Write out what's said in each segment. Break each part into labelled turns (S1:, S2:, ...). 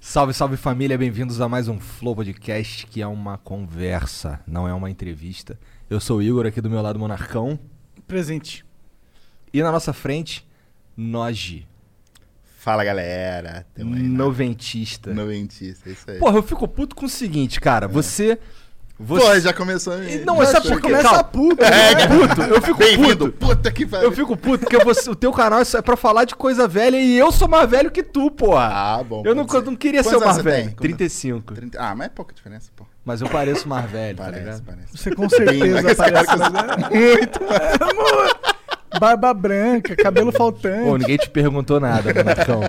S1: Salve, salve família, bem-vindos a mais um Flow Podcast, que é uma conversa, não é uma entrevista. Eu sou o Igor, aqui do meu lado, Monarcão.
S2: Presente.
S1: E na nossa frente, Noji,
S3: Fala galera, tamo aí na...
S1: noventista.
S3: noventista, é isso aí.
S1: Porra, eu fico puto com o seguinte, cara, você...
S3: É. Pô,
S1: você...
S3: já começou.
S1: E
S3: aí.
S1: não,
S3: Já
S1: mas sabe
S3: foi
S1: por
S3: que- é né?
S1: quê?
S2: começa
S1: Calma.
S2: a puto,
S1: Eu fico puto, eu fico puto.
S3: Bem-vindo, puta que pariu.
S1: Eu fico puto, porque você- o teu canal é só- é pra falar de coisa velha e eu sou mais velho que tu, porra.
S3: Ah, bom.
S1: eu não,
S3: pode
S1: eu não queria ser o
S3: Quantos anos
S1: mais
S3: você tem? é?
S1: velho.
S3: Quantos-
S1: 35.
S3: Trinta- Ah, mas é pouca diferença, pô.
S1: Mas eu pareço mais velho, tá
S3: Parece,
S1: ligado?
S3: parece.
S2: Você com
S3: Bem,
S1: tá
S2: certeza
S3: essa cara
S2: aparece.
S3: que eu
S2: Muito. Barba branca, cabelo faltante.
S1: Pô, ninguém te perguntou nada, Monarcão.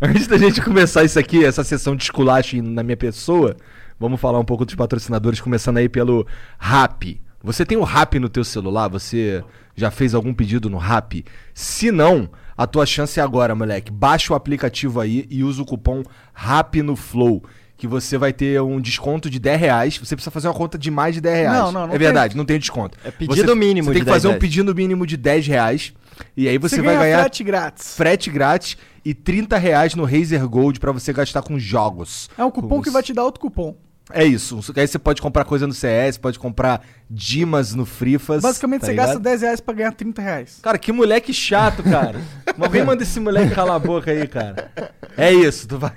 S1: Antes da gente começar isso aqui, essa sessão de esculacho na minha pessoa, vamos falar um pouco dos patrocinadores, começando aí pelo Rap. Você tem o Rap no teu celular? Você já fez algum pedido no Rap? Se não, a tua chance é agora, moleque. Baixa o aplicativo aí e usa o cupom RAP no Flow. Que você vai ter um desconto de 10 reais. Você precisa fazer uma conta de mais de 10 reais.
S2: Não, não, não
S1: É
S2: tem.
S1: verdade, não tem desconto.
S4: É pedido mínimo
S1: Você tem
S4: de
S1: que fazer
S4: 10
S1: um
S4: reais.
S1: pedido mínimo de 10 reais. E aí você,
S2: Você
S1: vai
S2: ganha
S1: ganhar
S2: frete grátis.
S1: frete grátis e 30 reais no Razer Gold pra você gastar com jogos.
S2: É um cupom
S1: Com
S2: que
S1: os-
S2: vai te dar outro cupom.
S1: É isso. Aí você pode comprar coisa no CS, pode comprar Dimas no Frifas.
S2: Basicamente,
S1: tá
S2: você
S1: ligado?
S2: gasta 10 reais pra ganhar 30 reais.
S1: Cara, que moleque chato, cara. Mas alguém manda esse moleque calar a boca aí, cara. É isso, tu vai.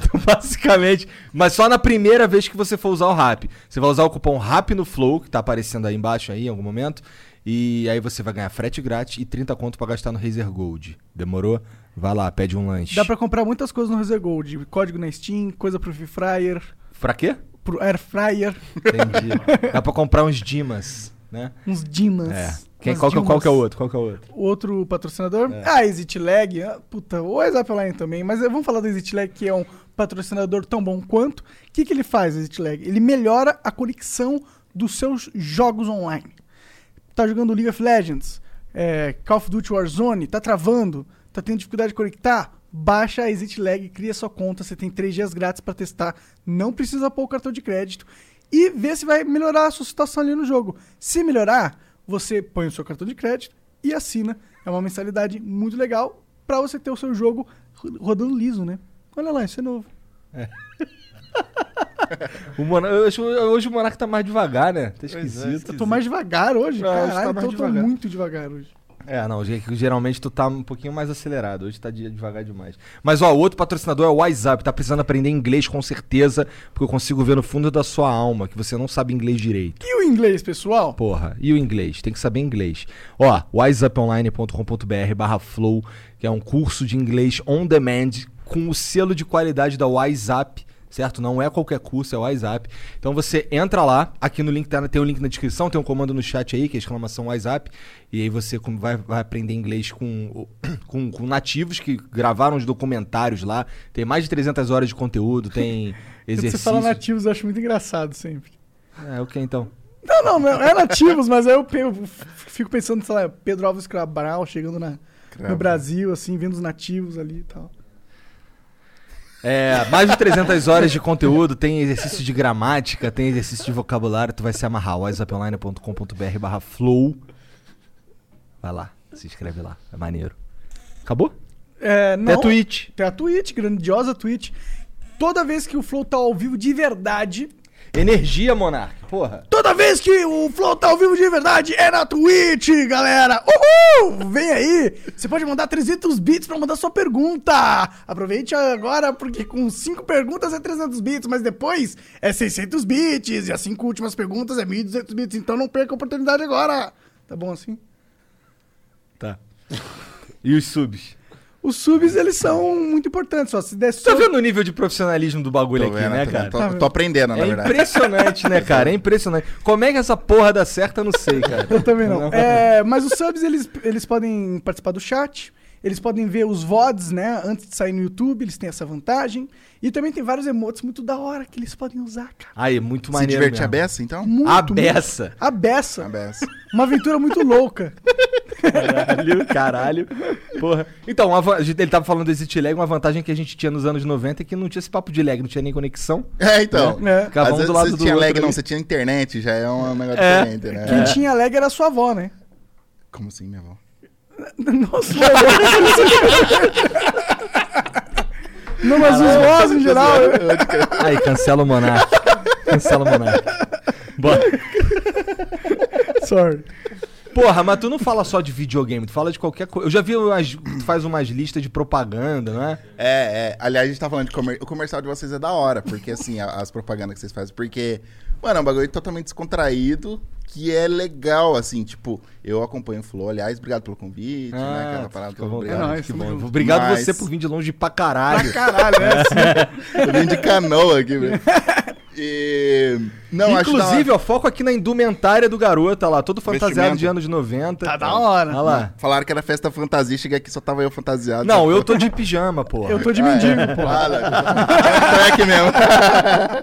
S1: tu basicamente. Mas só na primeira vez que você for usar o RAP. Você vai usar o cupom RAP no Flow, que tá aparecendo aí embaixo aí em algum momento. E aí você vai ganhar frete grátis e 30 conto pra gastar no Razer Gold. Demorou? Vai lá, pede um lanche.
S2: Dá pra comprar muitas coisas no Razer Gold. Código na Steam, coisa pro Free Fryer,
S1: Pra quê?
S2: pro Air Fryer,
S1: Entendi. Dá pra comprar uns Dimas, né?
S2: uns Dimas.
S1: É. Quem,
S2: umas
S1: qual, que, é- qual que é o
S2: Dimas.
S1: outro? Qual que é o outro?
S2: O outro patrocinador? Ah, Exit Lag. Ah, puta, o WhatsApp Line também. Mas eh, vamos falar do Exit Lag, que é um patrocinador tão bom quanto. O que, que ele faz, o Exit Lag? Ele melhora a conexão dos seus jogos online. Tá jogando League of Legends, eh, Call of Duty Warzone, tá travando, tá tendo dificuldade de conectar? Baixa a Exit Lag, cria sua conta, você tem três dias grátis pra testar, não precisa pôr o cartão de crédito e vê se vai melhorar a sua situação ali no jogo. Se melhorar, você põe o seu cartão de crédito e assina. É uma mensalidade muito legal pra você ter o seu jogo ro- rodando liso, né? Olha lá, isso é novo.
S1: O Mona- hoje, hoje o Monarca tá mais devagar, né? Tá
S3: é,
S1: esquisito.
S2: Eu tô mais devagar hoje,
S1: Não, hoje
S2: caralho,
S1: tá mais
S2: então eu tô
S1: devagar.
S2: muito devagar hoje.
S1: É, não, ge- geralmente tu tá um pouquinho mais acelerado, hoje tá de- devagar demais. Mas ó, o outro patrocinador é o WhatsApp, tá precisando aprender inglês com certeza, porque eu consigo ver no fundo da sua alma que você não sabe inglês direito.
S2: E o inglês, pessoal?
S1: Porra, e o inglês? Tem que saber inglês. Ó, wiseuponline.com.br barra flow, que é um curso de inglês on demand com o selo de qualidade da WhatsApp, certo? Não é qualquer curso, é WhatsApp. Então você entra lá, aqui no link, tá- tem um link na descrição, tem um comando no chat aí, que é exclamação WhatsApp, e aí você com- vai, vai aprender inglês com, com, com nativos que gravaram os documentários lá, tem mais de 300 horas de conteúdo, tem
S2: Quando você
S1: exercícios.
S2: fala nativos, eu acho muito engraçado sempre.
S1: É, o que então?
S2: Não, não, não, é nativos, mas aí eu, pe- eu fico pensando, sei lá, Pedro Alves Cabral chegando na- no
S3: Cabral.
S2: Brasil, assim, vendo os nativos ali e tal.
S1: É, mais de 300 horas de conteúdo, tem exercício de gramática, tem exercício de vocabulário, tu vai se amarrar, whatsapponline.com.br barra flow. Vai lá, se inscreve lá, é maneiro. Acabou?
S2: É, não,
S1: Até Twitch.
S2: Tem a Twitch, grandiosa Twitch. Toda vez que o Flow tá ao vivo de verdade.
S1: Energia, Monarca, porra.
S2: Toda vez que o Flow tá ao vivo de verdade é na Twitch, galera! Uhul! Vem aí! Você pode mandar 300 bits pra mandar sua pergunta! Aproveite agora, porque com 5 perguntas é 300 bits, mas depois é 600 bits, e as 5 últimas perguntas é 1.200 bits, então não perca a oportunidade agora! Tá bom assim?
S1: Tá. E os subs?
S2: Os subs, eles são muito importantes, ó. Se der
S1: Tá
S2: sub...
S1: vendo o nível de profissionalismo do bagulho
S3: Tô
S1: aqui,
S3: vendo,
S1: né,
S3: tô
S1: cara?
S3: vendo, Tô, tô aprendendo, na
S1: É
S3: verdade.
S1: impressionante, né, cara? É impressionante. Como é que essa porra dá certo, eu não sei, cara.
S2: Eu também não. É, mas os subs, eles, eles podem participar do chat, eles podem ver os VODs, né? Antes de sair no YouTube, eles têm essa vantagem. E também tem vários emotes muito da hora que eles podem usar, cara.
S1: Aí, muito
S3: Se
S1: maneiro
S3: divertir a
S1: mesmo.
S3: beça, então?
S2: Muito,
S1: A
S2: muito-
S1: beça.
S2: A beça.
S3: A beça.
S2: Uma aventura muito louca.
S1: Caralho, caralho. Porra. Então, a va- ele tava falando desse T-Lag, uma vantagem que a gente tinha nos anos 90 é que não tinha esse papo de lag, não tinha nem conexão.
S3: É, então.
S2: É.
S1: Cada um
S3: Às vezes
S1: do lado
S3: você
S1: do
S3: tinha
S1: outro
S3: lag,
S1: ali.
S3: não, você tinha internet, já é um negócio
S1: É.
S3: diferente, né?
S2: Quem tinha lag era a sua avó, né?
S3: Como assim, minha avó?
S2: Nossa, sua avó. Não, mas os voz em geral.
S1: Aí, cancela o Monark. Cancela o Monark. Bora.
S2: Sorry.
S1: Porra, mas tu não fala só de videogame, tu fala de qualquer coisa. Eu já vi umas, tu faz umas listas de propaganda, não é?
S3: É, é. Aliás, a gente tá falando de comer... o comercial de vocês é da hora, porque assim, a- as propagandas que vocês fazem, porque, mano, é um bagulho totalmente descontraído, que é legal, assim, tipo, eu acompanho o Flow, aliás, obrigado pelo convite, né, aquela parada,
S1: fica à
S3: toda,
S1: vontade,
S3: obrigado.
S2: Ah, É nóis,
S1: que
S2: tamo
S1: bom.
S2: junto.
S1: Obrigado
S3: Mas-
S1: você por vir de longe pra caralho.
S2: Caralho, é assim.
S3: Eu vim de canoa aqui, velho. E... Não, acho da hora.
S1: Inclusive, ó, foco aqui na indumentária do garoto, olha lá, todo fantasiado
S3: Vestimenta.
S1: de anos de 90.
S2: Tá da hora.
S1: Olha lá.
S3: Falaram que era festa fantasia, cheguei aqui só tava eu fantasiado.
S1: Não, eu tô de pijama, porra.
S2: Eu tô de
S3: Ah,
S2: mendigo,
S3: é.
S2: pô.
S3: Ah, não. Então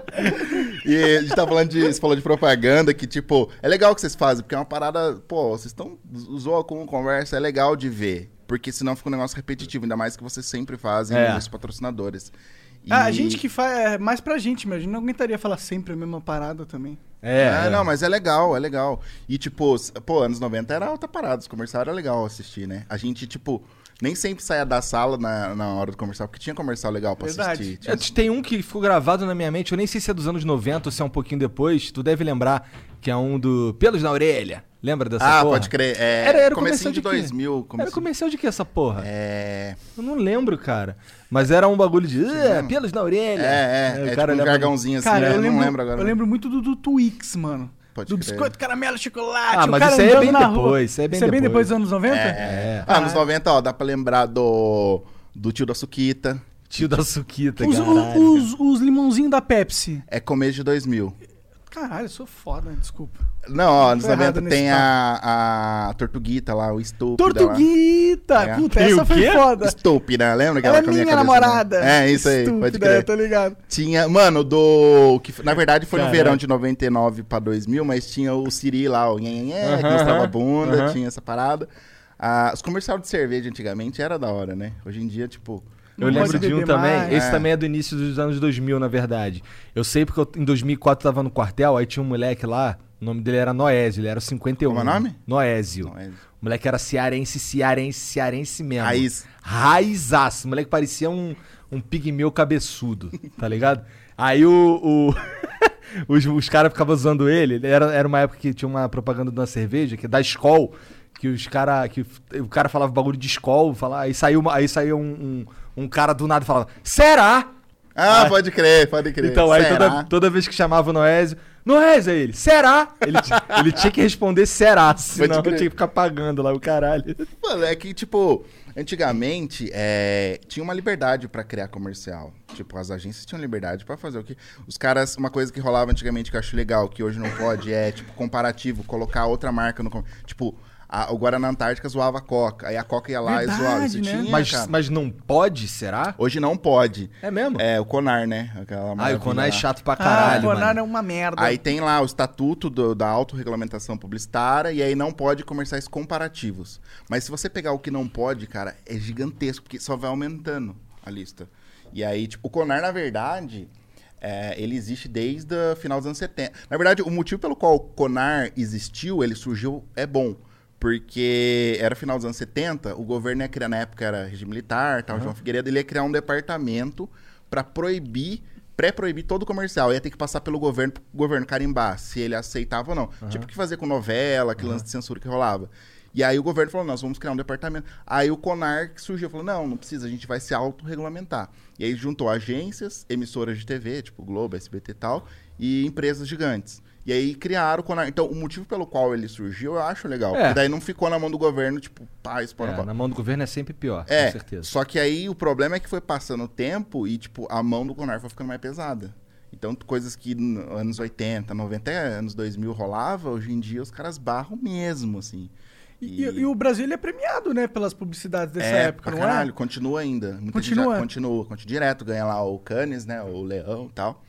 S3: é aqui mesmo. e a gente tá falando de. Você falou de propaganda, que, tipo, é legal o que vocês fazem, porque é uma parada. Pô, vocês estão. Usou com conversa, é legal de ver. Porque senão fica um negócio repetitivo, ainda mais que vocês sempre fazem
S1: É.
S3: os patrocinadores. E-
S2: Ah, A gente que faz é mais pra gente, mas a gente não aguentaria falar sempre a mesma parada também.
S1: É,
S3: É,
S1: é.
S3: não, mas é legal, é legal. E, tipo, s- pô, anos 90 era alta parada, os comercial era legal assistir, né? A gente, tipo, nem sempre saía da sala na, na hora do comercial, porque tinha comercial legal pra
S2: Verdade.
S3: assistir.
S1: É,
S3: Tinha...
S1: t- Tem um que ficou gravado na minha mente, eu nem sei se é dos anos 90 ou se é um pouquinho depois, tu deve lembrar, que é um do Pelos na Orelha. Lembra dessa
S3: Ah,
S1: porra?
S3: pode crer. É,
S1: Era, era
S3: comecinho
S1: comercial
S3: de
S1: de quê?
S3: 2000.
S1: Era
S3: Comecinho...
S1: comercial de que essa porra?
S3: É,
S1: Eu não lembro, cara. Mas era um bagulho de. "Ah, Pelos na
S3: é,
S1: orelha.
S3: é.
S1: Aí
S3: é
S1: o
S3: tipo um
S1: olhava-
S3: jargãozinho assim,
S2: Cara,
S3: né?
S2: eu, lembro,
S3: não lembro agora.
S2: eu lembro muito do, do Twix, mano.
S3: Pode
S2: do
S3: crer.
S2: biscoito, caramelo, chocolate.
S1: Ah,
S2: o
S1: mas
S2: cara
S1: isso aí é
S2: andando
S1: bem
S2: na
S1: depois,
S2: rua.
S1: isso aí é bem
S2: Isso é bem
S1: depois.
S2: depois dos anos 90?
S3: É.
S1: É.
S3: Ah, anos 90, ó, dá pra lembrar do, do tio da Suquita.
S1: Tio da
S3: Um
S1: Suquita,
S2: Os,
S1: caralho.
S2: os, os limãozinhos da Pepsi.
S3: É começo de 2000.
S2: Caralho, eu sou foda, desculpa.
S3: Não, ó, anos
S2: Tô errado
S3: 90
S2: nesse
S3: tem a, a Tortuguita lá, o Estúpida. lá.
S2: Tortuguita!
S3: É.
S2: Puta,
S1: Tem o
S2: essa foi
S1: quê?
S2: foda.
S3: Estúpida, lembra que
S2: Ela
S3: ela
S2: é
S3: com a minha
S2: minha
S3: cabeça, né?
S2: namorada.
S3: É, isso aí, pode
S2: Estúpida,
S3: crer.
S2: tá ligado?
S3: Tinha, mano, do. Que, na verdade foi
S1: Caraca.
S3: no verão de 99 pra 2000, mas tinha o Siri lá, o nhenhenhé, que
S1: Aham,
S3: mostrava a bunda,
S1: aham.
S3: tinha essa parada. Ah, os comerciais de cerveja antigamente era da hora, né? Hoje em dia, tipo.
S1: Eu
S2: Não
S1: lembro
S2: pode
S1: de um
S2: beber
S1: também.
S2: mais.
S1: Esse
S3: É.
S1: também é do início dos anos 2000, na verdade. Eu sei porque eu, em 2004 tava no quartel, aí tinha um moleque lá, o nome dele era Noésio, ele era um. o 51.
S3: Como é o nome?
S1: Noésio.
S3: não é-
S1: O moleque era cearense, cearense, cearense mesmo.
S3: Raiz.
S1: Raizaço. O moleque parecia um, um pigmeu cabeçudo, tá ligado? Aí o. o- os os caras ficavam zoando ele. Ele Era, era uma época que tinha uma propaganda de uma cerveja, que é da Skol, que os cara. Que f- o cara falava bagulho de Skol, falava, aí saiu, uma- aí saiu um, um, um cara do nada e falava: Será?
S3: Ah, pode crer, pode crer.
S1: Então, aí
S3: Será?
S1: toda, toda vez que chamava o Noésio, Noésio, aí ele, será? Ele, ti- ele tinha que responder será, senão eu
S3: crer.
S1: tinha que ficar pagando lá o caralho.
S3: Mano, é que, tipo, antigamente é, tinha uma liberdade pra criar comercial. Tipo, as agências tinham liberdade pra fazer o que. Os caras, uma coisa que rolava antigamente que eu acho legal, que hoje não pode, é, tipo, comparativo, colocar outra marca no. com- Tipo, a- o Guaraná Antártica zoava a Coca, aí a Coca ia lá
S2: Verdade,
S3: e zoava. Isso
S2: né?
S3: tinha,
S1: Mas,
S3: cara.
S1: mas não pode, será?
S3: Hoje não pode.
S1: É mesmo?
S3: É, o Conar, né? Aquela
S1: Ah,
S3: maravilha
S1: o Conar é
S3: lá.
S1: chato pra
S2: Caralho, ah,
S1: caralho,
S2: o Bonar
S1: mano.
S2: é uma merda.
S3: Aí tem lá o estatuto do- da autorregulamentação publicitária e aí não pode comerciais comparativos. Mas se você pegar o que não pode, cara, é gigantesco, porque só vai aumentando a lista. E aí, tipo, o Conar, na verdade, é, ele existe desde o final dos anos 70. Na verdade, o motivo pelo qual o Conar existiu, ele surgiu, é bom. Porque era final dos anos 70, o governo ia criar, na época era regime militar, tal, João Figueiredo, ele ia criar um departamento para proibir, pré-proibir todo comercial. Ia ter que passar pelo governo, pro governo carimbar se ele aceitava ou não. Tipo o que fazia com novela, que lance de censura que rolava. E aí o governo falou, nós vamos criar um departamento. Aí o Conar que surgiu, falou, não, não precisa, a gente vai se autorregulamentar. E aí juntou agências, emissoras de TV, tipo Globo, SBT e tal, e empresas gigantes. E aí criaram o Conar. Então, o motivo pelo qual ele surgiu, eu acho legal.
S1: É.
S3: Porque daí não ficou na mão do governo, tipo, pá, espora,
S1: É,
S3: pá.
S1: na mão do governo é sempre pior,
S3: É,
S1: com certeza.
S3: só que aí o problema é que foi passando o tempo e, tipo, a mão do Conar foi ficando mais pesada. Então, coisas que n- anos 80, 90, anos 2000 rolava, hoje em dia os caras barram mesmo, assim.
S2: E, e- e o Brasil ele é premiado, né, pelas publicidades dessa
S3: é,
S2: época,
S3: pra
S2: não
S3: caralho,
S2: é?
S3: continua ainda. Muita
S2: Continua.
S3: gente já continua, continua direto, ganha lá o Cannes, né, o Leão e tal.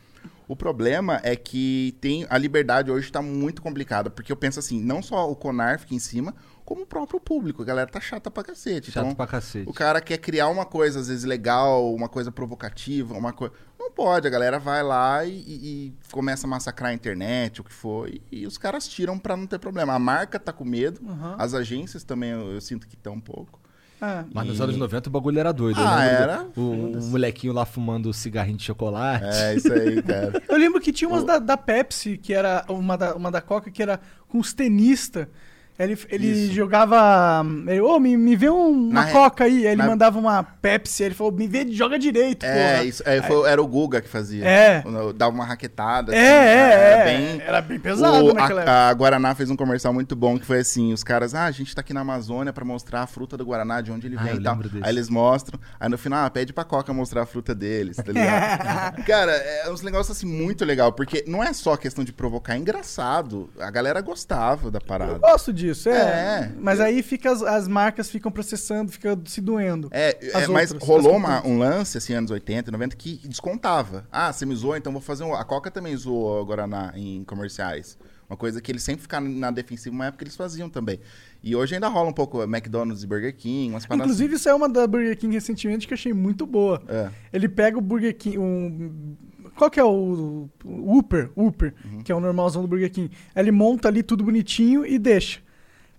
S3: O problema é que tem a liberdade hoje tá muito complicada, porque eu penso assim, não só o Conar fica em cima, como o próprio público, a galera tá chata pra cacete.
S1: Chato
S3: então,
S1: pra cacete.
S3: o cara quer criar uma coisa, às vezes, legal, uma coisa provocativa, uma coisa. Não pode, a galera vai lá e, e- e começa a massacrar a internet, o que for, e, e os caras tiram pra não ter problema. A marca tá com medo,
S2: Aham.
S3: as agências também eu, eu sinto que estão um pouco.
S2: Ah.
S1: Mas nos
S3: E-
S1: anos 90 o bagulho era doido.
S3: Ah,
S1: Eu lembro
S3: era?
S1: do- O, o molequinho lá fumando cigarrinho de chocolate.
S3: É isso aí, cara.
S2: Eu lembro que tinha umas da, da Pepsi, que era uma da, uma da Coca, que era com os tenista. Ele, ele
S3: Isso.
S2: jogava. hum, Ele, Ô, me, me vê um- uma
S3: Na re-
S2: Coca aí. Aí ele
S3: na-
S2: mandava uma Pepsi. Aí ele falou, me vê, joga direito,
S3: É,
S2: porra.
S3: isso, é, foi- era o Guga que fazia.
S2: É.
S3: O- Dava uma raquetada.
S2: É,
S3: assim, cara,
S2: é,
S3: Era
S2: é.
S3: bem,
S2: Era bem pesado
S3: O-
S2: naquela época.
S3: a, a Guaraná fez um comercial muito bom que foi assim: os caras, ah, a gente tá aqui na Amazônia pra mostrar a fruta do Guaraná, de onde ele
S1: Ah,
S3: vem
S1: eu
S3: e tal.
S1: lembro desse.
S3: Aí eles mostram, aí no final, ah, pede pra Coca mostrar a fruta deles, tá ligado? Cara, é uns negócios assim muito legal, porque não é só questão de provocar, é engraçado. A galera gostava da
S2: Eu
S3: parada.
S2: gosto disso, é.
S3: É.
S2: Mas aí fica as, as marcas ficam processando, fica se doendo.
S3: É,
S2: As
S3: é, mas
S2: outras,
S3: rolou
S2: as
S3: uma-
S2: outras.
S3: um lance, assim, anos 80, 90, que descontava. Ah, você me zoou, então vou fazer um... A Coca também zoou a Guaraná em comerciais. Uma coisa que eles sempre ficaram na defensiva, uma época eles faziam também. E hoje ainda rola um pouco McDonald's e Burger King, umas paradas...
S2: Inclusive, isso é uma da Burger King recentemente que eu achei muito boa.
S3: É.
S2: Ele pega o Burger King. Um... Qual que é o. o Upper, Upper,
S3: Uhum.
S2: que é o normalzão do Burger King. Aí Ele monta ali tudo bonitinho e deixa.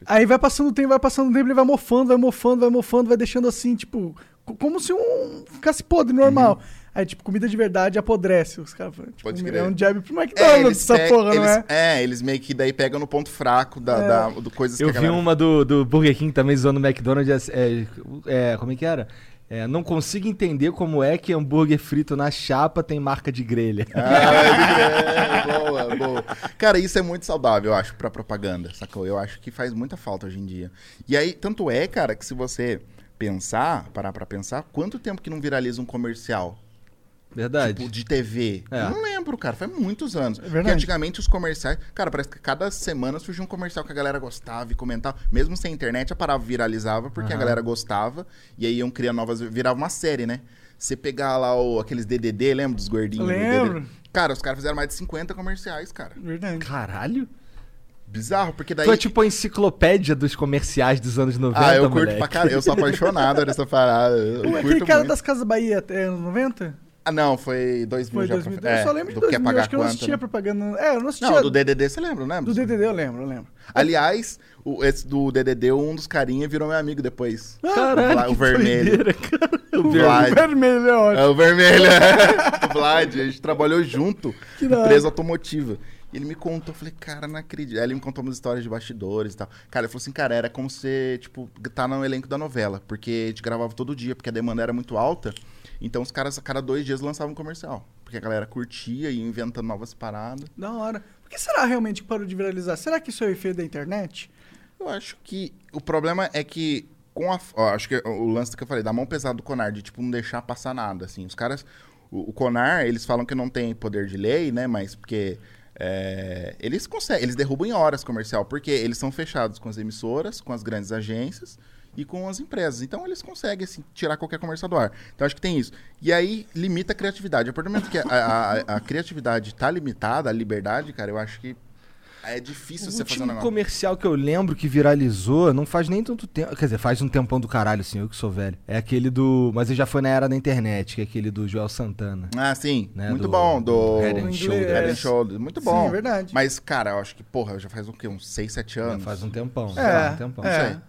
S2: Aí vai passando o tempo, vai passando o tempo, ele vai mofando, vai mofando, vai mofando, vai deixando assim, tipo, co- como se um ficasse podre normal. Aí, tipo, comida de verdade apodrece. Os caras falam, tipo,
S3: Uhum. Pode
S2: é
S3: crer.
S2: um jab pro
S3: É,
S2: McDonald's
S3: eles
S2: essa
S3: pe-
S2: porra, não
S3: eles-
S2: é?
S3: é, eles meio que daí pegam no ponto fraco da,
S2: É.
S3: da- do coisas
S1: Eu
S3: que a
S1: vi
S3: galera...
S1: uma do, do Burger King também zoando o McDonald's. É, é, como é que era? É, não consigo entender como é que hambúrguer frito na chapa tem marca de grelha.
S3: É, Ah, é, boa, boa. Cara, isso é muito saudável, eu acho, pra propaganda, sacou? Eu acho que faz muita falta hoje em dia. E aí, tanto é, cara, que se você pensar, parar pra pensar, quanto tempo que não viraliza um comercial?
S1: Verdade.
S3: Tipo, de TV.
S1: É.
S3: Eu não lembro, cara, faz muitos anos.
S2: É verdade.
S3: Porque antigamente os comerciais. Cara, parece que cada semana surgia um comercial que a galera gostava e comentava. Mesmo sem internet, a parava viralizava porque a
S1: Aham.
S3: galera gostava. E aí iam criar novas. Virava uma série, né? Você pegar lá o, aqueles DDD, lembra dos gordinhos? do
S2: Lembro.
S3: DDD? Cara, os caras fizeram mais de 50 comerciais, cara.
S2: Verdade.
S1: Caralho?
S3: Bizarro, porque daí.
S1: Tu é tipo a enciclopédia dos comerciais dos anos 90,
S3: ah, eu curto
S1: moleque.
S3: pra caralho. Eu sou apaixonado nessa parada.
S2: Ué,
S3: Eu curto
S2: é aquele cara
S3: muito.
S2: das Casas Bahia é anos 90?
S3: Ah, não, foi 2000
S2: Foi
S3: já. pra
S2: 2000.
S3: frente.
S2: eu só
S3: É,
S2: lembro de
S3: do Quer
S2: 2000,
S3: Pagar
S2: acho que eu não
S3: Quanto,
S2: assistia
S3: né?
S2: propaganda. É, eu não assistia.
S3: Não, do DDD você lembra, lembra?
S2: do DDD eu lembro, eu lembro.
S3: Aliás, o, esse do DDD, um dos carinha virou meu amigo depois.
S2: Ah,
S1: Caralho,
S3: Vla- o
S1: que
S3: vermelho.
S1: doideira, cara.
S2: O
S3: Vlad.
S2: vermelho é ótimo.
S3: É o vermelho. o Vlad, a gente trabalhou junto,
S2: Que da hora.
S3: empresa automotiva. E ele me contou, eu falei, cara, não acredito. Aí ele me contou umas histórias de bastidores e tal. Cara, ele falou assim, cara, era como você, tipo, tá no elenco da novela. Porque a gente gravava todo dia, porque a demanda era muito alta. Então os caras, a cada dois dias, lançavam um comercial. Porque a galera curtia e ia inventando novas paradas.
S2: Da hora. Por que será realmente que parou de viralizar? Será que isso é o efeito da internet?
S3: Eu acho que o problema é que com a, ó, acho que é o lance que eu falei da mão pesada do Conar de tipo não deixar passar nada assim. Os caras o, o Conar, eles falam que não tem poder de lei, né, mas porque é, eles conseguem, eles derrubam em horas comercial, porque eles são fechados com as emissoras, com as grandes agências e com as empresas. Então eles conseguem assim, tirar qualquer comercial do ar. Então acho que tem isso. E aí limita a criatividade. A partir do momento que a, a- a- a criatividade tá limitada, a liberdade, cara, eu acho que é difícil
S1: O
S3: você fazer um
S1: último
S3: negócio.
S1: comercial que eu lembro que viralizou, não faz nem tanto tempo. Quer dizer, faz um tempão do caralho, assim, eu que sou velho. É aquele do. Mas ele já foi na era da internet, que é aquele do Joel Santana.
S3: Ah, sim.
S1: né,
S3: Muito
S1: do-
S3: bom. Do
S1: Head and
S2: Inglês.
S1: Shoulders.
S3: Head and Shoulders. Muito bom.
S2: Sim, é verdade.
S3: Mas, cara, eu acho que, porra, já faz o quê? Uns 6, 7
S1: Já
S3: anos?
S1: faz um tempão. já
S2: É,
S1: faz
S3: então,
S1: um tempão.
S2: é.
S3: Não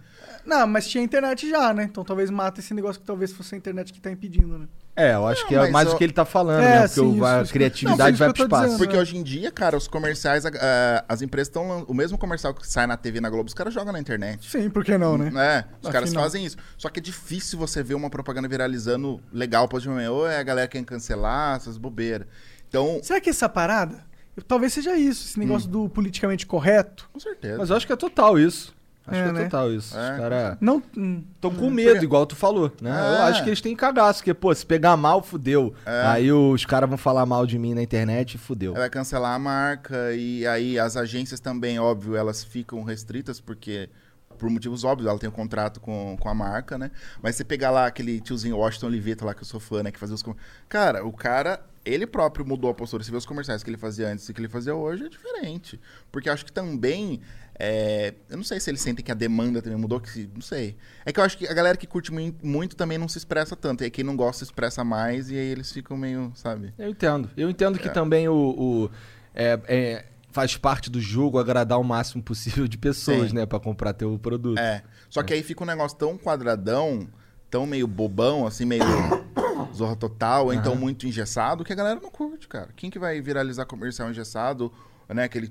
S2: Não, mas tinha internet já, né? Então talvez mata esse negócio que talvez fosse a internet que tá impedindo, né?
S1: É, eu acho
S3: Não,
S1: que é
S3: mas
S1: mais
S3: eu-
S1: o que ele tá falando,
S2: É,
S1: né? Porque
S2: sim,
S1: o-
S2: isso,
S1: a
S2: isso.
S1: criatividade
S2: Não,
S1: vai pro
S2: por isso que eu tô
S1: espaço.
S2: dizendo.
S3: Porque hoje em dia, cara, os comerciais, a- a- as empresas estão. O mesmo comercial que sai na TV e na Globo, os caras jogam na internet.
S2: Sim, por que não, né?
S3: É, os caras
S2: Afinal.
S3: fazem isso. Só que é difícil você ver uma propaganda viralizando legal positivamente. Ou é a galera que quer cancelar, essas bobeiras. Então,
S2: Será que essa parada? Talvez seja isso, esse
S3: Hum.
S2: negócio do politicamente correto.
S3: com certeza.
S1: Mas eu acho que é total isso. Acho
S2: É,
S1: que é
S2: né?
S1: total isso.
S3: É.
S1: Os caras
S2: Não. hum.
S1: estão com medo, igual tu falou, né? Eu
S3: É.
S1: acho que eles têm cagaço, porque, pô, se pegar mal, fudeu. Aí os caras vão falar mal de mim na internet e fudeu.
S3: Ela vai cancelar a marca e aí as agências também, óbvio, elas ficam restritas porque por motivos óbvios, ela tem um contrato com, com a marca, né? Mas você pegar lá aquele tiozinho Washington Oliveto lá que eu sou fã, né, que fazia os com- cara, o cara ele próprio mudou a postura. Você vê os comerciais que ele fazia antes e que ele fazia hoje é diferente. Porque eu acho que também. é, eu não sei se eles sentem que a demanda também mudou, que se- não sei. É que eu acho que a galera que curte mui- muito também não se expressa tanto. E aí quem não gosta se expressa mais e aí eles ficam meio, sabe?
S1: Eu entendo. Eu entendo que também o. o- é, é, faz parte do jogo agradar o máximo possível de pessoas,
S3: Sim.
S1: né? Pra comprar teu produto.
S3: É. Só que aí fica um negócio tão quadradão, tão meio bobão, assim, meio zorra total, ou então muito engessado, que a galera não curte, cara. Quem que vai viralizar comercial engessado, né? Aquele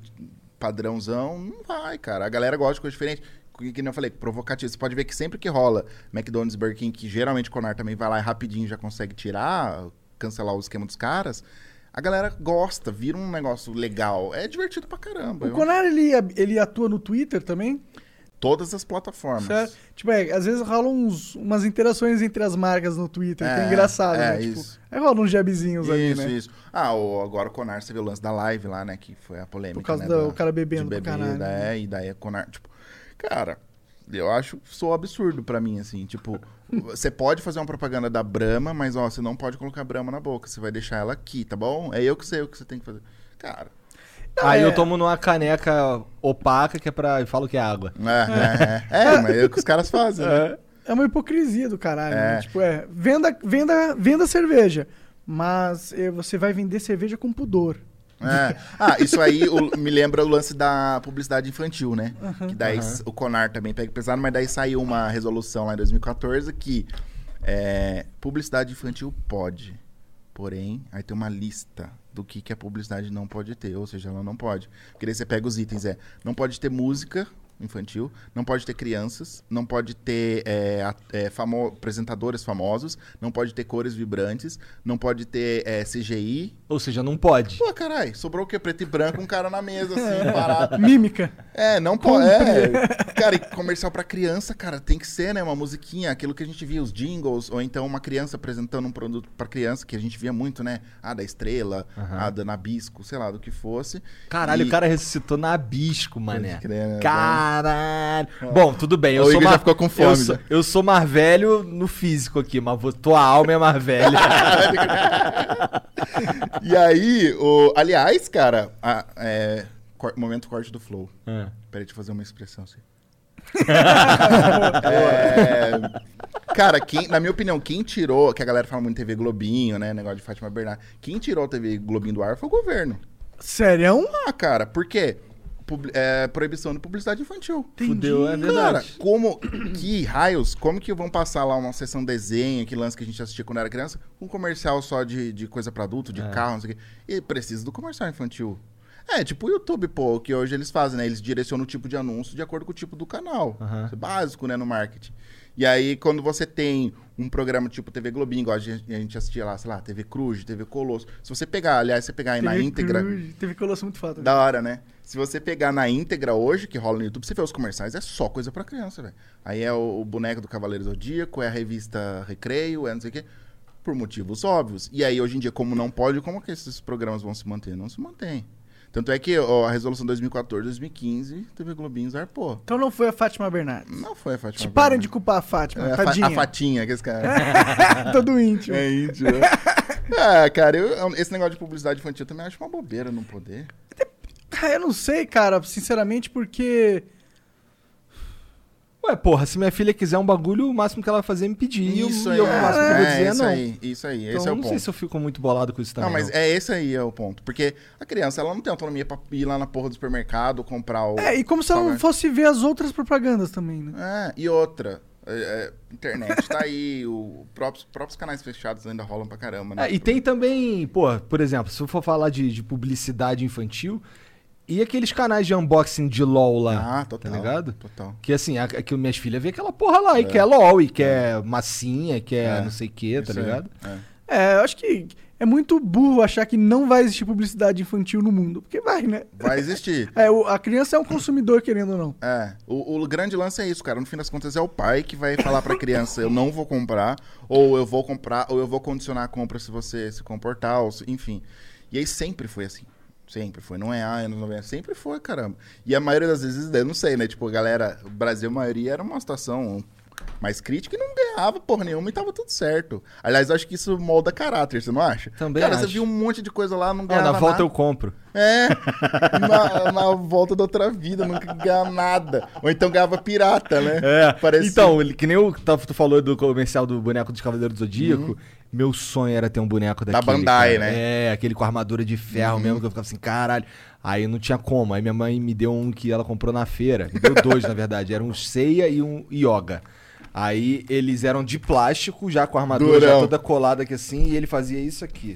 S3: padrãozão, não vai, cara. A galera gosta de coisa diferente. Que que nem eu falei, provocativo. Você pode ver que sempre que rola McDonald's, Burger King, que geralmente o Conar também vai lá e rapidinho já consegue tirar, cancelar o esquema dos caras, a galera gosta, vira um negócio legal. É divertido pra caramba.
S2: O
S3: Eu-
S2: Conar, ele, ele atua no Twitter também?
S3: Todas as plataformas.
S2: Certo? Tipo, é, às vezes rolam uns- umas interações entre as marcas no Twitter, que é
S3: É,
S2: engraçado,
S3: é,
S2: né? Tipo,
S3: isso.
S2: aí rolam uns jabzinhos
S3: Isso,
S2: ali, né?
S3: isso. Ah, o, agora o Conar, você viu o lance da live lá, né? Que foi a polêmica.
S2: Por causa
S3: né,
S2: do cara bebendo
S3: de
S2: pra caralho, né?
S3: É, e daí a Conar, tipo, cara, eu acho sou absurdo pra mim, assim. Tipo, você pode fazer uma propaganda da Brahma, mas ó, você não pode colocar a Brahma na boca, você vai deixar ela aqui, tá bom? É eu que sei o que você tem que fazer. Cara.
S1: Aí
S2: é.
S1: eu tomo numa caneca opaca que é pra. Eu falo que é água.
S3: É, é, é, é, mas é o que os caras fazem, né?
S2: É uma hipocrisia do caralho,
S3: É.
S2: né? Tipo, é, venda, venda, venda cerveja, mas eh, você vai vender cerveja com pudor.
S3: É. Ah, isso aí o- me lembra o lance da publicidade infantil, né? Que daí s- o Conar também pega pesado, mas daí saiu uma resolução lá em 2014 que é, publicidade infantil pode. Porém, aí tem uma lista do que, que a publicidade não pode ter, ou seja, ela não pode. Porque daí você pega os itens, é. Não pode ter música infantil, não pode ter crianças, não pode ter é, a- é, famo- apresentadores famosos, não pode ter cores vibrantes, não pode ter é, CGI,
S1: Ou seja, não pode.
S3: Pô, caralho, sobrou o quê? Preto e branco, um cara na mesa,
S1: É.
S3: assim, parado.
S2: Mímica.
S3: É, não pode. É. Cara, e comercial pra criança, cara, tem que ser, né? Uma musiquinha, aquilo que a gente via, os jingles, ou então uma criança apresentando um produto pra criança, que a gente via muito, né? A da estrela, a da Nabisco, sei lá, do que fosse.
S1: Caralho,
S3: E-
S1: o cara ressuscitou na abisco, mané.
S3: crer, né?
S1: Caralho. Bom, tudo bem. Eu
S3: O
S1: sou
S3: Igor já
S1: mais-
S3: ficou com fome, né?
S1: Eu sou,
S3: já.
S1: eu sou mais velho no físico aqui, mas vou- tua alma é mais velha.
S3: E aí, o... aliás, cara, a- é, cor- momento corte do flow.
S1: É.
S3: Peraí, deixa eu fazer uma expressão assim. É, cara, quem, na minha opinião, quem tirou, que a galera fala muito TV Globinho, né? Negócio de Fátima Bernard. Quem tirou a TV Globinho do ar foi o governo.
S2: Sério? é um
S3: Ah, cara, por quê? Publi- é, proibição de publicidade infantil.
S1: Fudeu, é
S3: Cara,
S1: verdade.
S3: como que raios, como que vão passar lá uma sessão desenho, que lance que a gente assistia quando era criança, um comercial só de, de coisa pra adulto,
S1: É.
S3: de carro, não sei o quê. E precisa do comercial infantil. É, tipo o YouTube, pô, que hoje eles fazem, né? Eles direcionam o tipo de anúncio de acordo com o tipo do canal.
S1: Aham.
S3: Isso é básico, né, no marketing. E aí, quando você tem um programa tipo TV Globinho, igual a gente, a gente assistia lá, sei lá, TV Cruz, TV Colosso. Se você pegar, aliás, se você pegar aí é, na íntegra.
S2: Teve colosso muito fato.
S3: Da hora, né? Se você pegar na íntegra hoje, que rola no YouTube, você vê os comerciais, é só coisa pra criança, velho. Aí é o, o boneco do Cavaleiro Zodíaco, é a revista Recreio, é não sei o quê. Por motivos óbvios. E aí, hoje em dia, como não pode, como que esses programas vão se manter? Não se mantém. Tanto é que ó, a resolução 2014, 2015, TV Globinho zarpou.
S2: Então não foi a Fátima Bernardes.
S3: Não foi a Fátima.
S2: Te parem
S3: Bernardes.
S2: de culpar a Fátima,
S3: É, a, fa
S2: tadinha.
S3: a Fatinha, que esse cara.
S2: Todo íntimo.
S3: É íntimo. né? ah, cara, eu- esse negócio de publicidade infantil eu também acho uma bobeira não poder.
S2: Ah, Eu não sei, cara, sinceramente, porque...
S1: Ué, porra, se minha filha quiser um bagulho, o máximo que ela vai fazer é me pedir. e eu- e eu, o máximo que eu vou
S3: É,
S1: dizer é
S3: isso
S1: não.
S3: aí, isso aí.
S1: Então,
S3: esse é
S1: eu
S3: o
S1: não
S3: ponto.
S1: sei se eu fico muito bolado com isso também.
S3: Não, mas é esse aí é o ponto. Porque a criança, ela não tem autonomia pra ir lá na porra do supermercado comprar o.
S2: É, e como se ela não
S3: Talvez.
S2: fosse ver as outras propagandas também, né?
S3: É, e outra. é, é, internet tá aí, o, próprios, próprios canais fechados ainda rolam pra caramba, né?
S1: É, e tem também, pô, por exemplo, se eu for falar de, de publicidade infantil, e aqueles canais de unboxing de LOL lá,
S3: Ah, total.
S1: tá ligado?
S3: Total.
S1: Que assim, a, a- que minhas filhas vê aquela porra lá, e quer LOL, e quer massinha, quer
S3: É.
S1: não sei o que, tá
S3: Isso aí,
S1: ligado?
S3: é.
S2: É, eu acho que é muito burro achar que não vai existir publicidade infantil no mundo, porque vai, né?
S3: Vai existir.
S2: É, o- a criança é um consumidor, querendo ou não.
S3: É, o, o grande lance é isso, cara. No fim das contas, é o pai que vai falar pra criança: eu não vou comprar, ou eu vou comprar, ou eu vou condicionar a compra se você se comportar, ou se- enfim. E aí sempre foi assim. Sempre foi. Não é ah, anos 90. Sempre foi, caramba. E a maioria das vezes, eu não sei, né? Tipo, a galera, o Brasil, a maioria era uma situação Mas crítico e não ganhava porra nenhuma e tava tudo certo. Aliás, eu acho que isso molda caráter, você não acha?
S1: Também
S3: Cara, você
S1: acho.
S3: viu um monte de coisa lá, não
S1: Ó,
S3: ganhava
S1: na volta
S3: nada.
S1: eu compro.
S3: É, na, na volta da outra vida, nunca ganhava nada. Ou então ganhava pirata, né? Parece
S1: Então, ele- que nem o que tá- tu falou do comercial do boneco dos Cavaleiros do Zodíaco, meu sonho era ter um boneco daquele.
S3: Uhum. Bandai, né? Uhum.
S1: cara. É, aquele com armadura de ferro mesmo, que eu ficava assim, caralho. Aí não tinha como. Aí minha mãe me deu um que ela comprou na feira. Me deu dois, na verdade. Era um Seiya e um Yoga. Aí eles eram de plástico, já com a armadura já
S3: Durão.
S1: toda colada aqui assim, e ele fazia isso aqui.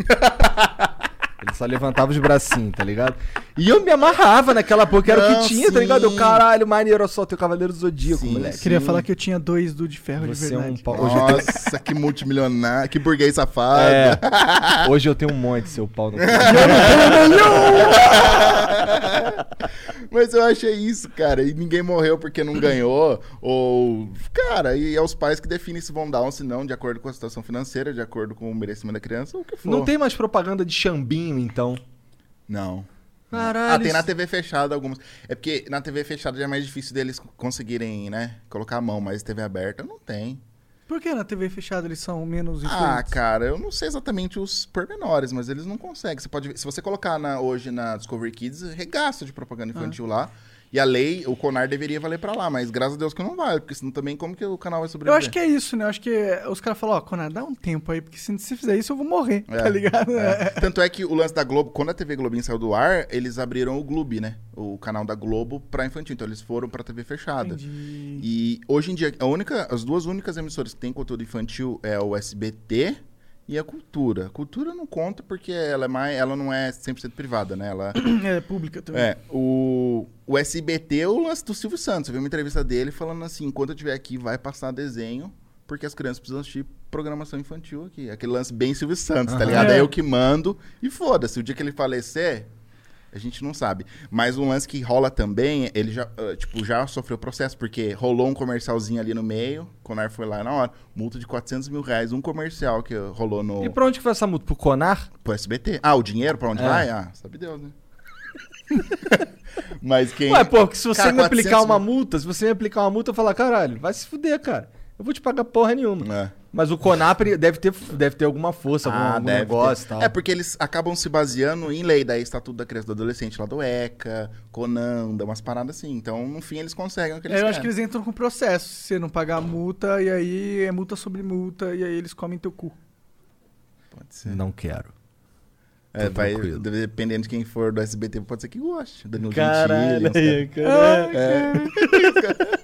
S1: Ele só levantava os bracinhos, tá ligado? E eu me amarrava naquela boca, era o
S3: Não,
S1: que tinha, tá ligado? Eu,
S3: sim.
S1: caralho, maneiro, eu só tenho Cavaleiro do Zodíaco,
S3: Sim,
S1: moleque.
S3: sim.
S2: Queria falar que eu tinha dois do de ferro de
S1: Você é um
S2: verdade.
S1: pau. Hoje, eu
S3: Nossa, que multimilionário, que burguês safado.
S1: é, hoje eu tenho um monte, seu pau no cu.
S3: Mas eu achei isso, cara. E ninguém morreu porque não ganhou. Ou. Cara, e é os pais que definem se vão dar ou se não, de acordo com a situação financeira, de acordo com o merecimento da criança, ou o que for.
S1: Não tem mais propaganda de chambinho, então.
S3: Não.
S1: Caralho.
S3: Ah, tem na TV fechada algumas. É porque na TV fechada já é mais difícil deles conseguirem, né? Colocar a mão, mas TV aberta não tem.
S2: Por que na TV fechada eles são menos
S3: Ah,
S2: influentes?
S3: cara, eu não sei exatamente os pormenores, mas eles não conseguem. Você pode, ver- se você colocar na- hoje na Discovery Kids, regaço de
S2: Ah.
S3: propaganda infantil lá. E a lei, o Conar deveria valer pra lá, mas graças a Deus que não vale, porque senão também como que o canal vai
S2: eu
S3: sobreviver?
S2: acho que é isso, né? Eu acho que os caras falam, ó, Conan, dá um tempo aí, porque se se fizer isso eu vou morrer,
S3: É,
S2: tá ligado?
S3: é. Tanto é que o lance da Globo, quando a TV Globinho saiu do ar, eles abriram o Globo, né? O canal da Globo pra infantil. Então eles foram pra TV fechada.
S2: Entendi.
S3: E hoje em dia, a única, as duas únicas emissoras que têm conteúdo infantil é o SBT e a Cultura. A Cultura não conta porque ela, é mais, ela não é 100% privada, né? Ela,
S2: É, pública também.
S3: é, o, o SBT é o lance do Silvio Santos. Eu vi uma entrevista dele falando assim, enquanto eu estiver aqui, vai passar desenho, porque as crianças precisam assistir programação infantil aqui. Aquele lance bem Silvio Santos, tá
S1: Aham.
S3: ligado?
S2: É.
S3: É eu que mando e foda-se. O dia que ele falecer... A gente não sabe. Mas um lance que rola também, ele já, ah, tipo, já sofreu processo, porque rolou um comercialzinho ali no meio, o Conar foi lá na hora, multa de 400 mil reais, um comercial que rolou no
S1: E pra onde que foi essa multa? Pro Conar?
S3: pro SBT. Ah, o dinheiro pra onde
S1: É.
S3: vai? Ah, sabe Deus, né? Mas quem...
S1: Ué, pô, porque se você
S3: Cara,
S1: me aplicar
S3: 400
S1: uma multa, se você me aplicar uma multa, eu falar, caralho, vai se fuder, cara. Eu vou te pagar porra nenhuma.
S3: É.
S1: Mas o Conar pre- deve ter, deve ter alguma força, algum,
S3: Ah,
S1: algum
S3: deve
S1: negócio e
S3: ter.
S1: tal.
S3: É porque eles acabam se baseando em lei, daí Estatuto da Criança e do Adolescente, lá do ECA, Conan, dá umas paradas assim. Então, no fim, eles conseguem o que eles
S2: É, eu acho que
S3: querem.
S2: eles entram com processo. Se você não pagar a multa, e aí é multa sobre multa, e aí eles comem teu cu.
S3: Pode ser.
S1: Não quero.
S3: É,
S1: Tô
S3: vai,
S1: tranquilo.
S3: dependendo de quem for do SBT, pode ser que goste. Danilo Gentili,
S1: Caralho,
S3: uns caras.
S1: caralho.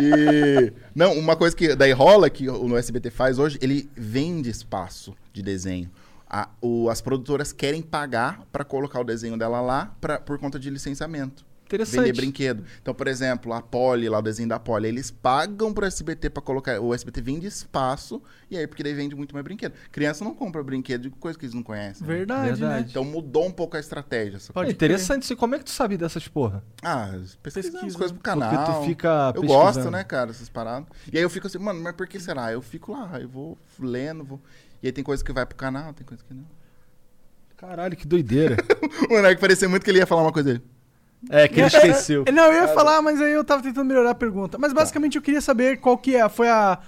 S3: E- Não, uma coisa que daí rola que o no SBT faz hoje, ele vende espaço de desenho. A- o- as produtoras querem pagar pra colocar o desenho dela lá pra- por conta de licenciamento. Vender
S1: Interessante.
S3: brinquedo. Então, por exemplo, a Polly, lá o desenho da Polly, eles pagam pro SBT pra colocar. O SBT vende espaço, e aí, porque daí vende muito mais brinquedo. Criança não compra brinquedo de coisa que eles não conhecem. né?
S2: Verdade,
S1: Verdade.
S2: né?
S3: Então mudou um pouco a estratégia. Só...
S1: É
S2: Pode
S1: interessante isso. E Como é que tu sabe dessas porra?
S3: Ah, pesquisa umas
S2: Pesquisa.
S3: coisas pro canal.
S1: né? Porque tu fica
S3: Eu
S1: Ah, pesquisando.
S3: gosto, né, cara, essas paradas. E aí eu fico assim, mano, mas por que será? Eu fico lá, eu vou lendo, vou. E aí tem coisa que vai pro canal, tem coisa que não.
S1: Caralho, que doideira.
S3: O Monark parecia muito que ele ia falar uma coisa dele.
S1: é, que ele esqueceu.
S2: É, Não, eu ia falar, mas aí eu tava tentando melhorar a pergunta. Mas basicamente eu queria saber qual que é, foi a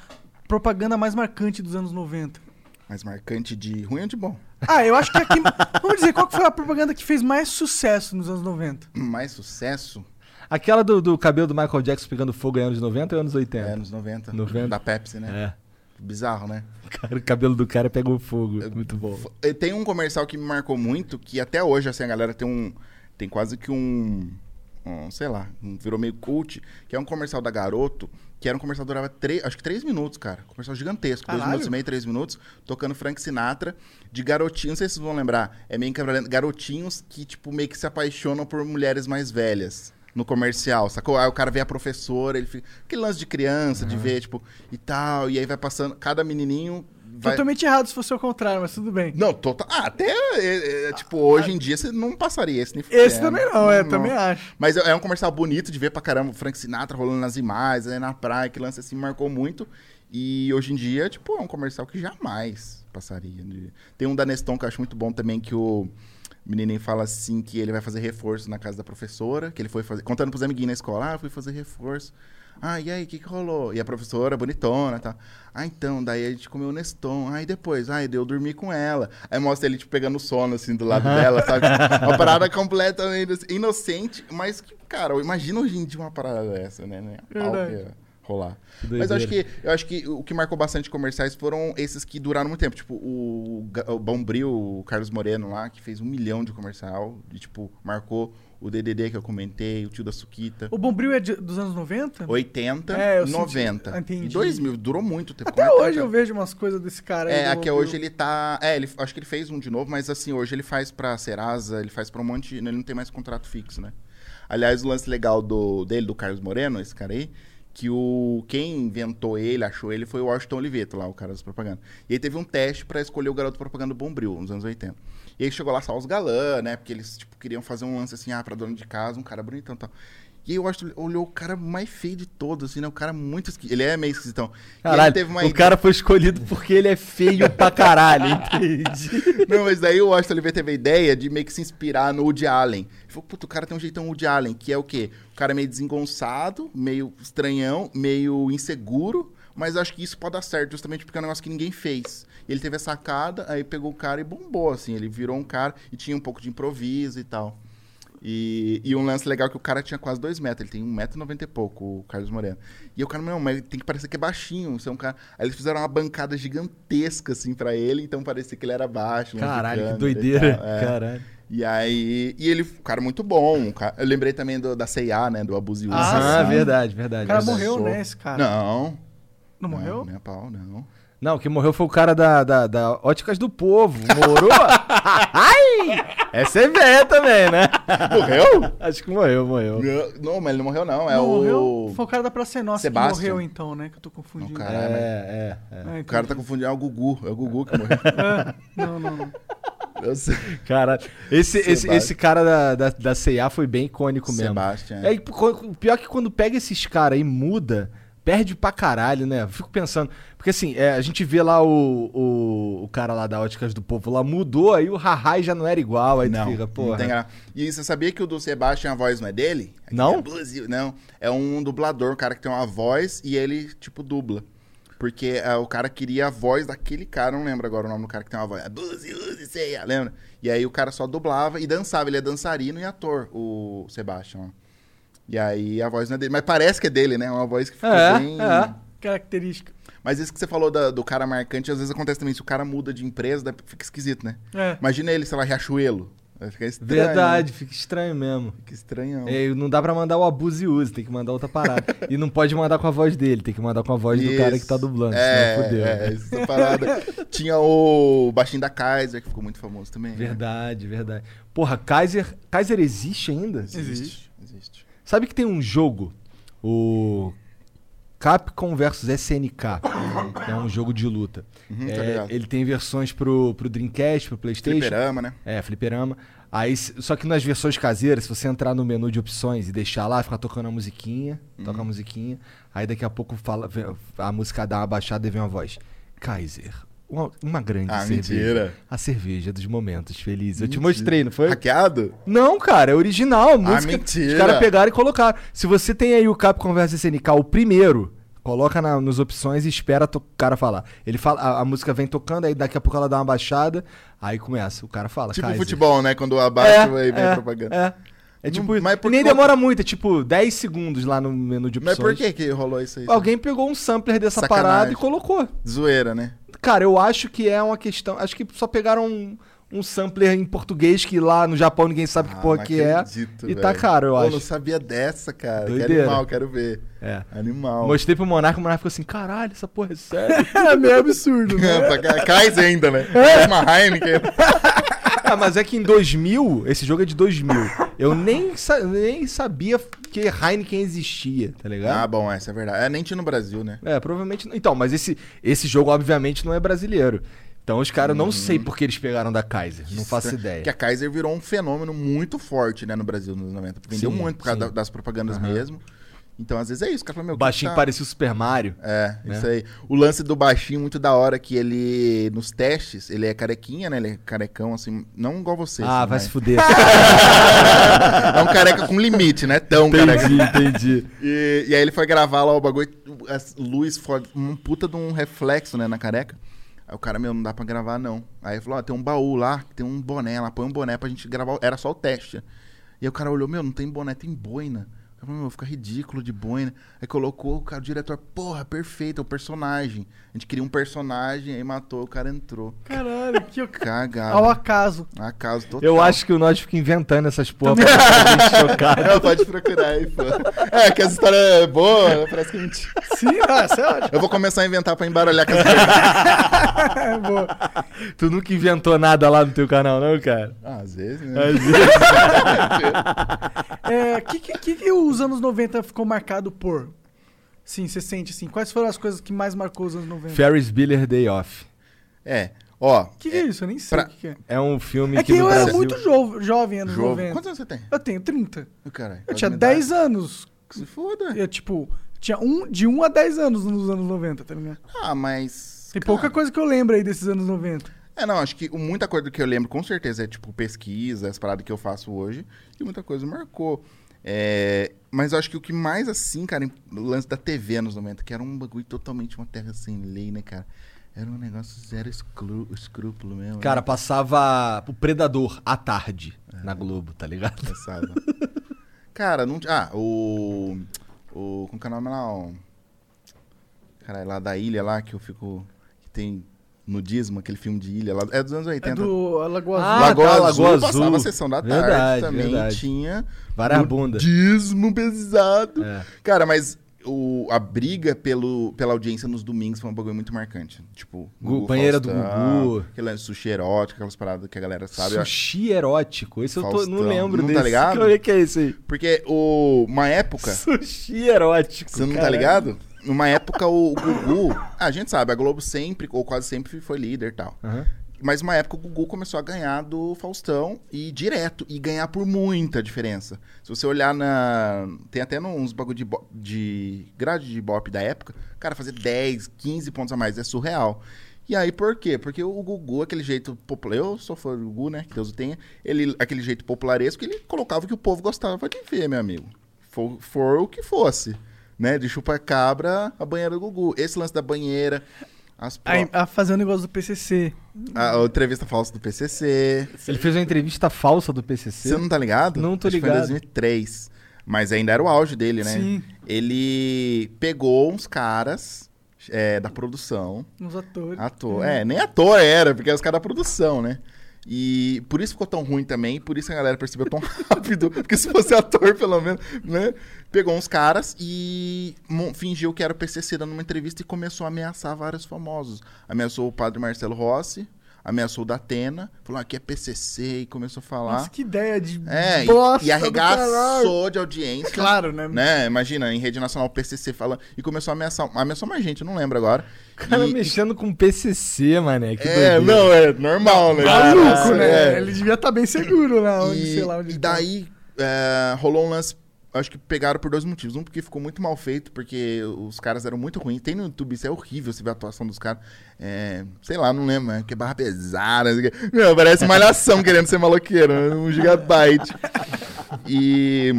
S2: propaganda mais marcante dos anos 90.
S3: Mas marcante de ruim ou de bom?
S2: Ah, eu acho que aqui. vamos dizer, qual que foi a propaganda que fez mais sucesso nos anos 90?
S3: Mais sucesso?
S1: Aquela do, do cabelo do Michael Jackson pegando fogo em anos 90 ou anos
S3: É,
S1: 80?
S3: anos 90.
S1: 90.
S3: Da Pepsi, né?
S1: É.
S3: Bizarro, né?
S1: Cara, o cabelo do cara pegou fogo. Muito bom.
S3: E Tem um comercial que me marcou muito, que até hoje, assim, a galera tem um. Tem quase que um. um, sei lá, um- virou meio cult, que é um comercial da Garoto, que era um comercial que durava três, acho que três minutos, cara. Comercial gigantesco, dois
S2: Caralho.
S3: minutos e meio, três minutos, tocando Frank Sinatra, de garotinhos, não sei se vocês vão lembrar, é meio quebralento, garotinhos que, tipo, meio que se apaixonam por mulheres mais velhas. No comercial, sacou? Aí o cara vê a professora, ele fica. Aquele lance de criança, de ver, tipo, e tal, e aí vai passando. Cada menininho. Vai...
S2: Totalmente errado se fosse ao contrário, mas tudo bem.
S3: Não, total. Ah, até. é, é, tipo, hoje em dia você não passaria esse nem
S2: Esse
S3: fudendo.
S2: também não, é, também acho.
S3: Mas é é um comercial bonito de ver pra caramba. o Frank Sinatra rolando nas imagens, né, na praia, que lance assim, marcou muito. E hoje em dia, tipo, é um comercial que jamais passaria. de- Tem um da Neston que eu acho muito bom também, que o menininho fala assim que ele vai fazer reforço na casa da professora, que ele foi fazer. Contando pros amiguinhos na escola, ah, eu fui fazer reforço. Ah, e aí, o que, que rolou? E a professora, bonitona, tá? Ah, então, daí a gente comeu Neston. Aí depois, ah, eu dormi com ela. Aí mostra ele, tipo, pegando sono, assim, do lado dela, sabe? Uma parada completamente assim, inocente, mas, que, cara, imagina hoje em dia uma parada dessa, né? né? Pau que
S2: Verdade.
S3: ia Rolar.
S1: Que
S3: Mas eu acho, que,
S1: doideira.
S3: eu acho que o que marcou bastante comerciais foram esses que duraram muito tempo. Tipo, o, Ga- o Bombril, o Carlos Moreno lá, que fez um milhão de comercial. E, tipo, marcou o DDD que eu comentei, o Tio da Suquita.
S2: O Bombril é de- dos anos 90?
S3: 80,
S2: É, eu senti-
S3: 90.
S2: Entendi.
S3: E 2000, durou muito tempo.
S2: Até
S3: como é
S2: hoje
S3: tanta-
S2: eu vejo umas coisas desse cara aí.
S3: É,
S2: do
S3: aqui
S2: Bombril.
S3: hoje ele tá. É, ele, acho que ele fez um de novo, mas assim, hoje ele faz pra Serasa, ele faz pra um monte. Ele não tem mais contrato fixo, né? Aliás, o lance legal do, dele, do Carlos Moreno, esse cara aí, que o quem inventou ele, achou ele, foi o Washington Oliveto, lá, o cara das propagandas. E aí teve um teste pra escolher o garoto propaganda do Bombril, nos anos 80. E aí chegou lá só os galã, né? Porque eles tipo, queriam fazer um lance assim, ah, pra dono de casa, um cara bonitão e tal. E aí o Washington olhou o cara mais feio de todos, assim, né? O cara muito esqui... Ele é meio esquisitão. E ele
S1: Caralho,
S3: teve uma
S1: o
S3: ideia-
S1: cara foi escolhido porque ele é feio pra caralho, entendi.
S3: Não, mas daí o Washington Oliveira teve a ideia de meio que se inspirar no Woody Allen. Ele falou, puta, o cara tem um jeitão Woody Allen, que é o quê? O cara é meio desengonçado, meio estranhão, meio inseguro, mas acho que isso pode dar certo, justamente porque é um negócio que ninguém fez. Ele teve a sacada, aí pegou o cara e bombou, assim. Ele virou um cara e tinha um pouco de improviso e tal. E, e um lance legal é que o cara tinha quase dois metros, ele tem 1,90m e pouco, o Carlos Moreno. E o cara, não, mas tem que parecer que é baixinho, você é um cara. Aí eles fizeram uma bancada gigantesca, assim, pra ele, então parecia que ele era baixo. longe de
S1: Caralho, que
S3: câmera e
S1: doideira.
S3: tal, é.
S1: Caralho.
S3: E aí. E ele, um cara muito bom. um cara- eu lembrei também do- da CIA, né? Do Abusivo.
S1: Ah,
S2: sim.
S1: verdade,
S2: O
S1: verdade.
S2: cara
S1: verdade.
S2: morreu, né, esse cara?
S3: é Não.
S2: Não morreu?
S3: Não, nem a pau, não.
S1: Não, quem morreu foi o cara da, da, da Óticas do Povo. Morou? Ai! Essa é velha também, né?
S3: Morreu?
S1: Acho que morreu, morreu.
S3: não, não, mas ele não morreu, não. É
S2: Não
S3: o.
S2: morreu? Foi o cara da Praça é Nossa
S3: Sebastian.
S2: que morreu então, né? Que eu tô confundindo.
S3: Não, cara. Caralho,
S1: É, é, é.
S2: Ah, entendi.
S3: O cara tá confundindo. É o Gugu. É o Gugu que morreu.
S2: Ah, não, não, não.
S3: Eu sei.
S1: Cara, esse, esse,
S3: Sebastião.
S1: esse cara da, da, da C&A foi bem icônico mesmo.
S3: Sebastian.
S1: É, e co- pior que quando pega esses caras e muda, perde pra caralho, né? Eu Fico pensando. Porque assim, é, a gente vê lá o, o, o cara lá da Óticas do Povo lá, mudou, aí o Rahai já não era igual, aí tu
S3: Não,
S1: fica, porra.
S3: não tem gra- E você sabia que o do Sebastian, a voz não é dele? Aquele
S1: Não?
S3: é Buzio- não, é um dublador, um cara que tem uma voz e ele, tipo, dubla. Porque ah, o cara queria a voz daquele cara, não lembro agora o nome do cara que tem uma voz. É Buzi, Uzi, Ceia, ah, lembra? E aí o cara só dublava e dançava, ele é dançarino e ator, o Sebastian. ó. E aí a voz não é dele, mas parece que é dele, né? É uma voz que ficou
S1: É,
S3: bem...
S1: é.
S2: Característica.
S3: Mas isso que você falou da- do cara marcante, às vezes acontece também, se o cara muda de empresa, dá- fica esquisito, né?
S2: É.
S3: Imagina ele, sei lá, Riachuelo. Vai ficar estranho. né?
S1: Verdade, fica estranho mesmo.
S3: Que estranhão.
S1: É, e não dá pra mandar o abuso e uso, tem que mandar outra parada. e não pode mandar com a voz dele, tem que mandar com a voz do cara que tá dublando, senão fodeu.
S3: É, essa parada. Tinha o Baixinho da Kaiser, que ficou muito famoso também. né?
S1: Verdade, verdade. Porra, Kaiser, Kaiser existe ainda?
S3: Existe. Existe.
S1: Sabe que tem um jogo, o Capcom vs SNK, é um jogo de luta.
S3: Uhum,
S1: É,
S3: tá ligado.
S1: ele tem versões pro, pro Dreamcast, pro Playstation.
S3: Fliperama, né?
S1: É, fliperama. Aí, se- só que nas versões caseiras, se você entrar no menu de opções e deixar lá, fica tocando a musiquinha,
S3: Uhum.
S1: toca a musiquinha, aí daqui a pouco fala, vê- a música dá uma baixada e vem uma voz. Kaiser, uma, uma grande
S3: Ah,
S1: cerveja.
S3: mentira.
S1: A cerveja dos momentos felizes. Eu te
S3: Mentira.
S1: mostrei, não foi?
S3: Hackeado?
S1: Não, cara, é original, a música.
S3: Ah, mentira.
S1: Os caras pegaram e colocaram. Se você tem aí o Capcom vs SNK, o primeiro, coloca na, nos opções e espera to- o cara falar. Ele fala, a, a música vem tocando, aí daqui a pouco ela dá uma baixada, aí começa, o cara fala.
S3: Tipo
S1: Kaiser.
S3: futebol, né? Quando abaixa aí vem
S1: é,
S3: a propaganda.
S1: É. É tipo,
S3: Não-
S1: isso.
S3: mas
S1: e
S3: por
S1: nem
S3: qual-
S1: demora muito, é tipo 10 segundos lá no menu de é. opções.
S3: Mas por que que rolou isso aí?
S1: Alguém pegou um sampler dessa
S3: Sacanagem.
S1: parada e colocou.
S3: Zoeira, né?
S1: Cara, eu acho que é uma questão. Acho que só pegaram um, um sampler em português que lá no Japão ninguém sabe que
S3: Ah,
S1: porra
S3: não
S1: que é.
S3: acredito,
S1: e tá
S3: velho.
S1: caro, eu
S3: Pô,
S1: acho.
S3: não sabia dessa, cara. Que
S1: Doideira.
S3: animal, quero ver.
S1: É.
S3: Animal.
S1: Mostrei pro Monarca, o Monarca ficou assim: caralho, essa porra é sério.
S2: Era meio absurdo, né?
S3: Kaiser ainda, né? É. Uma Heineken.
S1: ah, mas é que em 2000, esse jogo é de 2000. Eu nem, sa- nem sabia que Heineken existia, tá
S3: Ah,
S1: ligado?
S3: bom, essa é verdade. É, nem tinha no Brasil, né?
S1: É, provavelmente. não. Então, mas esse, esse jogo, obviamente, não é brasileiro. Então os caras, não sei por que eles pegaram da Kaiser. Não faço ideia.
S3: Que é a Kaiser virou um fenômeno muito forte, né, no Brasil nos anos 90. Vendeu
S1: Sim,
S3: muito por causa
S1: sim.
S3: da- das propagandas mesmo. Então, às vezes é isso. O cara fala, meu,
S1: O
S3: que
S1: baixinho
S3: tá-
S1: parecia o Super Mario.
S3: É,
S1: né?
S3: isso aí. O lance do baixinho, muito da hora, que ele, nos testes, ele é carequinha, né? Ele é carecão, assim, não igual você.
S1: ah, vai
S3: assim, mas-
S1: se fuder.
S3: É um careca com limite, né? Tão careca.
S1: entendi, entendi.
S3: E, e aí ele foi gravar lá o bagulho, as luz, fo- um puta de um reflexo, né, na careca. Aí o cara, meu, não dá pra gravar, não. Aí ele falou, ó, tem um baú lá, tem um boné lá, põe um boné pra gente gravar. o- Era só o teste. E aí o cara olhou, meu, não tem boné, tem boina. Eu falei, meu, fica ridículo de boina. Aí colocou o cara, o diretor, porra, perfeito, é o personagem. A gente queria um personagem, aí matou, o cara entrou.
S2: Caralho, que ao
S3: Cagado.
S2: acaso.
S3: Acaso total.
S1: Eu acho que o Nod fica inventando essas porra pra gente chocar.
S3: Ela pode procurar aí, pô. É, que as histórias é boa, parece que é mentira.
S2: Sim, essa é ótima.
S3: Eu vou começar a inventar pra embaralhar com as coisas.
S2: É boa.
S1: Tu nunca inventou nada lá no teu canal, não, cara?
S3: Ah, às vezes, né?
S1: Às vezes-
S2: É, que, que, que que os anos 90 ficou marcado por? Sim, você sente assim. Quais foram as coisas que mais marcou os anos 90?
S1: Ferris Bueller Day Off.
S3: É, ó.
S2: O que, que é isso? Eu nem sei
S3: Pra-
S2: o que, que é.
S1: É um filme
S2: É
S1: que
S2: que
S1: no
S2: eu
S1: Brasil...
S2: era muito jo- jovem anos
S3: Jogo.
S2: 90.
S3: Quantos anos você tem?
S2: Eu tenho 30.
S3: Ih, Caralho,
S2: Eu
S3: pode
S2: tinha
S3: me dar?
S2: 10 anos.
S3: Se foda.
S2: Eu, tipo, tinha um, de 1 a 10 anos nos anos 90, tá ligado?
S3: Ah, mas.
S2: Tem
S3: cara,
S2: pouca coisa que eu lembro aí desses anos 90.
S3: É, não, acho que muita coisa do que eu lembro, com certeza, é tipo pesquisa, as paradas que eu faço hoje, e muita coisa marcou. É, mas eu acho que o que mais assim, cara, em- o lance da TV nos 90, que era um bagulho totalmente uma terra sem lei, né, cara? Era um negócio zero escru- escrúpulo mesmo. né?
S1: Cara, passava o Predador à tarde na Globo, tá ligado?
S3: Passava. Cara, não. ti- Ah, o. O. Como que é o nome lá? O, caralho, lá da ilha lá que eu fico. Que tem nudismo, aquele filme de ilha lá. É dos anos
S2: É
S3: 80.
S2: do Lagoa
S1: Ah,
S2: Azul.
S3: Lagoa,
S1: tá,
S3: Azul,
S1: Lagoa Azul.
S3: passava a sessão da tarde
S1: Verdade,
S3: também.
S1: verdade.
S3: Tinha
S1: Várias bundas.
S3: nudismo pesado.
S1: É.
S3: Cara, mas o, a briga pelo, pela audiência nos domingos foi um bagulho muito marcante. Tipo,
S1: Gu- banheira do Gugu.
S3: Aquele lance sushi erótico, aquelas paradas que a galera sabe. Eu
S1: Sushi erótico. Esse eu tô, não
S3: Faustão.
S1: lembro
S3: Não tá
S1: desse.
S3: ligado?
S1: Como é que é isso aí?
S3: Porque o, uma época.
S1: Sushi erótico.
S3: Você não tá
S1: caralho.
S3: ligado? Numa época, o, o Gugu. A gente sabe, a Globo sempre, ou quase sempre, foi líder e tal.
S1: Aham.
S3: Mas uma época o Gugu começou a ganhar do Faustão e direto, e ganhar por muita diferença. Se você olhar na. Tem até uns bagulho de, bo- de grade de bop da época, cara, fazer 10, 15 pontos a mais é surreal. E aí, por quê? Porque o Gugu, aquele jeito popular. Eu sou fã do Gugu, né? Que Deus o tenha. Ele, aquele jeito popularesco, ele colocava o que o povo gostava de ver, meu amigo. For, for o que fosse. Né? De chupa-cabra a banheira do Gugu. Esse lance da banheira. As pro-
S2: Aí, A, fazer o negócio do PCC.
S3: a, a entrevista falsa do PCC.
S1: Ele fez uma entrevista falsa do PCC.
S3: Você não tá ligado?
S1: Não tô
S3: Acho que
S1: ligado.
S3: Foi em 2003. Mas ainda era o auge dele, né?
S2: Sim.
S3: Ele pegou uns caras é, da produção.
S2: Nos atores.
S3: Ator. É, nem ator era, porque era os caras da produção, né? E por isso ficou tão ruim também, por isso a galera percebeu tão rápido. Porque se fosse ator, pelo menos, né? Pegou uns caras e mon- fingiu que era o PCC dando uma entrevista e começou a ameaçar vários famosos. Ameaçou o padre Marcelo Rossi, ameaçou o Datena, falou aqui é PCC e começou a falar.
S2: Nossa, que ideia de
S3: é, e-
S2: bosta
S3: e
S2: do caralho.
S3: arregaçou de audiência
S2: Claro, né?
S3: né? Imagina, em rede nacional, o PCC falando. E começou a ameaçar. Ameaçou mais gente, eu não lembro agora.
S1: O cara
S3: E-
S1: mexendo com PCC, mané. Que
S3: É,
S1: doideira.
S3: não, é normal, né?
S2: Maluco, né?
S3: É.
S2: Ele devia estar bem seguro lá onde,
S3: E,
S2: sei lá onde
S3: e
S2: ele tá.
S3: daí é, rolou um lance. Acho que pegaram por dois motivos. Um, porque ficou muito mal feito, porque os caras eram muito ruins. Tem no YouTube, isso é horrível, você vê a atuação dos caras. É, sei lá, não lembro, é que é barra pesada. não sei o quê. Meu, parece malhação querendo ser maloqueiro, né? um gigabyte. E.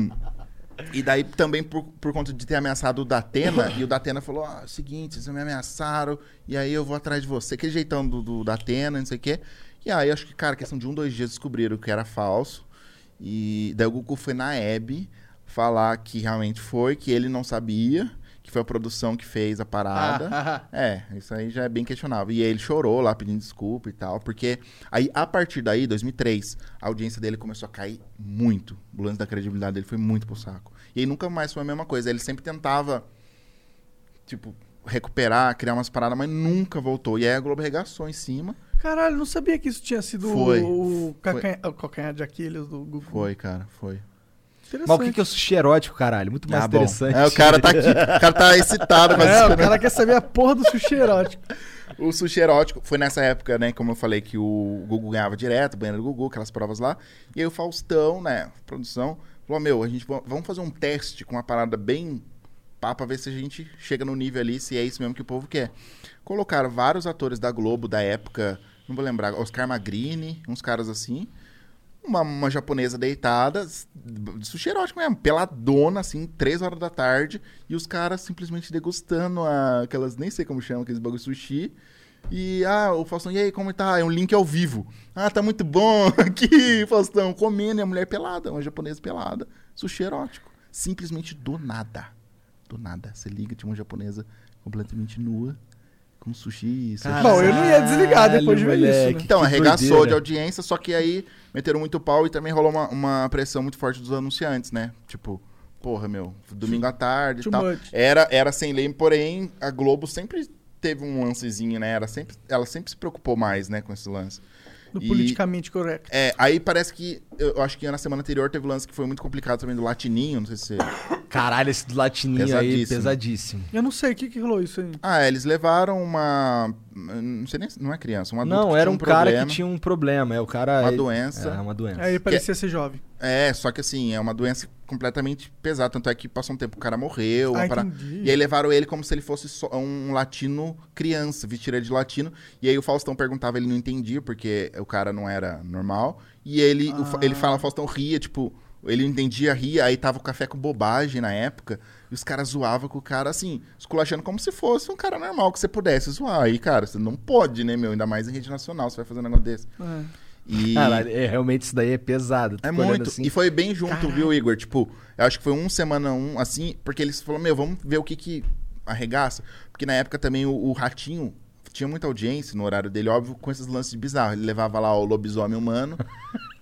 S3: E daí também por, por conta de ter ameaçado o Datena, e o Datena falou: ah, é o seguinte, vocês me ameaçaram, e aí eu vou atrás de você. Aquele jeitão do, do Datena, não sei o quê. E aí acho que, cara, questão de um, dois dias descobriram que era falso. E daí o Goku foi na Hebe falar que realmente foi, que ele não sabia, que foi a produção que fez a parada. É, isso aí já é bem questionável. E aí ele chorou lá pedindo desculpa e tal, porque aí a partir daí, 2003, a audiência dele começou a cair muito. O lance da credibilidade dele foi muito pro saco. E aí nunca mais foi a mesma coisa. Ele sempre tentava, tipo, recuperar, criar umas paradas, mas nunca voltou. E aí a Globo regaçou em cima.
S2: Caralho, não sabia que isso tinha sido
S3: Foi.
S2: o, cacanha- o calcanhar de Aquiles do Gugu.
S3: Foi, cara, foi.
S1: Mas o
S2: Interessante.
S1: que, que é o sushi erótico, caralho? Muito mais
S3: Ah, bom.
S1: interessante.
S3: É, o cara tá aqui, o cara tá excitado com
S2: É,
S3: essa
S2: o cara quer saber a porra do sushi erótico.
S3: O sushi erótico foi nessa época, né? Como eu falei, que o Gugu ganhava direto, banheiro do Gugu, aquelas provas lá. E aí o Faustão, né? Produção, falou: Meu, a gente va- vamos fazer um teste com uma parada bem pá, pra ver se a gente chega no nível ali, se é isso mesmo que o povo quer. Colocaram vários atores da Globo da época, não vou lembrar, Oscar Magrini, uns caras assim. Uma, uma japonesa deitada, s- de sushi erótico mesmo, peladona, assim, três horas da tarde, e os caras simplesmente degustando a- aquelas, nem sei como chama, aqueles bagulho de sushi. E, ah, o Faustão, e aí, como tá? É um link ao vivo. Ah, tá muito bom aqui, Faustão, comendo, e a mulher pelada, uma japonesa pelada, sushi erótico. Simplesmente do nada. Do nada. Você liga, tinha uma japonesa completamente nua, com sushi, sushi
S2: Bom, eu não ia desligar depois de ver
S1: Caralho,
S2: isso, né?
S1: moleque,
S3: então,
S1: que
S3: arregaçou
S1: doideira.
S3: de audiência, só que aí meteram muito pau e também rolou uma, uma pressão muito forte dos anunciantes, né? Tipo, porra, meu, domingo à tarde
S2: Too
S3: e tal.
S2: much.
S3: Era, era sem lei, porém, a Globo sempre teve um lancezinho, né? Era sempre, ela sempre se preocupou mais, né, com esse lance.
S2: Do
S3: E-
S2: politicamente correto.
S3: É, aí parece que, eu eu acho que na semana anterior teve um lance que foi muito complicado também do Latininho, não sei se...
S1: Caralho, esse do latininho aí,
S3: Pesadíssimo.
S1: pesadíssimo.
S2: Eu não sei o que, que rolou isso aí.
S3: Ah, eles levaram uma... não sei nem, se- não é criança, um adulto
S1: Não,
S3: que
S1: era um,
S3: tinha
S1: cara
S3: problema,
S1: que tinha um problema. É o cara.
S3: uma
S1: ele-
S3: doença.
S1: É, uma doença.
S2: Aí ele parecia ser jovem.
S3: É, só que assim, é uma doença completamente pesada. Tanto é que passou um tempo, o cara morreu.
S2: Ah,
S3: uma parada-
S2: entendi.
S3: E aí levaram ele como se ele fosse só um latino criança, vestiram ele de latino. E aí o Faustão perguntava, ele não entendia, porque o cara não era normal. E ele, o Fa-
S2: Ah.
S3: ele fala, Faustão ria, tipo, ele não entendia, ria. Aí tava o café com bobagem na época. E os caras zoavam com o cara, assim, esculachando como se fosse um cara normal que você pudesse zoar. Aí, cara, você não pode, né, meu? Ainda mais em rede nacional, você vai fazer um negócio desse.
S2: É.
S3: E...
S1: Caralho, é, realmente isso daí é pesado. Tu
S3: É
S1: fica olhando
S3: muito.
S1: assim,
S3: E foi bem junto, viu, Igor? Tipo, eu acho que foi um semana um, assim, porque eles falaram, meu, vamos ver o que que arregaça. Porque na época também o, o Ratinho tinha muita audiência no horário dele, óbvio, com esses lances bizarros. Ele levava lá o lobisomem humano,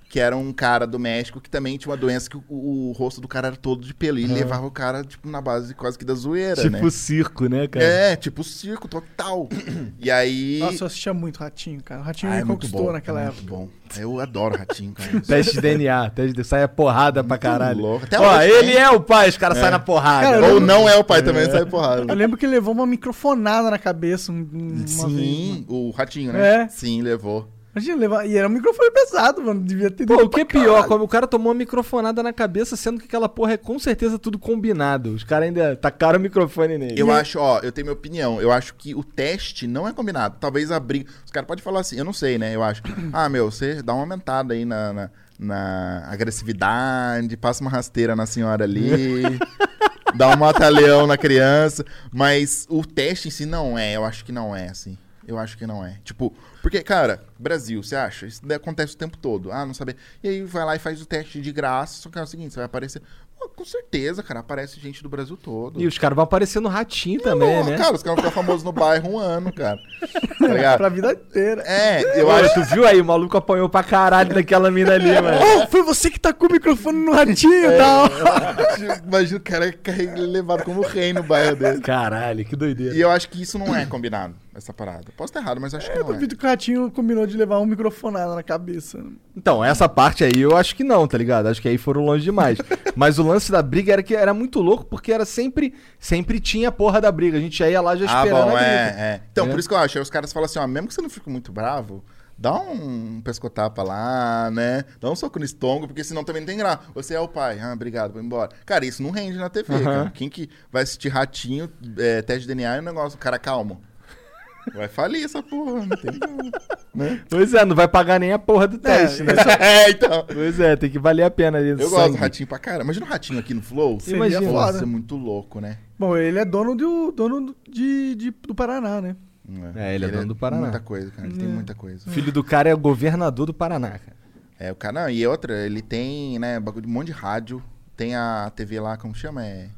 S3: que era um cara do México que também tinha uma doença que o, o rosto do cara era todo de pelo. E levava o cara, tipo, na base quase que da zoeira,
S1: tipo
S3: né?
S1: circo, né, cara?
S3: É, tipo circo total. e aí...
S2: Nossa, eu assistia muito Ratinho, cara. O Ratinho
S3: Ah,
S2: me
S3: é muito
S2: conquistou
S3: bom,
S2: naquela
S3: é
S2: época.
S3: Muito bom. Eu adoro Ratinho, cara. é
S1: Teste de DNA, teste de... sai a porrada pra caralho.
S3: louco. Até
S1: Ó,
S3: hoje né?
S1: ele
S3: tem.
S1: é o pai, os caras saem na porrada.
S2: Cara,
S3: Ou não é o pai também, sai porrada.
S2: Eu lembro que ele levou uma microfonada na cabeça um- um- uma vez.
S3: Sim,
S2: mano.
S3: o ratinho, né?
S2: É.
S3: Sim, levou.
S2: Imagina, levar... E era um microfone pesado, mano. Devia ter
S1: Pô,
S2: dado
S1: o que é pior, como o cara tomou uma microfonada na cabeça, sendo que aquela porra é com certeza tudo combinado. Os caras ainda tacaram o microfone nele.
S3: Eu acho, ó, eu tenho minha opinião. Eu acho que o teste não é combinado. Talvez a briga. Os caras podem falar assim, eu não sei, né? Eu acho. Ah, meu, você dá uma aumentada aí na, na, na agressividade, passa uma rasteira na senhora ali, dá um mata-leão na criança. Mas o teste em si não é, eu acho que não é, assim. Eu acho que não é. Tipo, porque, cara, Brasil, você acha? Isso daí acontece o tempo todo. Ah, não saber. E aí vai lá e faz o teste de graça. Só que é o seguinte, você vai aparecer. Ah, Com certeza, cara, aparece gente do Brasil todo.
S1: E os caras vão aparecer no ratinho também,
S3: Não,
S1: né?
S3: Cara, os caras vão ficar famosos no bairro um ano, cara. Tá ligado?
S2: pra vida inteira.
S3: É, eu
S1: Pô,
S3: acho.
S1: Tu viu aí, o maluco apanhou pra caralho daquela mina ali, mano.
S2: Oh, foi você que tacou o microfone no ratinho, tá? da hora.
S3: Imagina o cara carrega- levado como rei no bairro dele.
S1: Caralho, que doideira.
S3: E eu acho que isso não é combinado, essa parada. Posso estar errado, mas acho que
S2: Eu
S3: não é.
S2: duvido que o ratinho combinou de levar um microfonada na cabeça.
S1: Então, essa parte aí eu acho que não, tá ligado? Acho que aí foram longe demais. Mas o lance da briga era que era muito louco, porque era sempre, sempre tinha a porra da briga. A gente já ia lá já
S3: Ah,
S1: esperando
S3: bom,
S1: a briga.
S3: é, é. Então,
S1: É.
S3: por isso que eu acho. Aí Os caras falam assim, ó, mesmo que você não fique muito bravo, dá um pescotapa lá, né? Dá um soco no estômago, porque senão também não tem graça. Você é o pai, ah, obrigado, vou embora. Cara, isso não rende na TV, cara. Quem que vai assistir ratinho, é, teste de DNA é um negócio, cara, calmo. Vai falir essa porra, não tem como. né?
S1: Pois é, não vai pagar nem a porra do teste, né?
S3: é, então.
S1: Pois é, tem que valer a pena ali.
S3: Eu gosto do ratinho pra caramba. Imagina o ratinho aqui no Flow.
S2: Seria
S1: Imagina.
S3: Pô,
S2: foda.
S3: Isso é muito louco, né?
S2: Bom, ele é dono do, dono do- de, de- do Paraná, né?
S1: É, ele é dono do Paraná. Hum.
S3: Muita coisa, cara. Ele tem muita coisa.
S1: Filho do cara é o governador do Paraná, cara.
S3: É, o cara. Não, e outra, ele tem, né, bagulho de um monte de rádio. Tem a TV lá, como chama? É.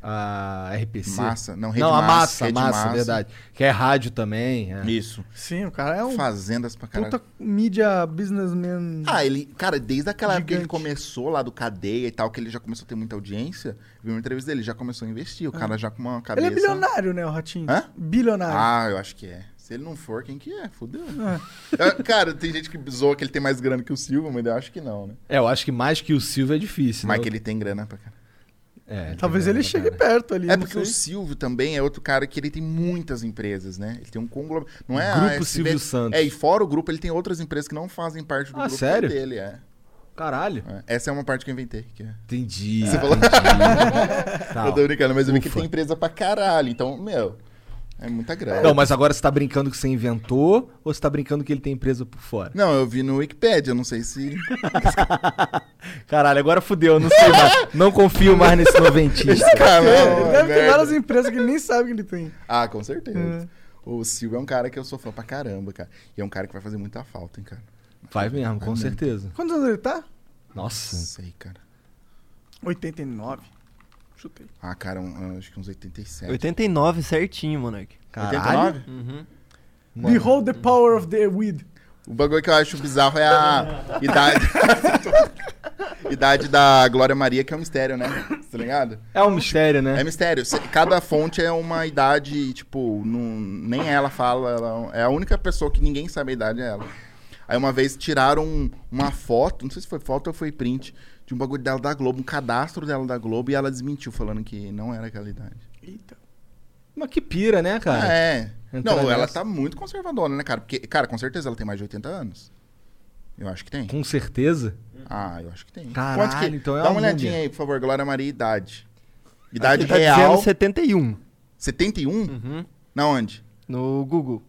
S1: A RPC.
S3: Massa. Não, Rede
S1: Não, a
S3: Massa,
S1: massa,
S3: Rede
S1: massa,
S3: Massa.
S1: verdade. Que é rádio também. é.
S3: Isso.
S2: Sim, o cara é um
S3: Fazendas pra caralho.
S2: puta mídia businessman.
S3: Ah, ele, cara, desde aquela época que ele
S2: Gigante.
S3: começou lá do cadeia e tal, que ele já começou a ter muita audiência, eu vi uma entrevista dele, já começou a investir, o cara já com uma
S2: ele
S3: cabeça.
S2: é bilionário, né, o ratinho?
S3: Hã?
S2: Bilionário.
S3: Ah, eu acho que é. Se ele não for, quem que é? Fudeu.
S2: Ah.
S3: Eu- cara, tem gente que zoa que ele tem mais grana que o Silva, mas eu acho que não, né?
S1: É, eu acho que mais que o Silvio é difícil.
S3: Mas
S1: né?
S3: que ele tem grana pra caralho.
S1: É,
S2: Talvez ele
S1: entendeu,
S2: chegue
S1: cara?
S2: perto ali.
S3: É
S2: não
S3: porque o
S2: sei.
S3: Silvio também é outro cara que ele tem muitas empresas, né? Ele tem um conglomerado. Não é a
S1: Grupo
S3: SB
S1: Silvio Santos.
S3: É, e fora o grupo, ele tem outras empresas que não fazem parte do
S1: Ah,
S3: grupo
S1: sério?
S3: dele, é.
S1: Caralho.
S3: É, Essa é uma parte que eu inventei. Que é.
S1: Entendi. Tá,
S3: Você falou-
S1: entendi. Tal.
S3: Eu tô brincando, mas eu vi que
S1: Ufa.
S3: tem empresa pra caralho. Então, meu, é muita grana.
S1: Não, mas agora você tá brincando que você inventou ou você tá brincando que ele tem empresa por fora?
S3: Não, eu vi no Wikipedia, não sei se.
S1: Caralho, agora fudeu, eu não sei mais. Não confio mais nesse noventista.
S3: Cara,
S2: É,
S3: não,
S2: ele deve ter
S3: merda.
S2: várias empresas que ele nem sabe que ele tem.
S3: Ah, com certeza.
S2: É.
S3: O Silvio é um cara que eu sou fã pra caramba, cara. E é um cara que vai fazer muita falta, hein, cara.
S1: Vai mesmo, com certeza.
S2: Quantos anos ele tá?
S3: Não
S1: Nossa.
S3: sei, cara.
S2: 89. Chutei.
S3: Ah, cara, um- acho que uns 87.
S4: 89 certinho, Monark.
S1: Caralho.
S4: Uhum.
S1: Mano.
S2: Behold the power of the weed.
S3: O bagulho que eu acho bizarro é a idade. idade da Glória Maria, que é um mistério, né? Tá ligado?
S1: É um mistério,
S3: É
S1: né?
S3: mistério. Cê- Cada fonte é uma idade, tipo, não, nem ela fala. Ela é a única pessoa que ninguém sabe a idade, é ela. Aí uma vez tiraram um, uma foto, não sei se foi foto ou foi print, de um bagulho dela da Globo, um cadastro dela da Globo, e ela desmentiu, falando que não era aquela idade.
S2: Eita.
S1: Mas que pira, né,
S3: Ah,
S1: cara?
S3: é.
S1: entrar
S3: Não, ela
S1: nessa.
S3: tá muito conservadora, né, cara? Porque, cara, com certeza ela tem mais de 80 anos. Eu acho que tem.
S1: Com certeza.
S3: Ah, eu acho que tem.
S1: Caralho, então é
S3: Dá uma
S1: uma
S3: olhadinha
S1: múmia.
S3: aí, por favor, Glória Maria e idade. Idade
S4: Aqui tá
S3: real,
S4: dizendo 71.
S3: 71?
S4: Uhum.
S3: Na onde?
S4: No Google.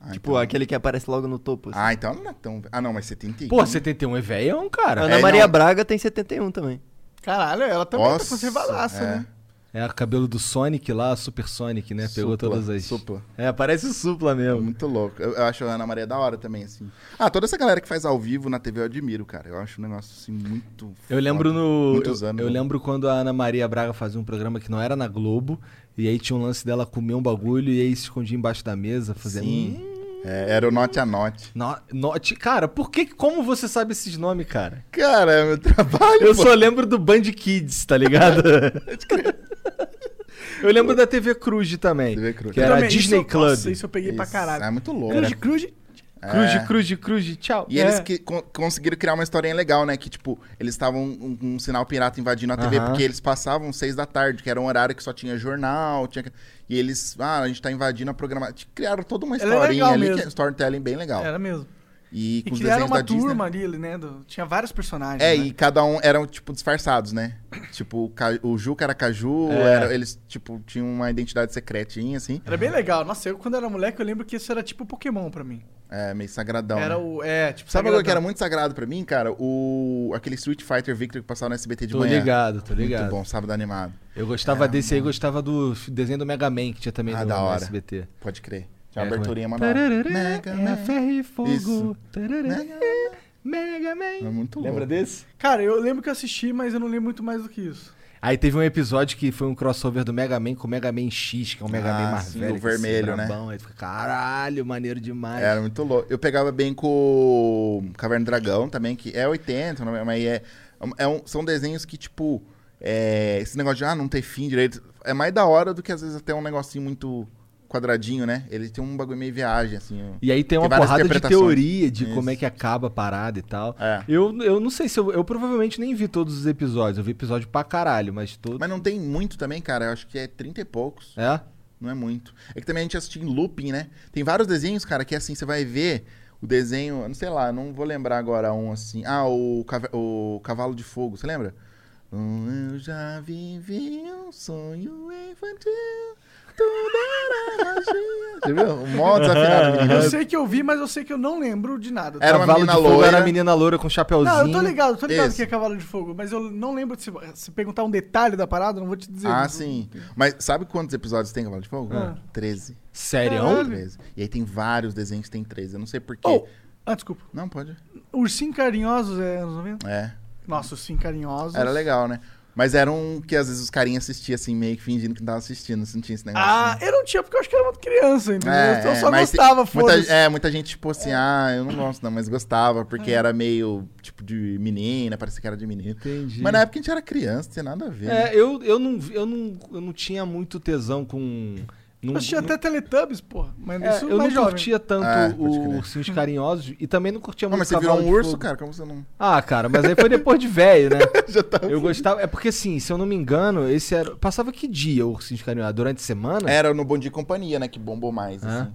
S3: Ah,
S4: tipo,
S3: então-
S4: aquele que aparece logo no topo. assim.
S3: Ah, então ela não é tão... Ah, não, mas 71.
S1: Pô, 71 é velhão, cara.
S4: Ana
S3: é,
S4: Maria
S3: não.
S4: Braga tem 71 também.
S2: Caralho, ela também
S3: Nossa,
S2: tá conservadaça,
S3: é.
S2: né?
S1: É o cabelo do Sonic lá, Super Sonic, né? Pegou
S3: Supla,
S1: todas as.
S3: Supla.
S1: É, parece o supla
S3: É
S1: mesmo.
S3: muito louco. Eu, eu acho a Ana Maria da hora também, assim. Ah, toda essa galera que faz ao vivo na TV eu admiro, cara. Eu acho um negócio, assim, muito...
S1: Eu lembro
S3: foda.
S1: no.
S3: Muitos
S1: Eu,
S3: anos,
S1: eu
S3: né?
S1: lembro quando a Ana Maria Braga fazia um programa que não era na Globo. E aí tinha um lance dela comer um bagulho e aí se escondia embaixo da mesa, fazendo. um-
S3: Sim. É, era o Note a Note.
S1: No, note, cara, por que. Como você sabe esses nomes, cara?
S3: Cara, é meu trabalho,
S1: Eu
S3: pô.
S1: só lembro do Band Kids, tá ligado? eu lembro da TV Cruz também.
S3: TV Cruz.
S1: Que era
S2: Também,
S1: Disney
S2: isso, eu-
S1: Club.
S2: Nossa, isso eu peguei pra
S3: Isso,
S2: caralho.
S3: É muito louco.
S2: Cruz, cruz.
S1: Cruz,
S3: É.
S1: Cruz, Cruz, tchau.
S3: E
S2: É.
S3: eles que con- conseguiram criar uma historinha legal, né? Que, tipo, eles estavam um, um sinal pirata invadindo a TV,
S1: Aham.
S3: porque eles passavam seis da tarde, que era um horário que só tinha jornal, tinha... que- E eles, ah, a gente tá invadindo a programação. Criaram toda uma
S2: Ela é
S3: historinha
S2: legal
S3: ali, que é
S2: mesmo.
S3: um storytelling bem legal.
S2: Era mesmo.
S3: E
S2: E
S3: com os
S2: criaram
S3: desenhos
S2: uma
S3: da Disney.
S2: turma ali, né? do- tinha vários personagens.
S3: É,
S2: né?
S3: e cada um eram, tipo, disfarçados, né? Tipo, o Ca- o Juca era Caju,
S1: É.
S3: era- eles, tipo, tinham uma identidade secretinha, assim.
S2: Era bem legal. Nossa, eu quando era moleque, eu lembro que isso era tipo Pokémon pra mim.
S3: É, meio sagradão. né?
S2: era o. É, tipo,
S3: Sabe o que era
S2: sagradão.
S3: muito sagrado pra mim, cara? O... Aquele Street Fighter Victor que passava no SBT de
S1: Tô
S3: manhã.
S1: ligado, tô ligado.
S3: Muito bom, sábado animado.
S1: Eu gostava desse aí, gostava do f- desenho do Mega Man, que tinha também
S3: É, Ah,
S1: no,
S3: da
S1: no
S3: hora.
S1: SBT.
S3: Pode crer. Tinha uma
S1: É,
S3: aberturinha
S1: como é?
S3: maneira.
S1: Tararara,
S3: Mega
S1: é
S3: Man.
S1: ferro e fogo.
S3: Isso.
S1: Tararara,
S3: Mega
S1: Mega Man.
S3: É muito louco.
S1: Lembra desse?
S2: Cara, eu lembro que eu assisti, mas eu não lembro muito mais do que isso.
S1: Aí teve um episódio que foi um crossover do Mega Man com o Mega Man X, que é um Mega
S3: Ah,
S1: Man mais
S3: sim,
S1: velho.
S3: o
S1: que é assim,
S3: vermelho, né?
S1: brabão. Aí fica, caralho, maneiro demais.
S3: Era muito louco. Eu pegava bem com o Caverna do Dragão também, que é 80, não é- mas é, é um- são desenhos que, tipo, é, esse negócio de ah, não ter fim direito, é mais da hora do que às vezes até um negocinho muito quadradinho, né? Ele tem um bagulho meio viagem, assim. ó.
S1: E aí tem uma
S3: Tem várias
S1: porrada de
S3: interpretações.
S1: teoria de como
S3: Isso.
S1: é que acaba a parada e tal.
S3: É.
S1: Eu, eu não sei se eu, eu provavelmente nem vi todos os episódios. Eu vi episódio pra caralho, mas todo.
S3: Mas não tem muito também, cara. Eu acho que é 30 e poucos.
S1: É?
S3: Não é muito. É que também a gente assistia em looping, né? Tem vários desenhos, cara, que assim, você vai ver o desenho, eu não sei lá, não vou lembrar agora um assim. Ah, o, Cava- o Cavalo de Fogo, você lembra? Hum, Eu já vivi um sonho infantil, tudo era magia. Você viu? O mó desafinado,
S2: Eu
S3: menino.
S2: sei que eu vi, mas eu sei que eu não lembro de nada.
S3: Era uma
S1: Cavalo
S3: menina
S1: de fogo,
S3: loira.
S1: Era a menina loira com chapeuzinho.
S2: Não, eu tô ligado, eu tô ligado
S3: Esse.
S2: que é Cavalo de Fogo, mas eu não lembro de se, se perguntar um detalhe da parada, eu não vou te dizer.
S3: Ah,
S2: Não-
S3: sim. Mas sabe quantos episódios tem Cavalo de Fogo?
S2: Ah.
S3: 13.
S1: Sério?
S2: Caralho.
S3: 13. E aí tem vários desenhos que tem 13. Eu não sei porquê.
S2: Oh, ah, desculpa.
S3: Não, pode.
S2: Ursinho Carinhosos é anos 90?
S3: É.
S2: Nossa, Ursinho Carinhosos.
S3: Era legal, né? Mas era um que às vezes os carinhas assistiam assim, meio que fingindo que não tava assistindo, assim, não tinha esse negócio.
S2: Ah,
S3: né?
S2: eu não tinha porque eu acho que era muito criança, entendeu? Então, eu só
S3: É, mas
S2: gostava,
S3: tem- muita,
S2: foda-se.
S3: É, muita gente, tipo assim, ah, eu não gosto não, mas gostava,
S1: É.
S3: porque era meio, tipo, de menina, parecia que era de menino.
S1: Entendi.
S3: Mas é na época a gente era criança, não tinha nada a ver. né?
S1: É, eu, eu, não, vi- eu, não, eu não tinha muito tesão com. não-
S2: Eu assistia
S1: não-
S2: até Teletubbies, porra. Mas
S1: É,
S2: isso
S1: eu não
S2: mais jovem.
S1: curtia tanto
S3: Ah, pode
S1: o
S3: crer.
S1: Ursinhos Carinhosos e também não curtia
S3: Não,
S1: muito
S3: mas você virou
S1: Cavalo
S3: um
S1: de
S3: urso,
S1: Fogo.
S3: cara, como você não...
S1: Ah, cara, mas aí foi depois de velho, né?
S3: Já tá...
S1: Eu gostava. É porque assim, se eu não me engano, esse era. Passava que dia o Ursinhos Carinhosos? Durante a semana?
S3: Era no Bom Dia e Companhia, né, que bombou mais,
S1: Ah.
S3: assim.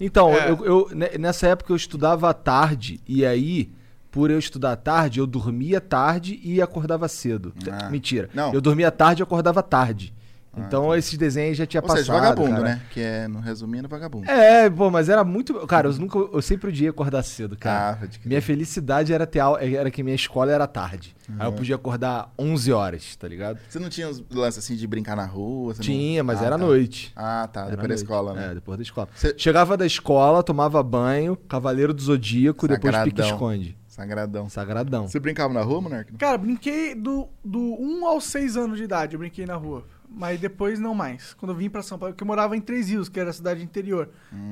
S1: Então,
S2: É.
S1: eu, eu- ne- nessa época eu estudava à tarde e aí por eu estudar tarde, eu dormia tarde e acordava cedo.
S3: Ah.
S1: Mentira.
S3: Não. Ah,
S1: Eu dormia tarde e acordava tarde. Então esses desenhos já tinha
S3: Ou
S1: passado.
S3: seja, vagabundo,
S1: cara.
S3: né? Que é, no resumindo, vagabundo.
S1: É, pô, mas era muito. Cara, eu nunca. Eu sempre odiei acordar cedo, cara.
S3: Ah, pode crer.
S1: Tá. Minha felicidade era ter aula, era que minha escola era tarde. Aí eu podia acordar 11 horas, tá ligado?
S3: Você não tinha os lances assim de brincar na rua? Você não-
S1: Tinha, mas
S3: Ah,
S1: era à
S3: tá.
S1: noite.
S3: Ah, tá.
S1: Era à
S3: Depois da
S1: noite.
S3: escola, né?
S1: É, depois da escola.
S3: Cê-
S1: Chegava da escola, tomava banho, Cavaleiro do Zodíaco, depois
S3: Sagradão.
S1: pique-esconde.
S3: Sagradão.
S1: Sagradão.
S3: Você brincava na rua, Monarca?
S2: Cara, brinquei do, do 1 aos 6 anos de idade, eu brinquei na rua. Mas depois não mais. Quando eu vim pra São Paulo, porque eu morava em Três Rios, que era a cidade interior.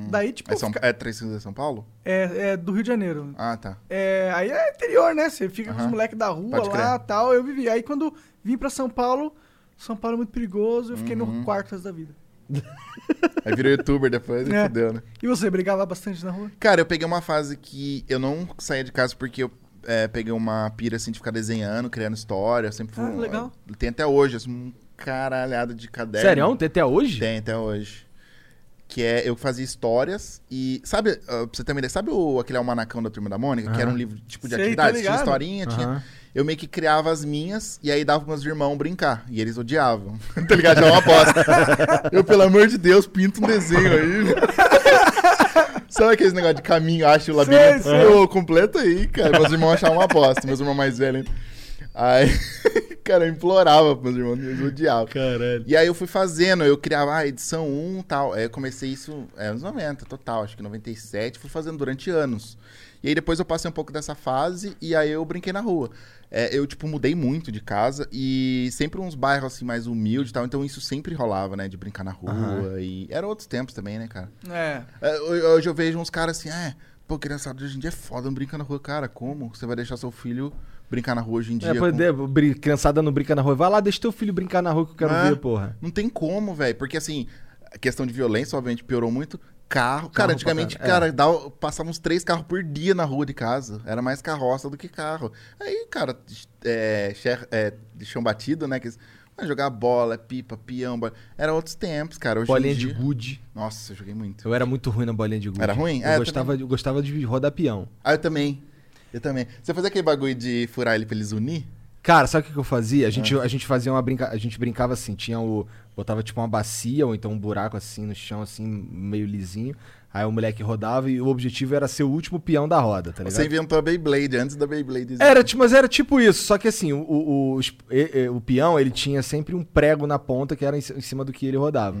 S2: Daí, tipo,
S3: É, São...
S2: fica-
S3: é Três Rios de São Paulo?
S2: é, é do Rio de Janeiro.
S3: Ah, tá.
S2: É, aí é interior, né? Você fica com os
S3: Aham.
S2: moleques da rua
S3: Pode
S2: lá e tal. Eu vivi. Aí quando vim pra São Paulo, São Paulo é muito perigoso, eu fiquei
S3: Uhum.
S2: no quartas da vida.
S3: Aí virou youtuber depois e
S2: É.
S3: fudeu, né?
S2: E você brigava bastante na rua?
S3: Cara, eu peguei uma fase que eu não saía de casa porque eu é, peguei uma pira assim de ficar desenhando, criando história. Eu sempre fui.
S2: Ah,
S3: um-
S2: legal.
S3: Tem até hoje, assim, um caralhado de caderno.
S1: Sério? é Tem até hoje?
S3: Tem até hoje. Que é, eu fazia histórias e. Sabe, ah, pra você ter uma ideia, sabe o, aquele almanacão da Turma da Mônica? Que era um livro tipo de
S2: Sei, tô
S3: atividades? Tinha
S2: ligado.
S3: historinha,
S1: Aham.
S3: tinha. Eu meio que criava as minhas e aí dava pros meus irmãos brincar. E eles odiavam. tá ligado? Já é uma aposta. eu, pelo amor de Deus, pinto um desenho aí. sabe aqueles negócio de caminho, acho o labirinto?
S2: Sei, sei.
S3: Eu completo aí, cara. Meus irmãos achavam uma aposta, meus irmãos mais velhos. hein? Aí, cara, eu implorava pros meus irmãos, eles odiavam.
S1: Caralho.
S3: E aí eu fui fazendo, eu criava a edição 1 e tal. Aí eu comecei isso é, anos 90, total, acho que 97, fui fazendo durante anos. E aí depois eu passei um pouco dessa fase e aí eu brinquei na rua. É, eu, tipo, mudei muito de casa e sempre uns bairros assim mais humildes e tal. Então isso sempre rolava, né? De brincar na rua. E era outros tempos também, né, cara?
S2: É.
S3: É, ho- Hoje eu vejo uns caras assim, é, pô, criançada de hoje em dia é foda, não brinca na rua, cara. Como? Você vai deixar seu filho brincar na rua hoje em dia?
S1: É, pô,
S3: com-
S1: de- brin- criançada não brinca na rua. Vai lá, deixa teu filho brincar na rua que eu quero
S3: É.
S1: ver, porra.
S3: Não tem como, velho. Porque, assim, a questão de violência, obviamente, piorou muito. Carro.
S1: Carro
S3: cara, antigamente,
S1: pra caralho, é.
S3: cara, dava, passava uns três carros por dia na rua de casa. Era mais carroça do que carro. Aí, cara, é, che- é, de chão batido, né? Que, eles- mano, jogar bola, pipa, peão. bola. Era outros tempos, cara. Hoje
S1: Bolinha
S3: em
S1: de
S3: dia...
S1: gude.
S3: Nossa, eu joguei muito.
S1: Eu era muito ruim na bolinha de gude.
S3: Era ruim?
S1: Eu,
S3: É, eu
S1: gostava, eu gostava de rodar peão.
S3: Ah, eu também. Eu também. Você fazia aquele bagulho de furar ele pra eles unir?
S1: Cara, sabe o que que eu fazia? A gente, a gente fazia uma brinca... A gente brincava assim, tinha o. Botava tipo uma bacia ou então um buraco assim no chão, assim, meio lisinho. Aí o moleque rodava e o objetivo era ser o último peão da roda, tá ligado?
S3: Você inventou a Beyblade antes da Beyblade existir.
S1: Era, ti- mas era tipo isso, só que assim, o, o, o, es- e- e- o peão, ele tinha sempre um prego na ponta que era em ci- em cima do que ele rodava.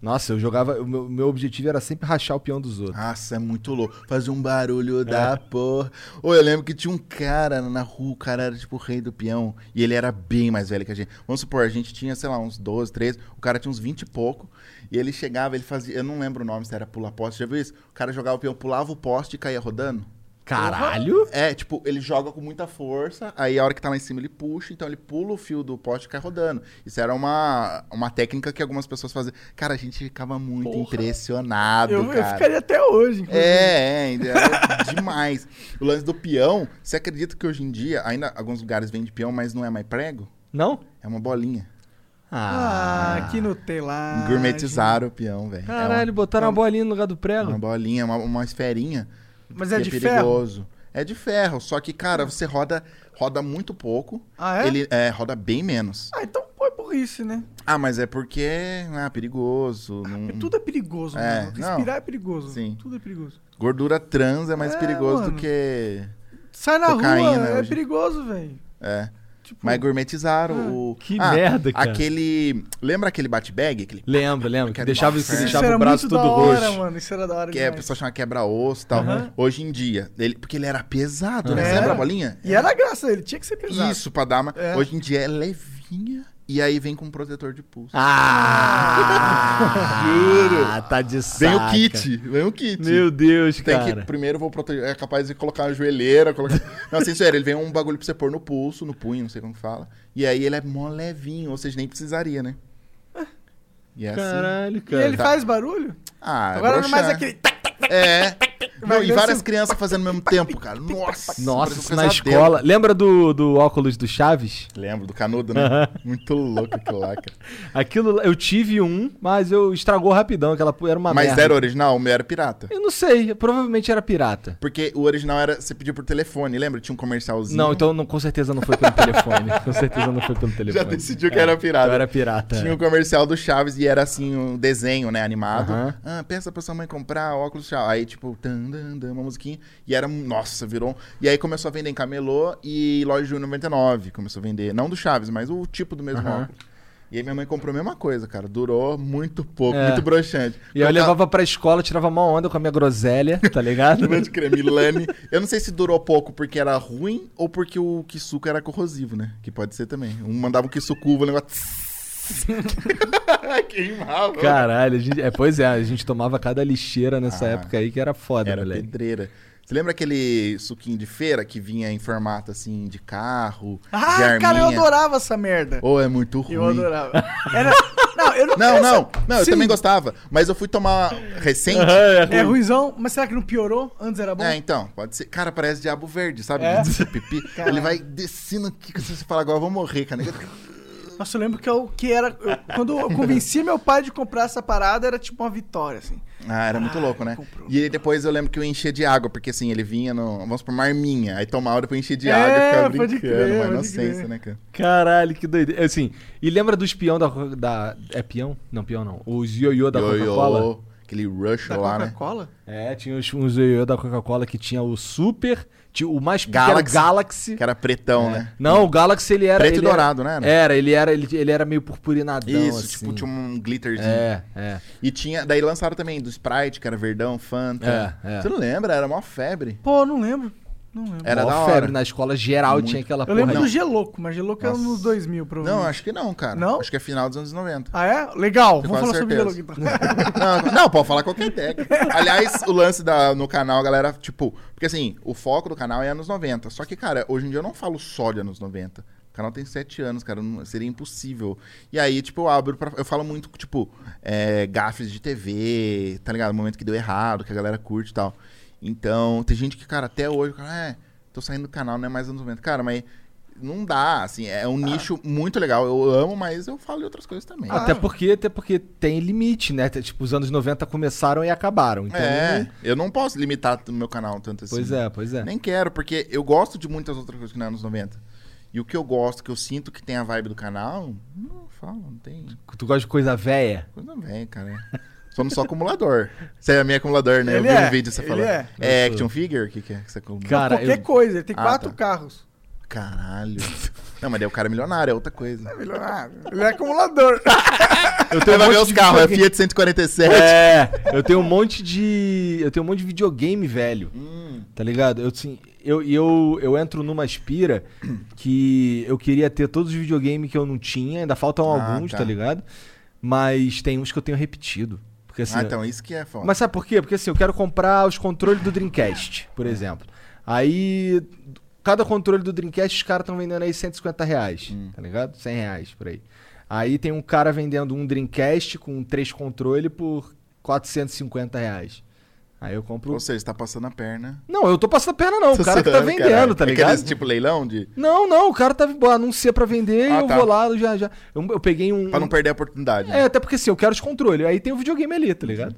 S1: Nossa, eu jogava, o meu, meu objetivo era sempre rachar o peão dos outros.
S3: Nossa, é muito louco. Fazia um barulho
S1: É.
S3: da porra. Ô, eu lembro que tinha um cara na rua, o cara era tipo o rei do peão. E ele era bem mais velho que a gente. Vamos supor, a gente tinha, sei lá, uns 12, 13. O cara tinha uns 20 e pouco. E ele chegava, ele fazia. Eu não lembro o nome, se era pular poste. Já viu isso? O cara jogava o peão, pulava o poste e caía rodando.
S1: Caralho!
S3: É, tipo, ele joga com muita força, aí a hora que tá lá em cima ele puxa, então ele pula o fio do poste e cai rodando. Isso era uma, uma técnica que algumas pessoas faziam. Cara, a gente ficava muito impressionado,
S2: Eu, eu
S3: Ah, cara.
S2: ficaria até hoje, inclusive.
S3: É, é, ainda era demais. O lance do peão, você acredita que hoje em dia, ainda alguns lugares vendem peão, mas não é mais prego?
S1: Não?
S3: É uma bolinha. É.
S2: Ah, que Nutella.
S3: Gourmetizaram o peão, velho.
S1: Caralho, botaram uma bolinha no lugar do
S3: É um uma,
S1: prego.
S3: uma bolinha, uma, uma esferinha.
S2: Mas é
S3: E
S2: de ferro?
S3: perigoso. É de ferro, só que, cara, você roda, roda muito pouco.
S2: Ah, é?
S3: Ele é, roda bem menos.
S2: Ah, então pô, é burrice, né?
S3: Ah, mas é porque. Ah, perigoso. não-
S2: Tudo é perigoso,
S3: É,
S2: mano.
S3: não.
S2: Respirar é perigoso.
S3: Sim.
S2: Tudo é perigoso.
S3: Gordura trans é mais
S2: É,
S3: perigoso do
S2: mano.
S3: que.
S2: Sai na
S3: Cocaína
S2: rua, é
S3: hoje.
S2: perigoso, velho.
S3: É.
S2: Tipo, Ah,
S3: Mas gourmetizaram o. ah,
S1: que merda, cara.
S3: Aquele. Lembra aquele bat-bag? Aquele
S1: Lembro, lembro. Que
S3: Cara,
S1: deixava,
S3: nossa,
S1: que
S3: é.
S1: deixava
S2: era
S1: o braço
S2: muito
S1: todo
S2: da hora,
S1: roxo.
S2: mano. Isso era da hora
S3: que a
S2: demais.
S3: pessoa é, chama quebra-osso e tal.
S2: Aham.
S3: Hoje em dia. Ele, porque ele era pesado, né?
S2: Era.
S3: Você lembra a bolinha?
S2: E era a graça dele, tinha que ser pesado.
S3: Isso, pra dar uma.
S2: É.
S3: Hoje em dia é levinha. E aí vem com um protetor de pulso.
S1: Ah! Juro! Tá de saca.
S3: vem o kit. Vem o kit.
S1: Meu Deus,
S3: Tem
S1: cara.
S3: que primeiro eu vou proteger. É capaz de colocar a joelheira. Colocar... Não, assim, sério, ele vem um bagulho pra você pôr no pulso, no punho, não sei como que fala. E aí ele é mó levinho, ou seja, nem precisaria, né? E é assim.
S1: Caralho,
S2: E
S1: cara.
S2: ele
S3: Tá.
S2: faz barulho?
S3: Ah, é
S2: Agora não mais tá.
S3: broxar.
S2: aquele.
S3: É. Não, e
S2: descendo.
S3: várias crianças fazendo ao mesmo tempo, cara. Nossa,
S1: Nossa,
S3: parece
S1: isso
S3: um
S1: na
S3: pesadelo.
S1: escola. Lembra do, do óculos do Chaves?
S3: Lembro do canudo, né? Muito louco aquilo lá, cara.
S1: Aquilo, lá- eu tive um, mas eu estragou rapidão, aquela pu- era uma
S3: Mas
S1: merda.
S3: era original, o meu era pirata.
S1: Eu não sei, provavelmente era pirata.
S3: Porque o original era, você pedia por telefone, lembra? Tinha um comercialzinho.
S1: Não, então não- com certeza não foi pelo telefone. Com certeza não foi pelo telefone.
S3: Já decidiu que era pirata.
S1: Eu era pirata.
S3: Tinha o comercial do Chaves e era assim, um desenho, né, animado.
S1: Aham.
S3: Ah, peça pra sua mãe comprar óculos Chaves. Aí, tipo, tan, dan, dan, uma musiquinha. E era, um- nossa, virou. um- E aí começou a vender em camelô e loja de 99 começou a vender. Não do Chaves, mas o tipo do mesmo
S1: Aham.
S3: óculos. E aí minha mãe comprou a mesma coisa, cara. Durou muito pouco,
S1: É.
S3: muito broxante.
S1: E eu
S3: Colocava-
S1: levava pra escola, tirava uma onda com a minha groselha, tá ligado?
S3: Pode crer, Milani. Eu não sei se durou pouco porque era ruim ou porque o Kisuko era corrosivo, né? Que pode ser também. Um mandava o Kisukuva, o negócio... tss. Queimava.
S1: Caralho, a gente, é, pois é, a gente tomava cada lixeira nessa
S3: Ah.
S1: época aí que era foda,
S3: Era
S1: moleque.
S3: pedreira. Você lembra aquele suquinho de feira que vinha em formato, assim, de carro,
S2: Ah,
S3: de arminha?
S2: cara, eu adorava essa merda.
S3: Ou é muito ruim.
S2: Eu adorava. Era... Não, eu não...
S3: Não,
S2: essa-
S3: não. Não, eu
S2: Sim.
S3: também gostava. Mas eu fui tomar recente.
S2: É ruizão, mas será que não piorou? Antes era bom?
S3: É, então, pode ser. Cara, parece diabo verde, sabe?
S2: É?
S3: Esse Pipi. Ele vai descendo aqui, você fala, agora eu vou morrer, cara.
S2: Nossa, eu lembro que eu, que era. eu- quando eu convenci meu pai de comprar essa parada, era tipo uma vitória, assim.
S3: Ah, era muito louco, né?
S2: comprou.
S3: E aí depois eu lembro que eu enchia de água, porque assim, ele vinha no. Vamos supor, uma arminha. Aí tomava, depois enchia de
S2: É,
S3: água e ficava
S2: pode
S3: brincando.
S2: crer,
S3: uma
S2: pode
S3: inocência,
S2: crer.
S3: né, cara?
S1: Caralho, que doideira. Assim, e lembra dos peão da, da. É peão? Não, peão não. Os ioiô da Coca-Cola?
S3: Yo-yo, aquele rush
S2: Da
S3: lá, né?
S2: Coca-Cola?
S1: É, tinha os, uns ioiô da Coca-Cola que tinha o Super, tinha o mais pequeno,
S3: Galaxy.
S1: Galaxy. É.
S3: Que era pretão, né?
S1: Não, o Galaxy ele era.
S3: Preto e
S1: ele era-
S3: dourado, né?
S1: Era, ele era, ele, ele era meio purpurinadão.
S3: Isso,
S1: assim.
S3: tipo, tinha um glitterzinho.
S1: É, é.
S3: E tinha. Daí lançaram também do Sprite, que era verdão, Fanta.
S1: É, é.
S3: Você não lembra? Era mó febre.
S2: Pô, não lembro. Não lembro.
S3: Era
S1: Mó
S3: da hora.
S1: febre na escola geral,
S3: Muito.
S1: tinha aquela
S2: eu lembro
S1: porra.
S2: do
S1: de-
S2: Geloco, mas Geloco era
S3: É, Nossa.
S2: nos 2000,
S3: Não,
S2: provavelmente.
S3: acho que não, cara.
S2: Não?
S3: Acho que é final dos anos 90.
S2: Ah, é? Legal.
S3: Tenho
S2: Vamos falar
S3: quase
S2: sobre
S3: certeza.
S2: Geloco então.
S3: Não, não, pode falar qualquer técnica. Aliás, o lance da, no canal, a galera, tipo, porque assim, o foco do canal é anos 90. Só que, cara, hoje em dia eu não falo só de anos 90. O canal tem 7 anos, cara, não- seria impossível. E aí, tipo, eu abro pra, Eu falo muito, tipo, é, gafes de TV, tá ligado? Momento que deu errado, que a galera curte e tal. Então, tem gente que, cara, até hoje, cara, é, tô saindo do canal, não é mais anos 90. Cara, mas não dá, assim, é um nicho muito legal. Eu amo, mas eu falo de outras coisas também.
S1: Até porque, até porque tem limite, né? Tipo, os anos 90 começaram e acabaram. Então,
S3: É, eu não posso limitar o meu canal tanto assim.
S1: Pois é, pois é.
S3: Nem quero, porque eu gosto de muitas outras coisas que não é anos 90. E o que eu gosto, que eu sinto que tem a vibe do canal, não falo, não tem
S1: Tu gosta de coisa véia?
S3: coisa bem, cara. Somos só acumulador. Você é meio acumulador, né?
S2: Ele
S3: eu vi
S2: é,
S3: um vídeo você
S2: ele
S3: falando.
S2: é.
S3: É
S1: Eu sou.
S3: action figure? O que, que é que você acumula?
S1: Cara,
S2: Qualquer
S1: eu-
S2: coisa, ele tem
S3: Ah,
S2: quatro
S3: tá.
S2: carros.
S3: Caralho. Não, mas daí o cara é milionário, é outra coisa.
S2: Milionário. Ele é acumulador.
S1: Eu
S3: Você vai ver os carros, é
S1: videogame-
S3: Fiat 147.
S1: É, eu tenho um monte de. Eu tenho um monte de videogame velho.
S3: Hum.
S1: Tá ligado? Eu, assim, eu, e eu, eu entro numa aspira que eu queria ter todos os videogames que eu não tinha, ainda faltam
S3: Ah,
S1: alguns,
S3: tá.
S1: tá. ligado? Mas tem uns que eu tenho repetido. Porque assim.
S3: ah, então, isso que é foda.
S1: Mas sabe por quê? Porque assim, eu quero comprar os controles do Dreamcast, por exemplo. Aí, cada controle do Dreamcast, os caras estão vendendo aí 150 reais,
S3: Hum.
S1: tá ligado? 100 reais, por aí. Aí tem um cara vendendo um Dreamcast com três controles por 450 reais. Aí eu compro...
S3: Ou seja, você tá passando a perna.
S1: Não, eu tô passando a perna não, o cara que tá
S3: Caralho.
S1: vendendo, tá ligado?
S3: Aqueles tipo leilão de...
S1: Não, não, o cara tá, anuncia pra vender e
S3: Ah,
S1: eu
S3: tá.
S1: vou lá, eu já, já... Eu, eu peguei um...
S3: Pra não perder a oportunidade. né?
S1: É, até porque assim, eu quero os controles, aí tem o videogame ali, tá ligado?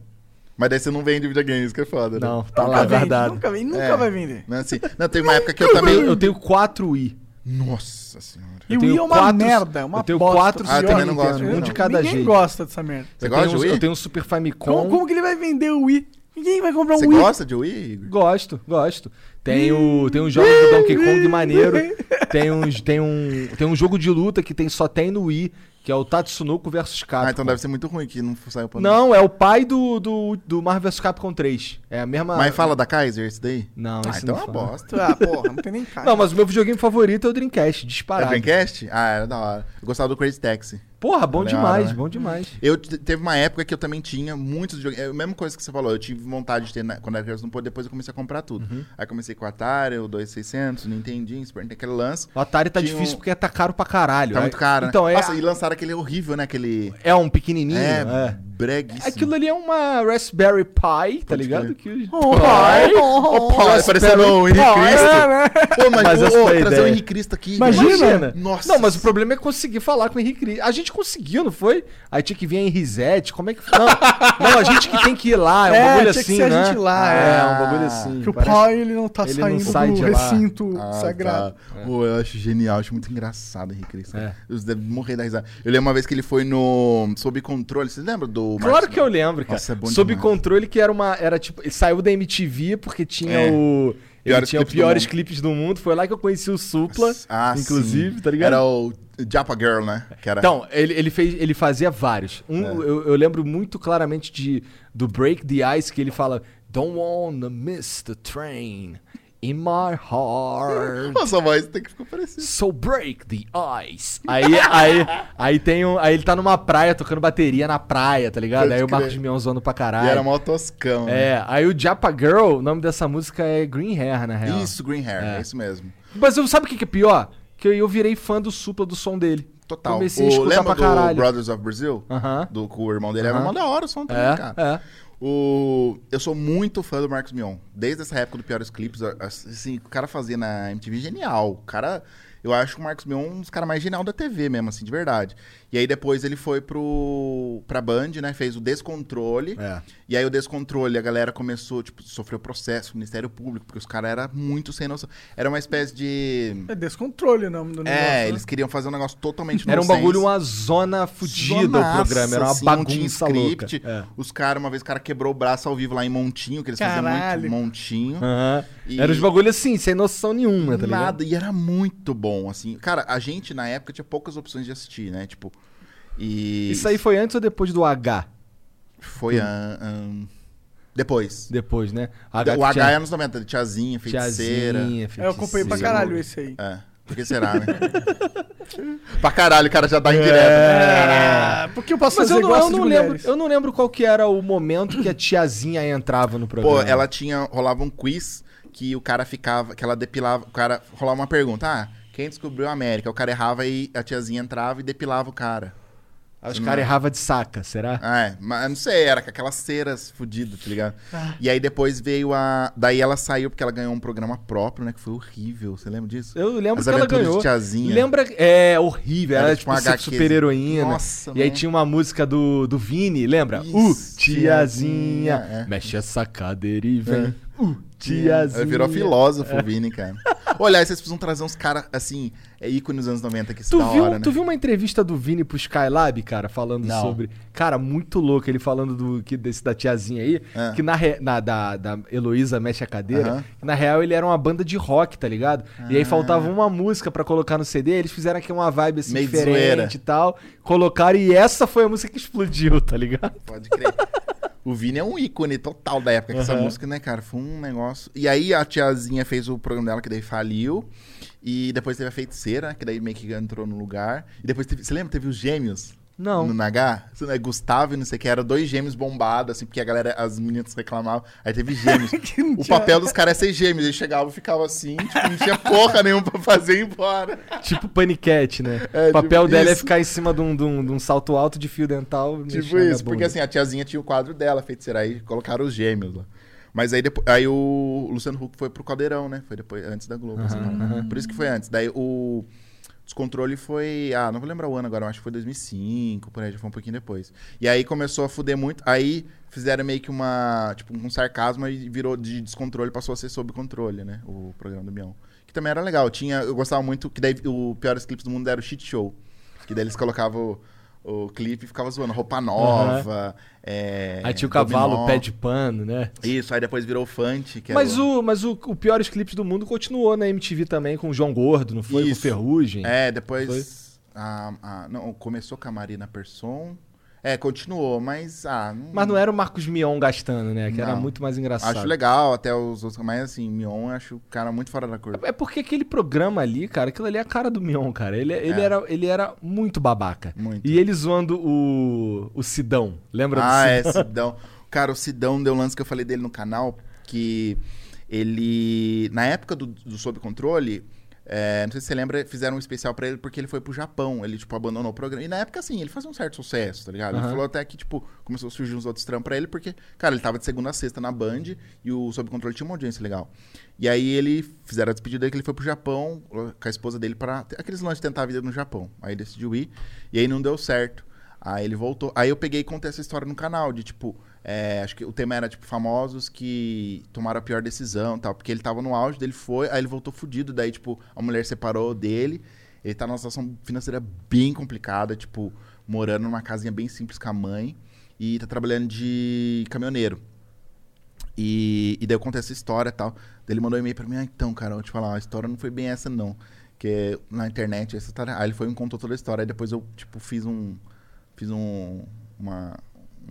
S3: Mas daí você não vende videogame, isso que é foda, né?
S1: Não, tá
S2: nunca
S1: lá,
S2: vende,
S1: guardado.
S2: Nunca vende, nunca
S3: É.
S2: vai vender.
S3: Não, assim, não, teve uma época que eu também.
S1: Eu tenho 4 i.
S3: Nossa senhora.
S2: E o
S1: tenho
S2: Wii é uma
S1: quatro-
S2: merda, uma
S1: eu tenho
S2: bosta.
S1: quatro
S3: Ah, eu também não gosto,
S1: um
S3: não.
S1: de cada
S2: Ninguém
S1: jeito.
S2: gosta dessa merda.
S3: Você
S1: eu
S3: gosta
S1: tenho,
S3: de Wii?
S1: Eu tenho um Super Famicom.
S2: Como, como que ele vai vender o Wii? Ninguém vai comprar um
S3: Você
S2: Wii.
S3: gosta de Wii? Igor?
S1: Gosto, gosto. Tem, o, tem uns jogos do Donkey Kong maneiro. Tem, uns, tem, um, tem um jogo de luta que tem, só tem no Wii, que é o Tatsunoko vs Capcom.
S3: Ah, então deve ser muito ruim que não saiu pra
S1: Não, é o pai do, do, do Marvel vs Capcom 3. É a mesma...
S3: Mas fala da Kaiser esse daí?
S1: Não,
S3: Ah,
S1: esse
S3: então é
S1: não
S3: uma
S1: fala.
S3: bosta.
S2: Ah, porra, não tem nem cara.
S1: Não, mas o meu videogame favorito é o Dreamcast,
S3: Era
S1: disparado.
S3: Dreamcast? Ah, era da hora. Eu gostava do Crazy Taxi.
S1: Porra, bom
S3: Era da hora,
S1: demais,
S3: né?
S1: bom demais.
S3: Eu te- teve uma época que eu também tinha muitos videogames. É a mesma coisa que você falou. Eu tive vontade de ter na- quando era criança, não pôde. Depois eu comecei a comprar tudo.
S1: Uhum.
S3: Aí comecei com o Atari, o 2600, Nintendinho, Super Nintendo, aquele lance.
S1: O Atari tá
S3: Tinha um-
S1: difícil porque tá caro pra caralho.
S3: Tá muito caro, né?
S1: Então, é,
S3: Nossa, e lançaram aquele horrível, né? Aquele...
S1: é um pequenininho.
S3: É,
S1: é.
S3: breguíssimo.
S1: Aquilo ali é uma Raspberry Pi, tá
S3: Pode
S1: ligado?
S3: crer.
S1: Que... é,
S2: Oh,
S3: Pai?
S2: oh,
S3: Ô, pai,
S1: né,
S3: parecendo o Henrique Cristo. Pô, mas,
S1: Mas
S3: ô,
S1: essa foi a
S3: trazer o
S1: ideia.
S3: Henrique Cristo aqui.
S2: Imagina.
S3: Nossa.
S1: né? Não, mas o problema é conseguir falar com o Henrique Cristo. A gente conseguiu, não foi? Aí tinha que vir em Risete, como é que... Não, não, a gente que tem que ir lá, é um
S2: É,
S1: bagulho
S2: tinha que
S1: assim,
S2: ser a
S1: né?
S2: gente lá,
S1: é.
S2: é.
S1: um bagulho assim.
S2: Que o
S1: parece-
S2: pai ele não tá
S1: ele não
S2: saindo
S1: sai
S2: do
S1: de lá.
S2: recinto
S3: Ah,
S2: sagrado.
S3: tá. Pô, eu acho genial, acho muito engraçado, Henrique Cristo.
S1: É.
S3: Eu devo morrer da risada. Eu lembro uma vez que ele foi no Sob Controle, você lembra do
S1: Claro que eu lembro, cara.
S3: Nossa, é bom
S1: Sob
S3: demais.
S1: controle que era uma. Era tipo. Ele saiu da MTV porque tinha
S3: É.
S1: o. Ele
S3: Piores
S1: tinha os
S3: clipes do
S1: piores
S3: mundo.
S1: clipes do mundo. Foi lá que eu conheci o Supla,
S3: Ah,
S1: inclusive,
S3: sim.
S1: tá ligado?
S3: Era o Japa Girl, né? Que era...
S1: Então, ele, ele, fez, ele fazia vários. Um,
S3: É.
S1: eu, eu lembro muito claramente de, do Break the Ice, que ele fala: Don't wanna miss the train in my heart.
S3: Nossa, a voz tem que ficar parecida.
S1: So break the ice. Aí, aí, aí tem um. Aí ele tá numa praia tocando bateria na praia, tá ligado?
S3: Pode
S1: Aí o Marcos
S3: crer.
S1: Mion zoando pra
S3: E
S1: caralho.
S3: era mó toscão. né?
S1: É, aí o Japa Girl, o nome dessa música é Green Hair, na real.
S3: Isso, Green Hair,
S1: É.
S3: é, isso mesmo.
S1: Mas eu, sabe o que que é pior? Que eu, eu virei fã do supla do som dele.
S3: Total.
S1: Comecei a
S3: o,
S1: escutar pra
S3: lembra do
S1: caralho.
S3: Brothers of Brazil?
S1: Aham.
S3: Do, com o irmão dele era
S1: Aham.
S3: uma da hora o som também, cara.
S1: É, é.
S3: O... Eu sou muito fã do Marcos Mion. Desde essa época do Piores Clipes, a- a- assim, o cara fazia na MTV genial. O cara... Eu acho que o Marcos Mion um dos caras mais genial da TV mesmo, assim, de verdade. E aí depois ele foi pro... pra Band, né? Fez o Descontrole.
S1: É.
S3: E aí o Descontrole, a galera começou, tipo, sofreu processo, Ministério Público, porque os caras eram muito sem noção. Era uma espécie de...
S2: É descontrole o nome do negócio.
S3: É,
S2: né?
S3: eles queriam fazer um negócio totalmente
S1: Era um
S3: nonsense.
S1: bagulho, uma zona fudida o
S3: Zonaça,
S1: programa. Era uma
S3: assim, não tinha
S1: bagunça
S3: script.
S1: um louca. É.
S3: Os caras, uma vez o cara quebrou o braço ao vivo lá em Montinho, que eles faziam
S2: Caralho.
S3: muito Montinho.
S1: Aham.
S3: E-
S1: Era os bagulho assim, sem noção nenhuma, tá ligado?
S3: Nada, e era muito bom, assim. Cara, a gente na época tinha poucas opções de assistir, né? Tipo. E.
S1: Isso aí foi antes ou depois do H?
S3: Foi a. a- Depois.
S1: Depois, né?
S3: o
S1: que
S3: H
S1: tinha
S3: é nos 90, tiazinha, feiticeira. Tá
S1: tiazinha,
S2: É, eu acompanhei pra
S1: feiticeira.
S2: caralho esse aí.
S3: É. Por que será, né? pra caralho, o cara já dá indireto.
S2: É, porque eu posso
S1: Mas
S2: fazer
S1: eu não,
S2: gosto
S1: eu
S2: de
S1: não lembro,
S2: mulheres.
S1: eu não lembro qual que era o momento que a tiazinha entrava no
S3: Pô,
S1: programa.
S3: ela tinha. Rolava um quiz que o cara ficava. Que ela depilava. O cara rolava uma pergunta. Ah, quem descobriu a América? O cara errava e a tiazinha entrava e depilava o cara.
S1: Aí Os caras erravam de saca, será?
S3: Ah, é. Mas eu não sei, era com aquelas ceras fodidas, tá ligado? E aí depois veio a. Daí ela saiu porque ela ganhou um programa próprio, né? Que foi horrível. Você lembra disso?
S1: Eu lembro
S3: As
S1: que ela
S3: Aventuras de
S1: ganhou.
S3: Tiazinha. né?
S1: Lembra? É horrível. Era,
S3: Era
S1: tipo
S3: tipo um
S1: uma
S3: HQ.
S1: super heroína.
S3: Nossa,
S1: E aí
S3: mano.
S1: tinha uma música do, do Vini, lembra?
S3: Isso,
S1: uh, tiazinha,
S3: tiazinha, é.
S1: mexe essa cadeira e vem. Uh, tiazinha. É.
S3: Ela Virou filósofo, o Vini, cara. Olha, vocês precisam trazer uns caras, assim, é ícone dos anos 90 que isso
S1: Tu
S3: da
S1: viu,
S3: hora, né?
S1: tu viu uma entrevista do Vini pro Skylab, cara, falando
S3: Não.
S1: sobre. Cara, muito louco ele falando do que desse da tiazinha aí,
S3: Ah.
S1: que na, re- na- da, da Heloísa mexe a cadeira,
S3: Aham. Ah.
S1: que na real ele era uma banda de rock, tá ligado? E aí faltava uma música pra colocar no CD, eles fizeram aqui uma vibe assim
S3: Meio de zoeira.
S1: diferente e tal, colocaram e essa foi a música que explodiu, tá ligado?
S3: Pode crer. O Vini é um ícone total da época, que essa música, né, cara? Foi um negócio. E aí a tiazinha fez o programa dela, que daí faliu. E depois teve a feiticeira, né, que daí meio que entrou no lugar. E depois teve. Você lembra? Teve os gêmeos?
S1: Não.
S3: No Nagá? Isso não é Gustavo e não sei o que. Era dois gêmeos bombados, assim, porque a galera, as meninas reclamavam. Aí teve gêmeos.
S2: Que não
S3: o
S2: tinha-
S3: papel dos caras é ser gêmeos. Eles chegavam e ficavam assim, tipo, não tinha porra nenhuma pra fazer e ir embora.
S1: tipo paniquete, né?
S3: É,
S1: o papel
S3: tipo
S1: dela é
S3: isso.
S1: ficar em cima de um, de um- de um salto alto de fio dental.
S3: Tipo isso, porque assim, a tiazinha tinha o quadro dela, feiticeira, aí colocaram os gêmeos lá. Mas aí depois. Aí o Luciano Huck foi pro Caldeirão, né? Foi depois, antes da Globo. assim, né? Por isso que foi antes. Daí o Descontrole foi. Ah, não vou lembrar o ano agora, eu acho que foi 2005, por aí, já foi um pouquinho depois. E aí começou a fuder muito. Aí fizeram meio que uma. Tipo, um sarcasmo e virou de descontrole, passou a ser sob controle, né? O programa do Mion. Que também era legal. Tinha, eu gostava muito, que daí o piores clipes do mundo era o shit show. Que daí eles colocavam o, o clipe e ficava zoando. Roupa nova. é,
S1: Aí tinha o cavalo,
S3: dominó.
S1: pé de pano, né?
S3: Isso, aí depois virou o Fante, que é era
S1: Mas, o, mas o, o Piores Clipes do Mundo continuou na MTV também, com o João Gordo, não foi? Com o
S3: Isso.
S1: Ferrugem.
S3: É, depois. a- a- não, começou com a Marina Persson. É, continuou, mas. Ah, não,
S1: Mas não era o Marcos Mion gastando, né? Que era
S3: Não.
S1: muito mais engraçado.
S3: Acho legal, até os outros. Mas assim, Mion, eu acho o cara muito fora da curva.
S1: É porque aquele programa ali, cara, aquilo ali é a cara do Mion, cara. Ele, ele,
S3: É.
S1: era, ele era muito babaca.
S3: Muito.
S1: E ele zoando o, o Sidão. Lembra
S3: Ah,
S1: do
S3: é,
S1: Sidão?
S3: Sidão. Cara, o Sidão deu um lance que eu falei dele no canal, que ele. Na época do, do Sob Controle, É, não sei se você lembra, fizeram um especial pra ele porque ele foi pro Japão. Ele, tipo, abandonou o programa. E na época, assim, ele fazia um certo sucesso, tá ligado? Ele
S1: Aham.
S3: falou até que, tipo, começou a surgir uns outros trampos pra ele porque, cara, ele tava de segunda a sexta na Band e o Sob Controle tinha uma audiência legal. E aí ele, fizeram a despedida dele que ele foi pro Japão uh, com a esposa dele pra aqueles lances de tentar a vida no Japão. Aí decidiu ir e aí não deu certo. Aí ele voltou. Aí eu peguei e contei essa história no canal de, tipo... é, acho que o tema era, tipo, famosos que tomaram a pior decisão e tal. Porque ele tava no auge, dele foi, aí ele voltou fudido. Daí, tipo, a mulher separou dele. Ele tá numa situação financeira bem complicada, tipo, morando numa casinha bem simples com a mãe. E tá trabalhando de caminhoneiro. E, e daí eu contei essa história e tal. Daí ele mandou um e-mail pra mim, ah, então, cara, eu vou te falar, a história não foi bem essa, não. Que na internet, essa história. Aí ele foi e me contou toda a história. Aí depois eu, tipo, fiz um. Fiz um. Uma,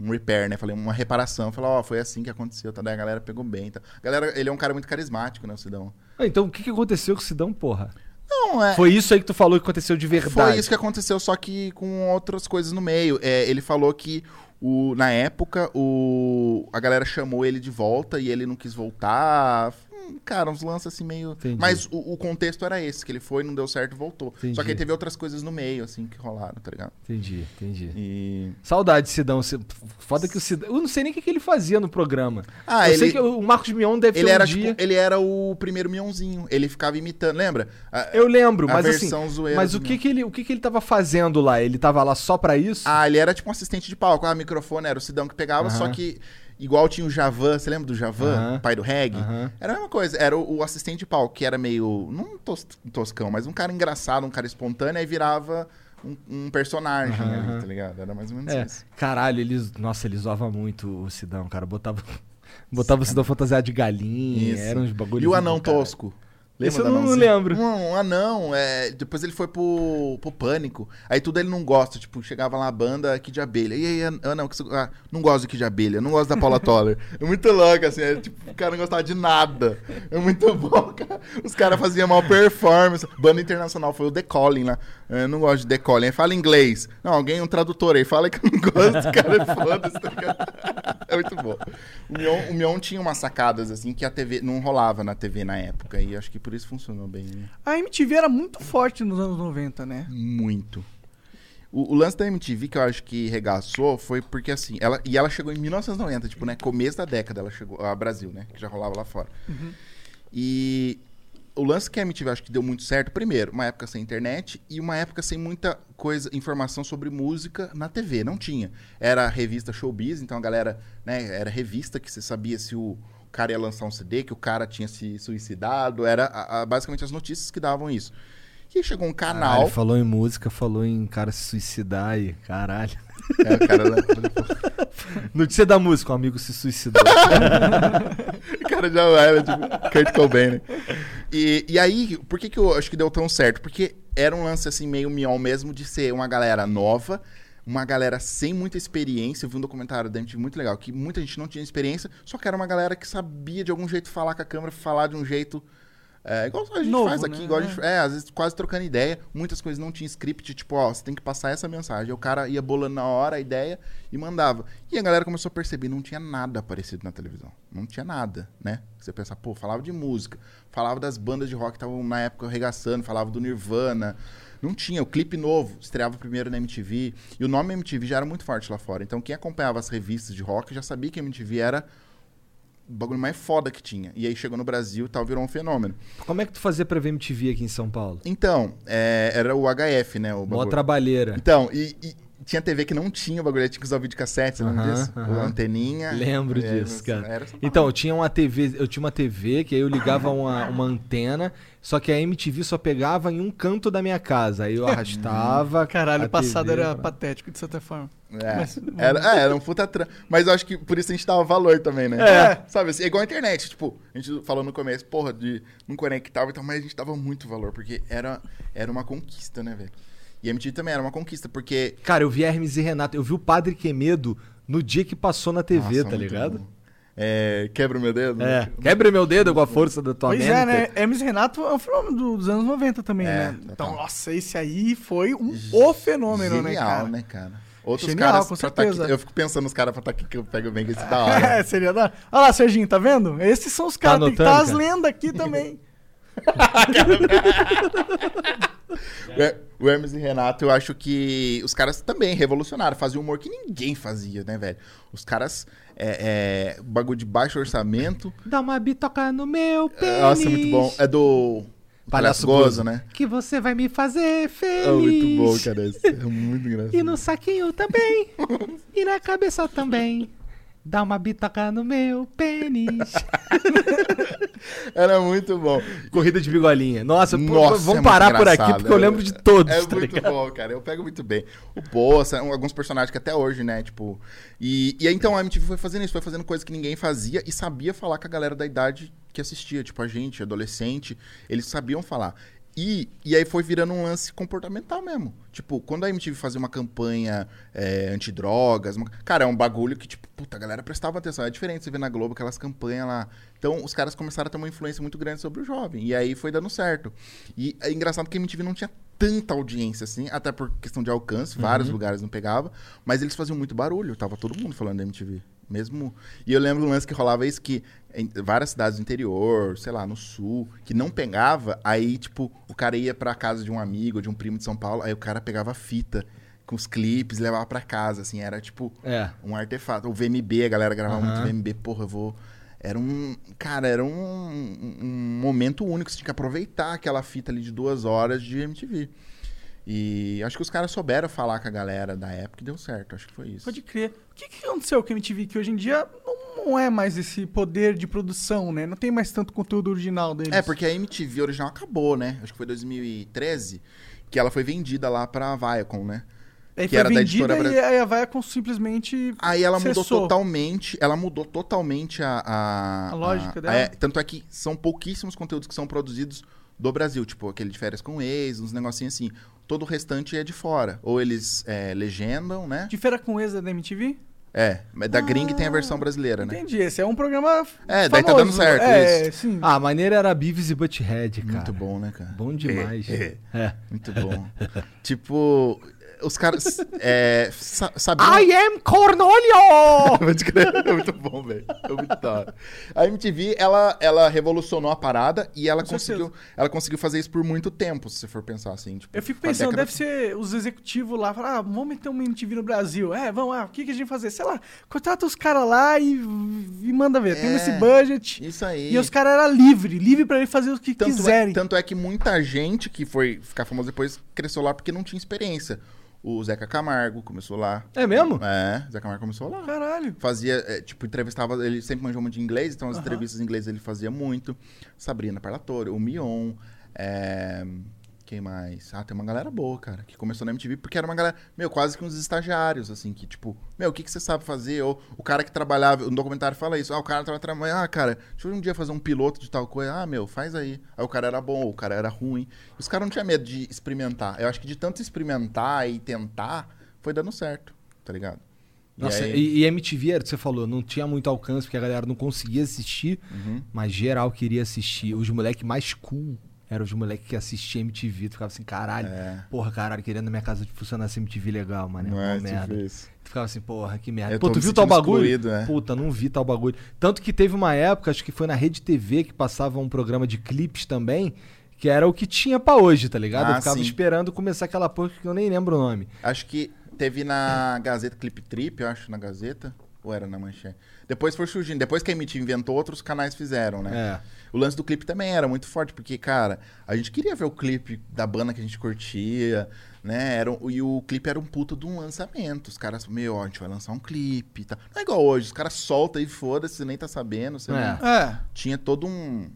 S3: um repair, né? Falei, uma reparação. Falei, ó, foi assim que aconteceu, tá? Daí a galera pegou bem. Tá? A galera, ele é um cara muito carismático, né, o Sidão?
S1: Ah, então o que, que aconteceu com o Sidão, porra?
S3: Não, é.
S1: Foi isso aí que tu falou que aconteceu de verdade.
S3: Foi isso que aconteceu, só que com outras coisas no meio. É, ele falou que o, na época o, a galera chamou ele de volta e ele não quis voltar. Hum, Cara, uns lances assim meio.
S1: Entendi.
S3: Mas o, o contexto era esse, que ele foi, não deu certo, voltou.
S1: Entendi.
S3: Só que aí teve outras coisas no meio, assim, que rolaram, tá ligado?
S1: Entendi, entendi.
S3: E.
S1: Saudade, Sidão. Cê- Foda que o Sidão. Eu não sei nem o que, que ele fazia no programa.
S3: Ah,
S1: eu
S3: ele-
S1: sei que o Marcos Mion deve
S3: Ele
S1: ter um
S3: era,
S1: dia.
S3: tipo, ele era o primeiro mionzinho. Ele ficava imitando, lembra? A-
S1: Eu lembro,
S3: a
S1: mas assim.
S3: versão zoeira
S1: Mas
S3: do
S1: o que que, ele, o que que ele tava fazendo lá? Ele tava lá só pra isso?
S3: Ah, ele era tipo um assistente de palco. Ah, microfone era o Sidão que pegava,
S1: Aham.
S3: só que igual tinha o Javan, você lembra do Javan,
S1: Aham.
S3: pai do reggae?
S1: Aham.
S3: Era a mesma coisa, era o, o assistente de palco, que era meio, não um tos- um toscão, mas um cara engraçado, um cara espontâneo, aí virava um, um personagem
S1: Aham.
S3: ali, tá ligado? Era mais ou menos
S1: É,
S3: isso.
S1: caralho, ele, nossa, ele zoava muito o Sidão, cara. Botava, botava o Sidão fantasiado de galinha,
S3: Isso.
S1: eram uns bagulhos.
S3: E o
S1: do
S3: anão
S1: caralho.
S3: tosco?
S1: Esse eu
S3: do
S1: não
S3: anãozinho?
S1: lembro.
S3: Um, um anão, é, depois ele foi pro, pro pânico. Aí tudo ele não gosta. Tipo, chegava lá a banda Kid de Abelha. E aí, an- anão, que você- ah, não gosto do Kid de Abelha, não gosto da Paula Toller. É muito louco, assim. é, tipo, o cara não gostava de nada. É muito bom, cara. Os caras faziam mal performance. Banda internacional foi o The Colin lá. É, Eu não gosto de The Colin. Aí fala inglês. Não, alguém, um tradutor aí, fala que eu não gosto. Cara, foda-se, tá ligado? É muito bom. O Mion, o Mion tinha umas sacadas, assim, que a TV não rolava na TV na época. E acho que por isso funcionou bem, né?
S2: A MTV era muito forte nos anos 90, né?
S3: Muito. O, o lance da MTV que eu acho que regaçou foi porque, assim, ela, e ela chegou em 1990, tipo, né? Começo da década ela chegou, a Brasil, né? Que já rolava lá fora. E o lance que a MTV acho que deu muito certo, primeiro, uma época sem internet e uma época sem muita coisa, informação sobre música na TV, não tinha. Era a revista Showbiz, então a galera, né, era revista que você sabia se o cara ia lançar um CD, que o cara tinha se suicidado, era a- a- basicamente as notícias que davam isso. E aí chegou um
S1: Caralho,
S3: canal,
S1: falou em música, falou em cara se suicidar e caralho.
S3: É, o cara,
S1: Notícia da música, um amigo se suicidou.
S3: o cara já era tipo Kurt Cobain, né? E, e aí, por que que eu acho que deu tão certo? Porque era um lance assim meio mion mesmo de ser uma galera nova, uma galera sem muita experiência. Eu vi um documentário da MTV muito legal, que muita gente não tinha experiência, só que era uma galera que sabia de algum jeito falar com a câmera, falar de um jeito... É, igual a gente
S2: Novo,
S3: faz aqui,
S2: né?
S3: igual a gente, é, às vezes quase trocando ideia, muitas coisas não tinha script, tipo, ó, você tem que passar essa mensagem. Aí O cara ia bolando na hora a ideia e mandava. E a galera começou a perceber, não tinha nada parecido na televisão. Não tinha nada, né? Você pensa, pô, falava de música, falava das bandas de rock que estavam na época arregaçando, falava do Nirvana. Não tinha, o clipe novo estreava primeiro na MTV. E o nome MTV já era muito forte lá fora. Então quem acompanhava as revistas de rock já sabia que a MTV era o bagulho mais foda que tinha. E aí chegou no Brasil e tal, virou um fenômeno.
S1: Como é que tu fazia pra ver MTV aqui em São Paulo?
S3: Então, é, era o HF, né? O
S1: Mó
S3: bagulho.
S1: trabalheira.
S3: Então, e, e tinha TV que não tinha o bagulho, tinha que usar o vídeo cassete, você lembra
S1: Aham,
S3: disso?
S1: aham.
S3: A anteninha.
S1: Lembro
S3: Era-
S1: disso, cara.
S3: era essa
S1: Então, eu tinha uma TV, eu tinha uma TV que aí eu ligava uma, uma antena, só que a MTV só pegava em um canto da minha casa. Aí eu arrastava.
S2: Caralho,
S1: a
S2: o passado
S1: TV
S2: era
S1: pra-
S2: patético, de certa forma.
S3: É.
S2: Mas-
S3: era, é, era um puta trampo. Mas eu acho que por isso a gente dava valor também, né? É. Sabe, assim, é igual a internet. Tipo, a gente falou no começo, porra, de não conectava e tal, mas a gente dava muito valor, porque era, era uma conquista, né, velho? E a MTV também era uma conquista, porque.
S1: Cara, eu vi Hermes e Renato, eu vi o Padre Quemedo no dia que passou na TV,
S3: Nossa,
S1: tá
S3: muito
S1: ligado?
S3: bom. É, quebra o meu dedo?
S1: É. Quebre meu dedo com a força da tua
S2: Pois
S1: mente.
S2: é, né? Hermes e Renato é um fenômeno do- dos anos 90 também,
S3: É,
S2: né?
S3: total.
S2: Então, nossa, esse aí foi um o fenômeno, né,
S3: Genial,
S2: cara?
S3: né, cara? Outros
S2: Genial,
S3: caras
S2: com
S3: pra tá aqui-
S2: certeza.
S3: eu fico pensando nos caras pra tá aqui que eu pego bem que esse da hora.
S2: É, seria da. Olha lá, Serginho, tá vendo? Esses são os caras. Tem que
S1: anotando,
S2: tá as
S1: cara?
S2: lendas aqui também.
S3: O Her- O Hermes e Renato, eu acho que os caras também revolucionaram, faziam humor que ninguém fazia, né, velho? Os caras, é, é, bagulho de baixo orçamento.
S1: Dá uma bitoca no meu pênis.
S3: Nossa, é muito bom. É do
S1: Palhaço
S3: Palhaço Gozo,
S1: Gozo.
S3: né?
S1: Que você vai me fazer feliz.
S3: É muito bom, cara. esse É muito engraçado.
S1: E no saquinho também. e na cabeça também. Dá uma bitoca no meu pênis.
S3: Era muito bom.
S1: Corrida de bigolinha. Nossa, pô,
S3: né? Nossa, é
S1: vamos
S3: muito
S1: parar por aqui
S3: engraçado.
S1: porque eu lembro de todos.
S3: É
S1: tá
S3: muito
S1: ligado?
S3: bom, cara. Eu pego muito bem. O Poça, alguns personagens que até hoje, né? Tipo. E, e aí, então a MTV foi fazendo isso, foi fazendo coisa que ninguém fazia e sabia falar com a galera da idade que assistia, tipo a gente, adolescente. Eles sabiam falar. E, e aí foi virando um lance comportamental mesmo. Tipo, quando a MTV fazia uma campanha é, antidrogas, uma- cara, é um bagulho que, tipo, puta, a galera prestava atenção. É diferente você ver na Globo aquelas campanhas lá. Então, os caras começaram a ter uma influência muito grande sobre o jovem. E aí foi dando certo. E é engraçado que a MTV não tinha tanta audiência assim, até por questão de alcance, vários lugares não pegava, mas eles faziam muito barulho, tava todo mundo falando da MTV. Mesmo. E eu lembro um lance que rolava isso que em várias cidades do interior, sei lá, no sul, que não pegava, aí tipo, o cara ia pra casa de um amigo, de um primo de São Paulo, aí o cara pegava a fita com os clipes, e levava pra casa, assim, era tipo
S1: É.
S3: um artefato. O VMB, a galera gravava
S1: Aham.
S3: muito VMB, porra, eu vou. Era um. Cara, era um, um- um momento único. Você tinha que aproveitar aquela fita ali de duas horas de MTV. E acho que os caras souberam falar com a galera da época e deu certo. Acho que foi isso.
S2: Pode crer. O que, que aconteceu com a MTV que hoje em dia não, não é mais esse poder de produção, né? Não tem mais tanto conteúdo original deles.
S3: É, porque a MTV original acabou, né? Acho que foi 2013 que ela foi vendida lá pra Viacom, né?
S2: Aí
S3: que
S2: foi
S3: era da
S2: vendida
S3: editora
S2: e aí a Viacom simplesmente
S3: Aí ela
S2: Cessou.
S3: mudou totalmente. Ela mudou totalmente a. A,
S2: A lógica
S3: a-
S2: dela.
S3: é, tanto é que são pouquíssimos conteúdos que são produzidos do Brasil, tipo aquele de férias com ex, uns negocinhos assim. Todo o restante é de fora. Ou eles é, legendam, né?
S2: de feira com ex da MTV?
S3: É, mas da gringa tem a versão brasileira, né?
S2: Entendi, esse é um programa
S3: É, daí tá
S2: famoso.
S3: dando certo,
S2: É, sim.
S1: Ah, a maneira era Beavis e Butthead, cara.
S3: Muito bom, né, cara?
S1: Bom demais.
S3: É.
S1: É.
S3: Muito bom. tipo, os caras é, sa sabiam.
S1: I am Cornolio!
S3: Pode crer. É muito bom, velho. É muito da hora. A MTV, ela, ela revolucionou a parada e ela
S2: Com
S3: conseguiu, ela conseguiu fazer isso por muito tempo, se você for pensar assim. Tipo,
S2: Eu fico
S3: uma
S2: pensando,
S3: década-
S2: deve ser os executivos lá, falar, ah, vamos meter uma MTV no Brasil. É, vamos lá, o que, que a gente vai fazer? Sei lá, contrata os caras lá e, e manda ver. Tem
S3: É,
S2: esse budget.
S3: Isso aí.
S2: E os caras eram livre, livre pra ele fazer o que
S3: tanto é,
S2: quiserem.
S3: tanto é que muita gente que foi ficar famosa depois cresceu lá porque não tinha experiência. O Zeca Camargo começou lá.
S1: É mesmo?
S3: É, o Zeca Camargo começou lá.
S2: Caralho.
S3: Fazia, é, tipo, entrevistava, ele sempre manjou muito de inglês, então as entrevistas em inglês ele fazia muito. Sabrina Parlatore, o Mion, é, quem mais? Ah, tem uma galera boa, cara, que começou na MTV, porque era uma galera, meu, quase que uns estagiários, assim, que tipo, meu, o que, que você sabe fazer? Ou o cara que trabalhava, no documentário fala isso, ah, o cara tava trabalhando, ah, cara, deixa eu um dia fazer um piloto de tal coisa, ah, meu, faz aí. Aí o cara era bom, ou o cara era ruim. Os caras não tinham medo de experimentar. Eu acho que de tanto experimentar e tentar, foi dando certo, tá ligado? E
S1: Nossa,
S3: aí-
S1: e, e MTV, era o que você falou, não tinha muito alcance porque a galera não conseguia assistir,
S3: Uhum.
S1: mas geral queria assistir. Os moleques mais cool eram os moleques que assistiam MTV. Tu ficava assim, caralho, porra, caralho, querendo na minha casa de funcionar essa MTV legal, mano.
S3: É. Não
S1: Não
S3: é
S1: merda.
S3: difícil.
S1: Tu ficava assim, porra, que merda.
S3: Eu
S1: Pô,
S3: tô
S1: tu
S3: me
S1: viu tal
S3: sentindo
S1: bagulho?
S3: excluído, né?
S1: Puta, não vi tal bagulho. Tanto que teve uma época, acho que foi na Rede TV que passava um programa de clipes também, que era o que tinha pra hoje, tá ligado? eu
S3: Ah,
S1: ficava
S3: sim.
S1: esperando começar aquela porra que eu nem lembro o nome.
S3: Acho que teve na Gazeta Clip Trip, eu acho, na Gazeta. Ou era na Manchete? Depois foi surgindo. Depois que a MTV inventou, outros canais fizeram, né?
S1: É.
S3: O lance do clipe também era muito forte, porque, cara, a gente queria ver o clipe da banda que a gente curtia, né? Era, um- e o clipe era um puto de um lançamento. Os caras, meu, ó, a gente vai lançar um clipe e tal. Não é igual hoje, os caras soltam e foda-se, você nem tá sabendo. Você
S1: É.
S3: não-
S2: É,
S3: Tinha todo um,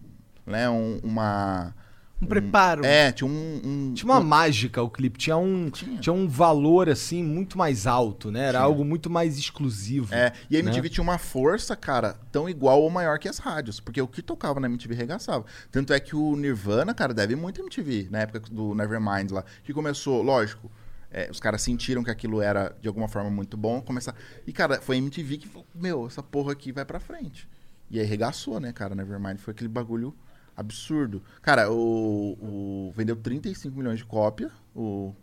S3: né, um- uma...
S2: um preparo.
S3: É, tinha um... um-
S1: Tinha uma mágica o clipe, tinha um, tinha. um valor assim muito mais alto, né? Era algo muito mais exclusivo.
S3: É, e a
S1: né?
S3: MTV tinha uma força, cara, tão igual ou maior que as rádios. Porque o que tocava na MTV regaçava. Tanto é que o Nirvana, cara, deve muito à MTV, na época do Nevermind lá. Que começou, lógico, é, os caras sentiram que aquilo era, de alguma forma, muito bom. Começar... E, cara, foi a MTV que falou, meu, essa porra aqui vai pra frente. E aí regaçou, né, cara, Nevermind. Foi aquele bagulho absurdo. Cara, o, o- vendeu 35 milhões de cópia, o,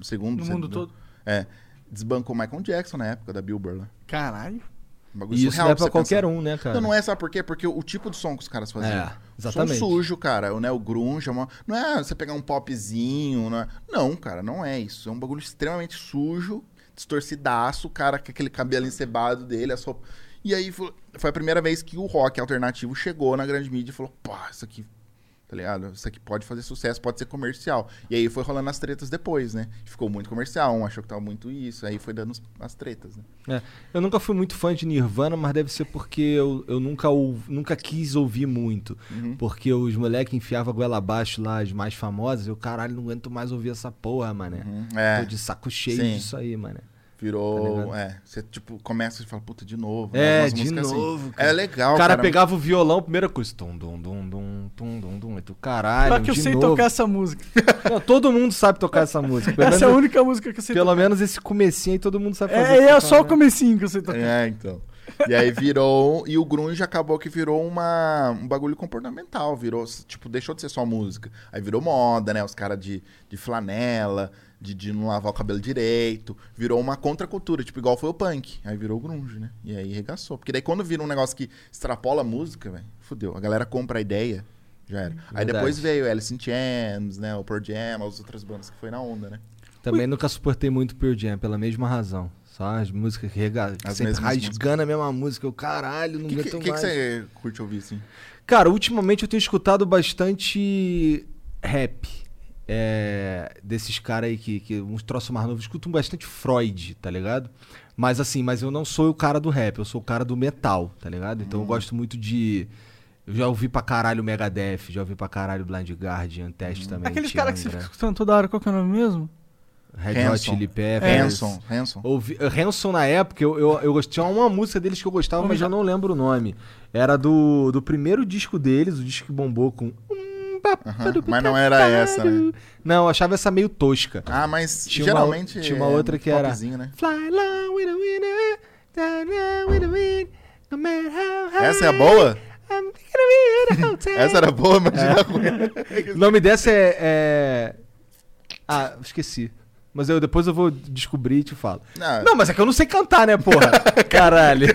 S3: o segundo.
S2: No mundo
S3: segundo-
S2: todo.
S3: É. Desbancou Michael Jackson na época da Billboard, né?
S2: Caralho.
S3: Um bagulho
S1: E isso
S3: surreal
S1: não é
S3: pra
S1: pra
S3: você
S1: qualquer
S3: pensar.
S1: um, né, cara?
S3: Não, não é, sabe por quê? Porque o tipo de som que os caras faziam.
S1: É, exatamente.
S3: Som sujo, cara. O, né, o grunge, é uma- não é você pegar um popzinho, não, é... não, cara, não é isso. É um bagulho extremamente sujo, distorcidaço, o cara com aquele cabelo encebado dele, a sopa... E aí foi foi a primeira vez que o rock alternativo chegou na grande mídia e falou, pô, isso aqui... Tá ligado? Isso aqui pode fazer sucesso, pode ser comercial. E aí foi rolando as tretas depois, né? Ficou muito comercial, um achou que tava muito isso, aí foi dando os- as tretas, né?
S1: É, Eu nunca fui muito fã de Nirvana, mas deve ser porque eu, eu nunca, ouv- nunca quis ouvir muito.
S3: Uhum.
S1: Porque os moleques enfiavam a goela abaixo lá, as mais famosas, eu, caralho, não aguento mais ouvir essa porra, mané.
S3: Uhum. É.
S1: Tô de saco cheio
S3: Sim.
S1: disso aí, mané.
S3: Virou. é. Você, tipo, começa e fala, puta, de novo.
S1: Tá É,
S3: Umas
S1: de
S3: músicas
S1: novo,
S3: É
S1: cara.
S3: legal,
S1: o cara,
S3: cara.
S1: pegava o violão, primeira coisa, tum, dum, dum, dum, tum, dum, dum, e tu, caralho,
S2: Só que eu
S1: de
S2: sei
S1: novo.
S2: tocar essa música.
S1: Não, todo mundo sabe tocar essa música. Pelo,
S2: Essa é a
S1: menos,
S2: única música que eu sei
S1: pelo menos esse comecinho aí todo mundo sabe
S2: tocar.
S1: fazer.
S2: É, e é
S1: tocar,
S2: só o
S1: né?
S2: comecinho que eu sei tocar.
S3: É, então. E aí virou. um, e o Grunge acabou que virou uma, um bagulho comportamental. Virou, tipo, deixou de ser só música. Aí virou moda, né? Os caras de, de flanela, de, de não lavar o cabelo direito. Virou uma contracultura, tipo, igual foi o punk. Aí virou o Grunge, né? E aí regaçou. Porque daí quando vira um negócio que extrapola a música, velho, fudeu. A galera compra a ideia. Já era. Aí
S1: Verdade.
S3: depois veio Alice in Chains, né? O Pearl Jam, as outras bandas que foi na onda, né?
S1: Também nunca suportei muito Pearl Jam, pela mesma razão. Só as músicas que rega...
S3: As
S1: sempre
S3: mesmas
S1: rasgando a mesma música. Eu, caralho, não
S3: O que,
S1: aguento
S3: que, que
S1: mais.
S3: você curte ouvir, assim?
S1: Cara, ultimamente eu tenho escutado bastante rap. é, desses caras aí que, que uns troços mais novos. Eu Escuto bastante Freud, tá ligado? Mas assim, mas eu não sou o cara do rap, eu sou o cara do metal, tá ligado? Então
S3: Hum.
S1: eu gosto muito de. Eu já ouvi pra caralho Megadeth, já ouvi pra caralho Blind Guardian,
S3: Hum.
S1: Test também.
S2: Aqueles
S1: Tiangra,
S2: caras que você fica escutando toda hora, qual que é o nome mesmo?
S1: Red Hot
S3: Hanson. É.
S1: Chili Peppers.
S3: Hanson, Hanson.
S1: Ouvi, eh, Hanson na época, eu, eu, eu gost- tinha uma música deles que eu gostava, mas eu não lembro o nome. Era do, do primeiro disco deles, o disco que bombou com.
S3: Aham, mas não era essa, né?
S1: Não, eu achava essa meio tosca.
S3: Ah, mas
S1: Tinha uma-
S3: geralmente.
S1: tinha uma outra que era-
S3: popzinho, Né?
S1: Fly low with the winner, down low with the wind, no matter how high,
S3: Essa é a boa?
S1: I'm gonna be the whole time.
S3: Essa era boa, mas era
S1: É.
S3: ruim.
S1: O nome dessa é, é- Ah, esqueci. Mas eu depois eu vou descobrir e te falo.
S3: Não.
S1: Não, mas é que eu não sei cantar, né, porra? Caralho.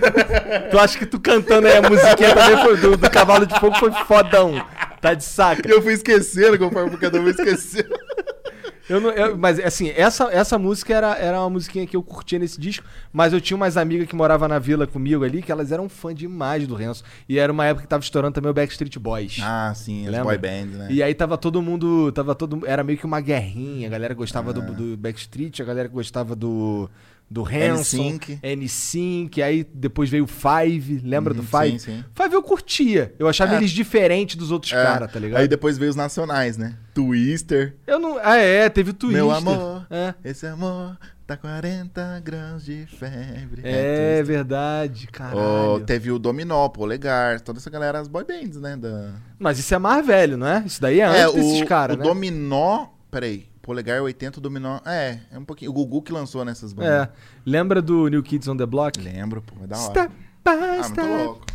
S1: tu acha que tu cantando aí a musiquinha também foi do, do Cavalo de Fogo foi fodão. Tá de saca.
S3: E eu fui esquecendo conforme cada um esqueceu.
S1: Eu não- eu- mas assim, essa, essa música era, era uma musiquinha que eu curtia nesse disco, mas eu tinha umas amigas que moravam na vila comigo ali, que elas eram fã demais do Renzo. E era uma época que tava estourando também o Backstreet Boys.
S3: Ah, sim, as
S1: Lembra?
S3: boy bands, né?
S1: E aí tava todo mundo. Tava todo, era meio que uma guerrinha. A galera gostava
S3: Ah.
S1: do, do Backstreet, a galera gostava do. Do Hanson,
S3: NSYNC.
S1: N5, aí depois veio o Five, lembra do Tá
S3: Uhum,
S1: Five?
S3: sim, sim.
S1: Five eu curtia, eu achava
S3: É.
S1: eles diferentes dos outros
S3: É,
S1: caras, tá ligado?
S3: Aí depois veio os nacionais, né? Twister.
S1: Eu não. Ah, é, teve o Twister.
S3: Meu amor,
S1: É.
S3: esse amor tá 40 graus de febre.
S1: É,
S3: Twister.
S1: verdade, caralho.
S3: Ó, teve o Dominó, Polegar, toda essa galera, as boy bands, né? Da...
S1: Mas isso é mais velho, não é? Isso daí é antes desses
S3: o,
S1: caras,
S3: o
S1: né?
S3: Dominó. Peraí, Polegar é 80, o Dominó. É, é um pouquinho. O Gugu que lançou nessas bandas.
S1: É. Lembra do New Kids on the Block?
S3: Lembro, pô, é da hora.
S1: Step by
S3: Ah, muito
S1: step.
S3: louco.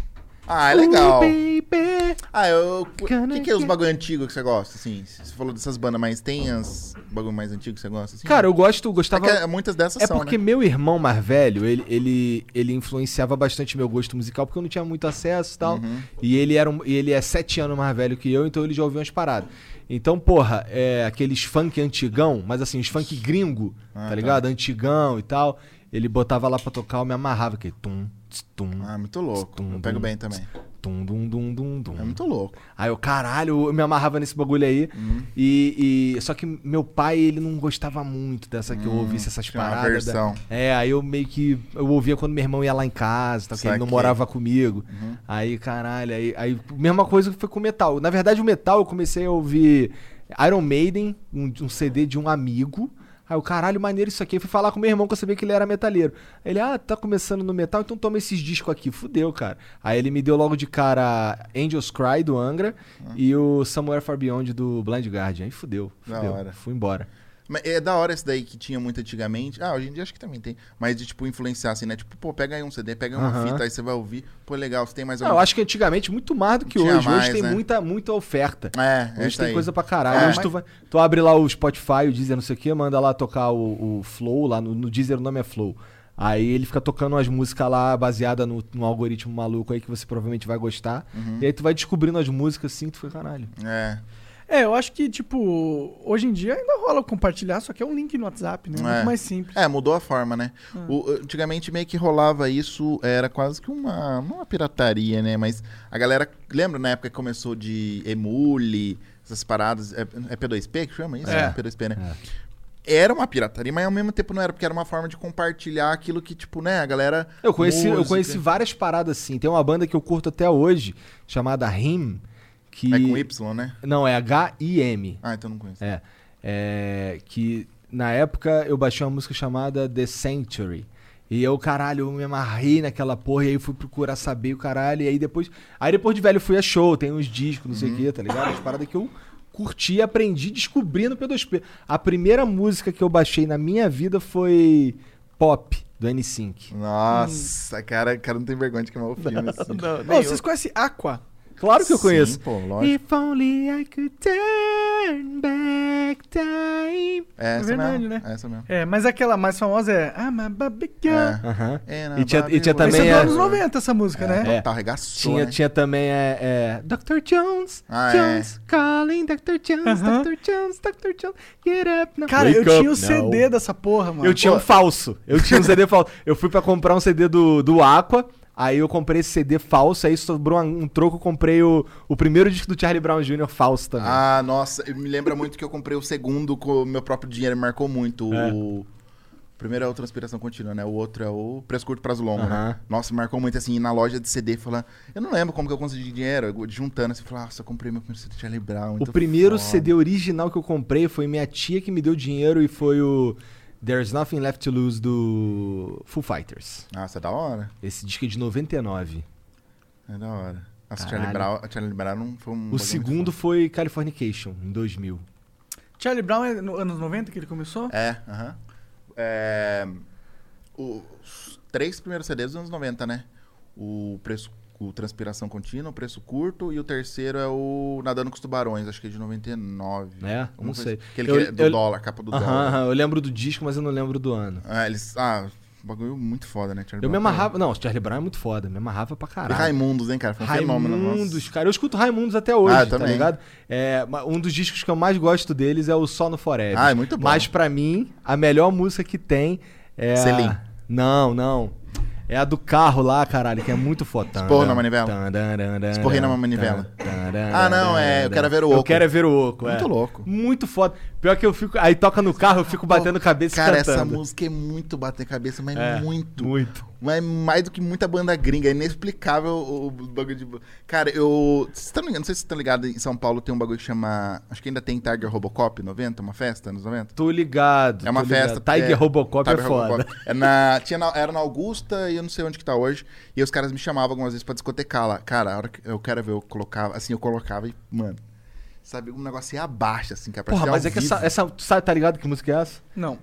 S3: Ah, é legal.
S1: Ooh, baby.
S3: Ah, eu. O que, que é os
S1: get-
S3: bagulho antigo que você gosta, assim? Você falou dessas bandas, mas tem as bagulho mais antigo que você gosta, assim?
S1: Cara, eu gosto, eu
S3: é
S1: gostava.
S3: que é- muitas dessas
S1: É
S3: são,
S1: porque
S3: né?
S1: meu irmão mais velho, ele, ele, ele influenciava bastante meu gosto musical, porque eu não tinha muito acesso e tal.
S3: Uhum.
S1: E ele, era um- e ele é sete anos mais velho que eu, então ele já ouviu umas paradas. Então, porra, é, aqueles funk antigão, mas assim, os funk gringo,
S3: Ah,
S1: tá
S3: tá.
S1: ligado? Antigão e tal. Ele botava lá pra tocar, eu me amarrava, que tum, tss, tum,
S3: Ah, muito louco.
S1: Tum,
S3: Eu pego
S1: tum,
S3: bem também.
S1: tum, dum, dum, dum, dum.
S3: É muito louco.
S1: Aí eu, caralho, eu me amarrava nesse bagulho aí.
S3: Uhum.
S1: E, e- Só que meu pai, ele não gostava muito dessa que eu ouvisse essas
S3: Hum, tinha uma
S1: paradas.
S3: versão.
S1: É, aí eu meio que. Eu ouvia quando meu irmão ia lá em casa, tá, porque ele não
S3: Saquei. Uhum.
S1: morava comigo. Aí, caralho, aí, aí. Mesma coisa que foi com o metal. Na verdade, o metal eu comecei a ouvir Iron Maiden, um, um CD de um amigo. Aí eu, caralho, maneiro isso aqui. Eu fui falar com meu irmão que eu sabia que ele era metaleiro. Ele, ah, tá começando no metal, então toma esses discos aqui. Fudeu, cara. Aí ele me deu logo de cara Angels Cry, do Angra,
S3: Uhum.
S1: e o Somewhere Far Beyond, do Blind Guardian. Aí fudeu,
S3: Da
S1: fudeu.
S3: hora.
S1: Fui embora.
S3: Mas é da hora esse daí que tinha muito antigamente. Ah, hoje em dia acho que também tem. Mas de, tipo, influenciar assim, né? Tipo, pô, pega aí um CD, pega aí uma
S1: Aham.
S3: fita, aí você vai ouvir. Pô, legal, você tem mais
S1: Não, eu acho que antigamente muito mais do que
S3: Tinha
S1: hoje.
S3: mais,
S1: hoje tem
S3: né?
S1: muita, muita oferta.
S3: É, é
S1: hoje
S3: isso
S1: tem
S3: aí.
S1: coisa pra caralho.
S3: É,
S1: hoje tu, vai, tu abre lá o Spotify, o Deezer, não sei o quê, manda lá tocar o, o Flow, lá no, no Deezer o nome é Flow. Aí ele fica tocando umas músicas lá baseada no, no algoritmo maluco aí que você provavelmente vai gostar.
S3: Uhum.
S1: E aí tu vai descobrindo as músicas assim, tu fica caralho.
S3: É.
S2: É, eu acho que, tipo, hoje em dia ainda rola compartilhar, só que é um link no WhatsApp, né?
S3: É.
S2: Muito mais simples.
S3: É, mudou a forma, né? O- antigamente meio que rolava isso, era quase que uma, não uma pirataria, né? Mas a galera, lembra na época que começou de emule, essas paradas, é, é P2P que chama isso?
S2: É.
S3: P2P, né?
S1: É.
S3: Era uma pirataria, mas ao mesmo tempo não era, porque era uma forma de compartilhar aquilo que, tipo, né, a galera...
S1: Eu conheci, eu
S3: Música.
S1: conheci várias paradas assim. Tem uma banda que eu curto até hoje, chamada Him, que.
S3: É com Y, né?
S1: Não, é H-I-M.
S3: Ah, então não conheço.
S1: É. É, Que na época eu baixei uma música chamada The Sanctuary. E eu, caralho, eu me amarrei naquela porra, e aí eu fui procurar saber o caralho, e aí depois. Aí depois de velho eu fui a show, tem uns discos, não sei
S3: Uhum.
S1: o quê, tá ligado? As paradas que eu curti e aprendi descobrindo P2P. A primeira música que eu baixei na minha vida foi Pop, do N5.
S3: Nossa, cara, cara não tem vergonha de queimar o filme assim.
S2: Ô, vocês conhecem Aqua?
S1: Claro que eu
S3: Sim,
S1: conheço.
S3: pô, lógico.
S1: If only I could turn back time.
S3: É essa
S2: verdade,
S3: mesmo,
S2: né?
S3: é essa mesmo.
S2: É, mas aquela mais famosa é I'm a Baby Girl.
S3: É.
S1: Aham.
S3: É,
S1: E tinha-
S3: Barbie
S1: e tinha
S3: World.
S2: Essa
S1: também
S2: é
S1: é-
S2: dos anos 90, essa música, né?
S1: É.
S3: Tá, arregaçou,
S1: Tinha,
S3: né?
S1: tinha também é, é, Dr. Jones,
S3: Ah,
S1: Jones, calling Dr. Jones,
S2: Aham.
S1: Dr. Jones, Dr. Jones, get up now.
S2: Cara,
S1: Wake
S2: eu tinha o
S1: up now.
S2: CD dessa porra, mano.
S1: Eu tinha um falso. Eu tinha um CD falso. Eu fui pra comprar um CD do, do Aqua, aí eu comprei esse CD falso, aí sobrou um, um troco, eu comprei o, o primeiro disco do Charlie Brown Jr. falso também.
S3: Ah, nossa, me lembra muito que eu comprei o segundo com o meu próprio dinheiro, me marcou muito.
S1: É.
S3: O o primeiro é o Transpiração Contínua, né? O outro é o Preço Curto Prazo Longo, né?
S1: Aham.
S3: Nossa, me marcou muito, assim, ir na loja de CD, falar... Eu não lembro como que eu consegui dinheiro, eu juntando, assim, falar, nossa, eu comprei meu primeiro CD de Charlie Brown. então
S1: O primeiro CD original que eu comprei foi minha tia que me deu dinheiro e foi o There's Nothing Left to Lose do Foo Fighters.
S3: Nossa, é da hora,
S1: Esse disco é de 99.
S3: é da hora. Nossa,
S1: Caralho.
S3: Charlie Brown, a Charlie Brown não foi um...
S1: O segundo foi Californication, em 2000.
S2: Charlie Brown é no anos 90 que ele começou?
S3: É, aham. É, os três primeiros CDs dos anos 90, né? O preço o Transpiração Contínua, o Preço Curto e o terceiro é o Nadando com os Tubarões, acho que é de 99.
S1: É?
S3: Alguma
S1: Não
S3: coisa
S1: sei.
S3: assim. Aquele
S1: Eu-
S3: que é do
S1: eu-
S3: dólar, capa do
S1: Aham,
S3: dólar.
S1: aham, eu lembro do disco, mas eu não lembro do ano.
S3: Ah, eles, ah, bagulho muito foda, né? Charlie
S1: Eu me
S3: Brown?
S1: amarrava. Não, o Charlie Brown é muito foda, me amarrava pra
S3: E
S1: caralho.
S3: Raimundos, hein, cara? Foi um fenômeno. nossa.
S1: Raimundos, cara. Eu escuto Raimundos até hoje,
S3: Ah, eu
S1: tá
S3: também.
S1: ligado? É, ma- um dos discos que eu mais gosto deles é o Só no Forever.
S3: Ah, é muito bom.
S1: Mas pra mim, a melhor música que tem é. a-
S3: Selim.
S1: Não, não. É a do carro lá, caralho, que é muito fotão.
S3: Esporro na manivela.
S1: Esporrei
S3: Esporrei na manivela. Ah, não, é, eu quero é ver o oco.
S1: Eu quero é ver o oco, é.
S3: Muito louco.
S1: Muito foda. Pior que eu fico. Aí toca no carro, eu fico batendo cabeça e
S3: Cara,
S1: cantando.
S3: essa música é muito bater cabeça, mas
S1: É,
S3: muito.
S1: Muito.
S3: Mas é mais do que muita banda gringa, é inexplicável o o bagulho de. Cara, eu. Vocês estão ligados? Não sei se vocês estão ligados, em São Paulo tem um bagulho que chama. Acho que ainda tem Tiger Robocop 90, uma festa nos 90?
S1: Tô ligado.
S3: É uma
S1: tô
S3: festa.
S1: ligado. Tiger
S3: é-
S1: Robocop é
S3: Tiger
S1: foda.
S3: Robocop. É na, tinha na- era na Augusta e eu não sei onde que tá hoje. E os caras me chamavam algumas vezes pra discotecar lá. Cara, a hora que eu quero ver, eu colocava. Assim, eu colocava e, mano. Sabe, um negócio aí abaixa, assim, cara.
S1: Porra,
S3: parecia
S1: mas
S3: ao
S1: é que essa,
S3: vivo.
S1: essa. tu Sabe, tá ligado que música é essa?
S2: Não.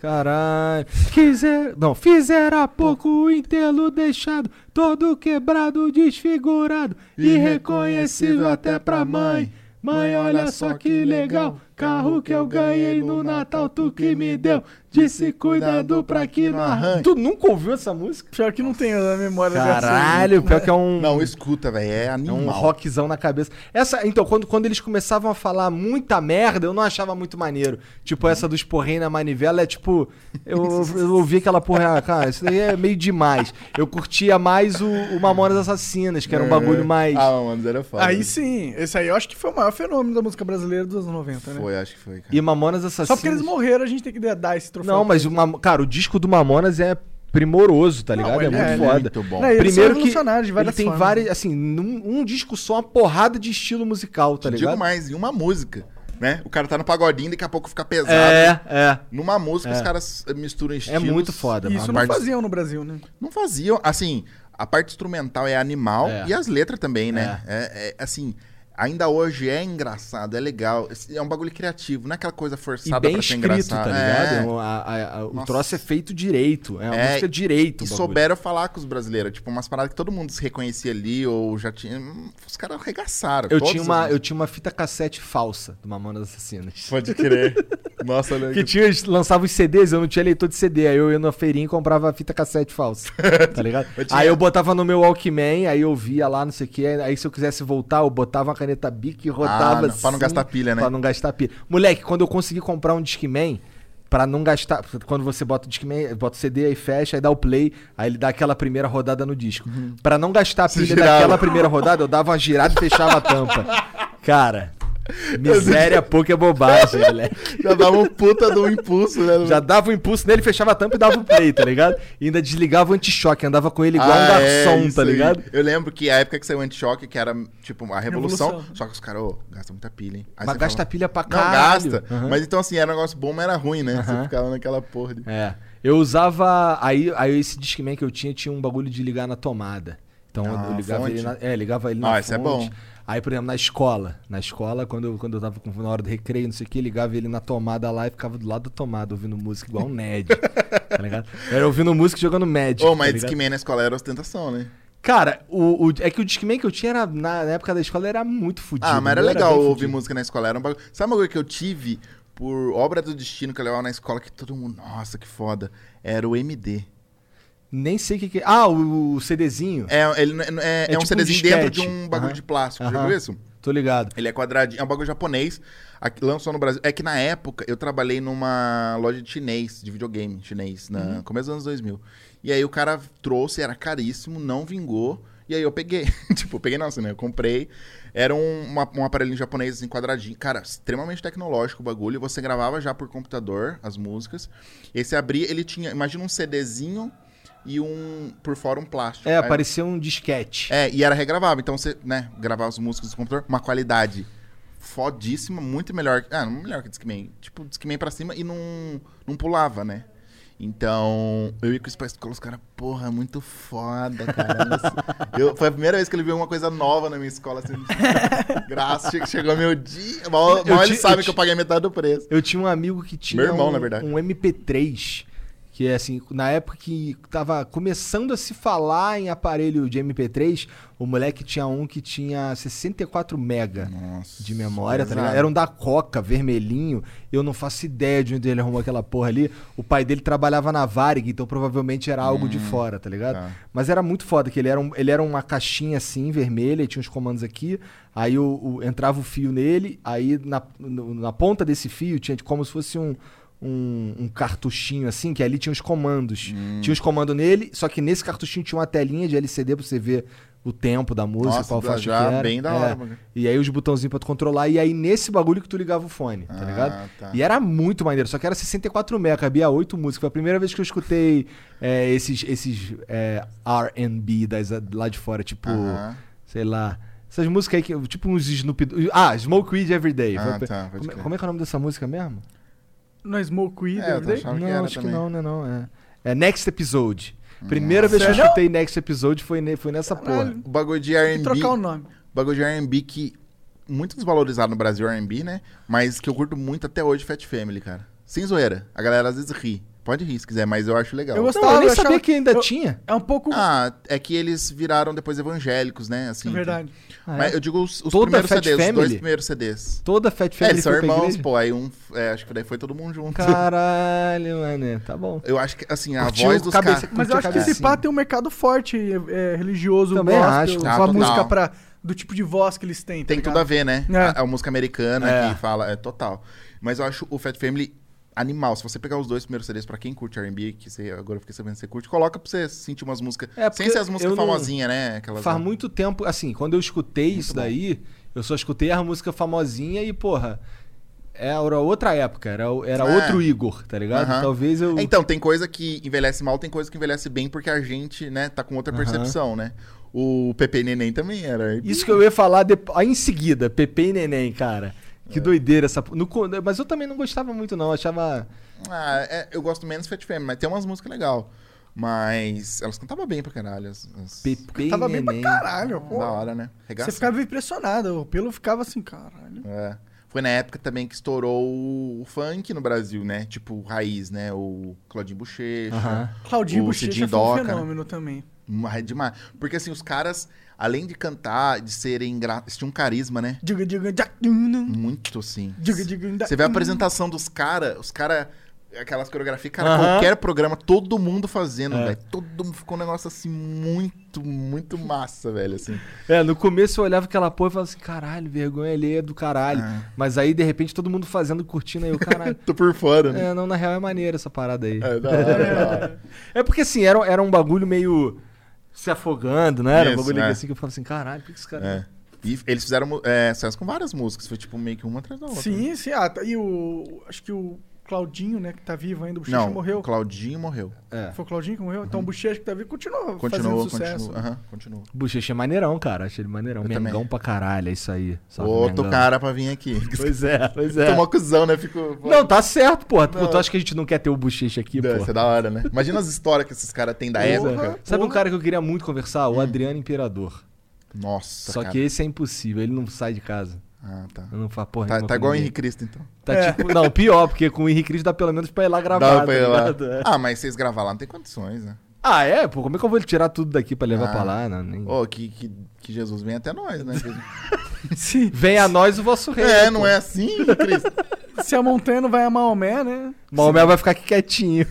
S1: Caralho. Quiser. Não, fizeram há pouco o intelo deixado, todo quebrado, desfigurado, irreconhecível até pra mãe. Mãe, olha só que legal, carro que eu ganhei no Natal, tu que me deu, disse cuidado pra que não arranque. Tu nunca ouviu essa música?
S2: Pior que não tenho a memória dessa.
S1: Caralho, pior que é um.
S3: Não, escuta, velho. É
S1: É
S3: animal.
S1: um rockzão na cabeça. Essa, então, quando, quando eles começavam a falar muita merda, eu não achava muito maneiro. Tipo, essa dos porrém na manivela é tipo. Eu, eu ouvi aquela porra, ah, cara, isso daí é meio demais. Eu curtia mais o, o Mamonas Assassinas, que era um bagulho mais.
S3: Ah, mano, era foda.
S2: Aí sim, esse aí eu acho que foi o maior fenômeno da música brasileira dos anos 90, né?
S3: Foi, acho que foi, cara.
S1: E Mamonas Assassinas.
S2: Só porque eles morreram, a gente tem que dar esse troféu.
S1: Não, mas, o Mam- cara, o disco do Mamonas é primoroso, tá
S3: Ah,
S2: Não,
S1: ligado?
S2: ele
S1: é muito
S2: é, ele
S1: foda.
S3: Muito bom.
S2: Né, eles
S1: Primeiro
S2: são
S1: que
S2: revolucionários de
S1: ele
S2: várias
S1: tem
S2: formas.
S1: várias, assim, num um disco só, uma porrada de estilo musical, tá
S3: Digo
S1: ligado?
S3: mais, em uma música, né? O cara tá no pagodinho, daqui a pouco fica pesado.
S1: É, é.
S3: Numa música,
S1: É.
S3: os caras misturam
S1: É
S3: estilos.
S1: muito foda.
S2: E Isso
S1: mano.
S2: não
S3: parte-
S2: faziam no Brasil, né?
S3: Não faziam, assim, a parte instrumental é animal
S1: É.
S3: e as letras também, né?
S1: É.
S3: É, é, assim, Ainda hoje é engraçado, é legal. É um bagulho criativo, não é aquela coisa
S1: E
S3: forçada
S1: bem
S3: pra ser
S1: escrito, tá
S3: engraçado.
S1: ligado? É
S3: É.
S1: um- a- a- a- o
S3: Nossa.
S1: troço é feito direito. É uma
S3: É,
S1: música direito.
S3: E
S1: o bagulho.
S3: souberam falar com os brasileiros. Tipo, umas paradas que todo mundo se reconhecia ali, ou já tinha. hum, Os caras arregaçaram.
S1: Eu
S3: todos
S1: tinha,
S3: os-
S1: uma, eu tinha uma fita cassete falsa do Mamonas Assassinas.
S3: Pode crer. Nossa, olha
S1: Que
S3: que
S1: tinha, lançava os CDs, eu não tinha leitor de CD. Aí eu ia na feirinha e comprava a fita cassete falsa. Tá ligado?
S3: Eu tinha-
S1: Aí eu botava no meu Walkman, aí eu via lá, não sei o que. Aí se eu quisesse voltar, eu botava uma caneta bic e rotava.
S3: Ah, não, pra não gastar pilha, né?
S1: Pra não gastar pilha. Moleque, quando eu consegui comprar um Discman. Pra não gastar. Quando você bota o Discman, bota o CD, aí fecha, aí dá o play, aí ele dá aquela primeira rodada no disco. Pra não gastar a
S3: Uhum. Se
S1: pilha
S3: girava.
S1: daquela primeira rodada, eu dava uma girada e fechava a tampa. Cara, miséria pouca é bobagem, moleque.
S3: Já dava um puta de um impulso, né?
S1: Já dava o impulso nele, fechava a tampa e dava o play, tá ligado? E ainda desligava o anti-choque, andava com ele igual um
S3: Ah, é,
S1: garçom,
S3: isso
S1: tá
S3: aí.
S1: ligado?
S3: Eu lembro que a época que saiu o anti-choque, que era, tipo, a revolução.
S2: Revolução.
S3: Só que os caras, ô, gasta muita pilha, hein? Aí
S1: Mas
S3: você
S1: gasta
S3: fala,
S1: pilha pra
S3: Não,
S1: caralho.
S3: gasta.
S1: Aham.
S3: Mas então, assim, era um negócio bom, mas era ruim, né? Você
S1: Aham.
S3: ficava naquela porra de...
S1: É. Eu usava. Aí, aí esse Discman que eu tinha tinha um bagulho de ligar na tomada. Então
S3: Ah,
S1: eu ligava
S3: fonte.
S1: ele na. É, ligava ele na.
S3: Ah, isso é
S1: fonte.
S3: bom.
S1: Aí, por exemplo, na escola. Na escola, quando eu, quando eu tava com- na hora do recreio, não sei o que, ligava ele na tomada lá e ficava do lado da tomada, ouvindo música igual um Ned. tá ligado? Era ouvindo música e jogando Magic.
S3: Ô,
S1: tá
S3: mas
S1: ligado?
S3: Discman na escola era ostentação, né?
S1: Cara, o, o- é que o Discman que eu tinha era, na, na época da escola era muito fudido.
S3: Ah, mas era
S1: meu,
S3: legal
S1: bem
S3: ouvir
S1: fudido.
S3: música na escola. Era um bagulho... Sabe uma coisa que eu tive por obra do destino que eu levava na escola que todo mundo... Nossa, que foda. Era o MD.
S1: Nem sei o que que... Ah, o, o CDzinho.
S3: É, ele, não- é, é,
S1: tipo
S3: um
S1: um
S3: CDzinho
S1: disquete.
S3: dentro de um bagulho
S1: Aham.
S3: de plástico. Já
S1: Aham.
S3: viu isso?
S1: Tô ligado.
S3: Ele é quadradinho, é um bagulho japonês. Aqui, lançou no Brasil. É que na época eu trabalhei numa loja de chinês, de videogame chinês, no começo dos anos 2000. E aí o cara trouxe, era caríssimo, não vingou. E aí eu peguei. tipo, eu peguei não, assim, né? Eu comprei. Era um, uma- um aparelhinho japonês, assim, quadradinho. Cara, extremamente tecnológico o bagulho. Você gravava já por computador as músicas. E aí você abria, ele tinha, imagina um CDzinho e um, por fora, um plástico.
S1: É,
S3: Aí-
S1: parecia um disquete.
S3: é, e era regravável. Então você, né, gravava as músicas do computador, uma qualidade fodíssima, muito melhor. Ah, não melhor que Discman. Tipo, Discman pra cima e não, não pulava, né? Então, eu ia com o Spice Girls, os caras, porra, muito foda, cara. Nossa. Eu, foi a primeira vez que ele viu uma coisa nova na minha escola, assim. Graças, che- chegou meu dia. Mal,
S1: Eu
S3: mal ele
S1: ti- eu
S3: sabe que
S1: ti-
S3: eu paguei metade do preço.
S1: Eu tinha um amigo que tinha
S3: Meu irmão,
S1: um,
S3: na verdade.
S1: um MP3, que é assim, na época que tava começando a se falar em aparelho de MP3, o moleque tinha um que tinha 64 mega
S3: Nossa.
S1: de memória, tá
S3: pesado.
S1: ligado? Era um da Coca, vermelhinho. Eu não faço ideia de onde ele arrumou aquela porra ali. O pai dele trabalhava na Varig, então provavelmente era algo de fora, tá ligado?
S3: tá.
S1: Mas era muito foda, que ele era, um- ele era uma caixinha assim, vermelha, e tinha uns comandos aqui. Aí o, o- entrava o fio nele, aí na, no- na ponta desse fio tinha como se fosse um. Um, um cartuchinho assim, que ali tinha os comandos.
S3: Hum.
S1: Tinha os comandos nele, só que nesse cartuchinho tinha uma telinha de LCD pra você ver o tempo da música,
S3: Nossa,
S1: qual faixa
S3: já
S1: que era.
S3: bem da
S1: É.
S3: hora, mano.
S1: E aí os botãozinhos pra tu controlar, e aí nesse bagulho que tu ligava o fone, tá
S3: Ah,
S1: ligado?
S3: tá.
S1: E era muito maneiro, só que era 64 MB, cabia 8 músicas. Foi a primeira vez que eu escutei é, esses, esses é, RB das- lá de fora, tipo,
S3: Aham.
S1: sei lá. Essas músicas aí que. Tipo uns Snoop. Dogg- Ah, Smoke Weed Everyday.
S3: Ah,
S1: Vou-
S3: tá, pode
S1: como,
S3: crer.
S1: como é que é o nome dessa música mesmo?
S2: No Smoke Weed,
S3: É, eu tô
S2: everyday?
S3: achando
S1: não,
S3: que era
S1: acho
S3: também. Ah,
S1: que não, né? Não, é. é Next Episode. Primeira vez que eu
S2: Sério?
S1: escutei Next Episode foi, ne- foi nessa porra.
S2: Caralho.
S3: O bagulho de
S2: Tem que
S3: R&B...
S2: trocar um o nome.
S3: bagulho de R&B que muito desvalorizado no Brasil R&B, né? Mas que eu curto muito até hoje Fat Family, cara. Sem zoeira. A galera às vezes ri. Pode rir se quiser, mas eu acho legal.
S2: Eu gosto-
S1: Não, eu nem
S2: Eu achava-
S1: sabia que ainda
S2: eu-
S1: tinha.
S2: É um pouco.
S3: Ah, é que eles viraram depois evangélicos, né? Assim.
S2: é verdade.
S1: Ah, é.
S3: Mas eu digo os, os
S1: Toda
S3: primeiros
S1: Fat
S3: CDs, os dois
S1: Family?
S3: primeiros CDs.
S1: Toda Fat
S3: é,
S1: Family
S3: eles são
S1: foi pra
S3: irmãos,
S1: igreja?
S3: pô. Aí um, é, acho que daí foi todo mundo junto.
S1: Caralho, mano, tá bom.
S3: Eu acho que, assim, a
S1: Curtiu
S3: voz dos
S1: cabeça-
S3: caras...
S2: Mas eu acho que esse
S1: Assim.
S2: pá tem um mercado forte é, é, religioso,
S1: Também
S2: gospel,
S1: acho.
S2: com
S3: Ah,
S2: a
S3: total.
S2: música pra, do tipo de voz que eles têm. tá
S3: Tem
S2: ligado?
S3: tudo a ver, né?
S2: É.
S3: A, a música americana
S1: É.
S3: que fala, é total. Mas eu acho o Fat Family animal. Se você pegar os dois primeiros CDs, pra quem curte R&B, que você, agora eu fiquei sabendo que você curte, coloca pra você sentir umas músicas.
S1: É, porque
S3: sem ser as músicas
S1: eu não-
S3: famosinhas, né? Aquelas
S1: Faz muito tempo, assim, quando eu escutei isso
S3: bom.
S1: daí, eu só escutei a música famosinha e, porra, era outra época, era, era
S3: É.
S1: outro Igor, tá ligado?
S3: Aham.
S1: Talvez eu.
S3: Então, tem coisa que envelhece mal, tem coisa que envelhece bem, porque a gente, né, tá com outra
S1: Aham.
S3: percepção, né? O Pepe Neném também era R&B.
S1: Isso que eu ia falar depo- aí em seguida, Pepe e Neném, cara. Que
S3: É.
S1: doideira essa. po- No... co- Mas eu também não gostava muito, não. eu Achava.
S3: Ah, é, eu gosto menos Fat Family, mas tem umas músicas legais. Mas elas cantavam bem pra caralho. As, as...
S1: Pepe
S2: Tava
S1: e
S2: bem pra
S1: Neném.
S2: caralho, pô.
S3: Da hora, né?
S2: Você
S3: Regaça.
S2: ficava impressionado, o pelo ficava assim, caralho.
S3: É. Foi na época também que estourou o- o funk no Brasil, né? Tipo, o raiz, né? O Claudinho Bochecha.
S1: Aham.
S2: Claudinho
S3: O
S2: Bochecha
S3: Cidinho
S2: foi um
S3: Doca, né?
S2: fenômeno também.
S3: Mas é demais. Porque assim, os caras, além de cantar, de serem gratos, eles tinham um carisma, né?
S2: Diga, diga, jac, dum, dum.
S3: Muito assim.
S2: diga, diga, da-
S3: Você vê a apresentação dos caras, os caras. Aquelas coreografias, cara,
S1: Aham.
S3: qualquer programa, todo mundo fazendo,
S1: É.
S3: velho. Todo mundo ficou um negócio assim muito, muito massa, velho. Assim.
S1: É, no começo eu olhava aquela porra e falava assim, caralho, vergonha alheia do caralho.
S3: Ah.
S1: Mas aí, de repente, todo mundo fazendo, curtindo aí o caralho.
S3: Tô por fora, né?
S1: é, não, na real é maneiro essa parada aí.
S3: É, da hora, da hora.
S1: É porque assim, era, era um bagulho meio se afogando, né? Era um
S3: Isso,
S1: bagulho
S3: é.
S1: assim que eu falava assim, caralho, por que que esse cara.
S3: É. E eles fizeram mu- é, sucesso com várias músicas, foi tipo meio que uma atrás da outra. né?
S2: Sim, sim. Ah, tá- e o. Acho que o Claudinho, né, que tá vivo ainda, o Bochecha
S3: Não,
S2: morreu.
S3: o Claudinho morreu.
S1: É.
S2: Foi o Claudinho que morreu? Então o Bochecha que tá vivo continuou,
S1: um
S3: Continuou,
S2: fazendo sucesso.
S1: né?
S3: continuou. Aham, continuou.
S1: Bochecha é maneirão, cara. Achei ele maneirão.
S3: Eu
S1: Mengão
S3: também.
S1: pra caralho, é isso aí. Sabe,
S3: Outro
S1: Mengão?
S3: cara pra vir aqui.
S1: Pois é, pois é.
S3: Tomou cuzão, né? Ficou.
S1: Não, tá certo, porra. Pô,
S3: Não.
S1: tu acha que a gente não quer ter o bochecha aqui,
S3: Deve ser
S1: porra?
S3: da hora, né? Imagina as histórias que esses caras têm da
S1: Porra.
S3: época.
S1: Sabe um
S2: porra.
S1: cara que eu queria muito conversar? O Adriano Imperador.
S3: Nossa,
S1: Só
S3: Hum. cara.
S1: que esse é impossível, ele não sai de casa.
S3: Ah, tá.
S1: Eu não falo porra
S3: Tá,
S1: nenhuma
S3: tá
S1: com
S3: igual o
S1: ninguém.
S3: Henrique Cristo, então.
S1: Tá
S2: É.
S1: tipo. Não, pior, porque com o Henrique Cristo dá pelo menos pra ir lá gravar.
S3: Dá pra
S1: tá
S3: ir lá.
S1: ligado? É.
S3: Ah, mas vocês gravar lá não tem condições, né?
S1: Ah, é? Pô, como é que eu vou tirar tudo daqui pra levar
S3: Ah.
S1: pra lá? Não, nem-
S3: Ô, que, que, que Jesus vem até nós, né?
S2: Se,
S1: Vem a nós o vosso rei.
S3: é,
S1: pô.
S3: não é assim, Henrique Cristo?
S2: se a montanha não vai a Maomé, né?
S1: Maomé vai ficar aqui quietinho.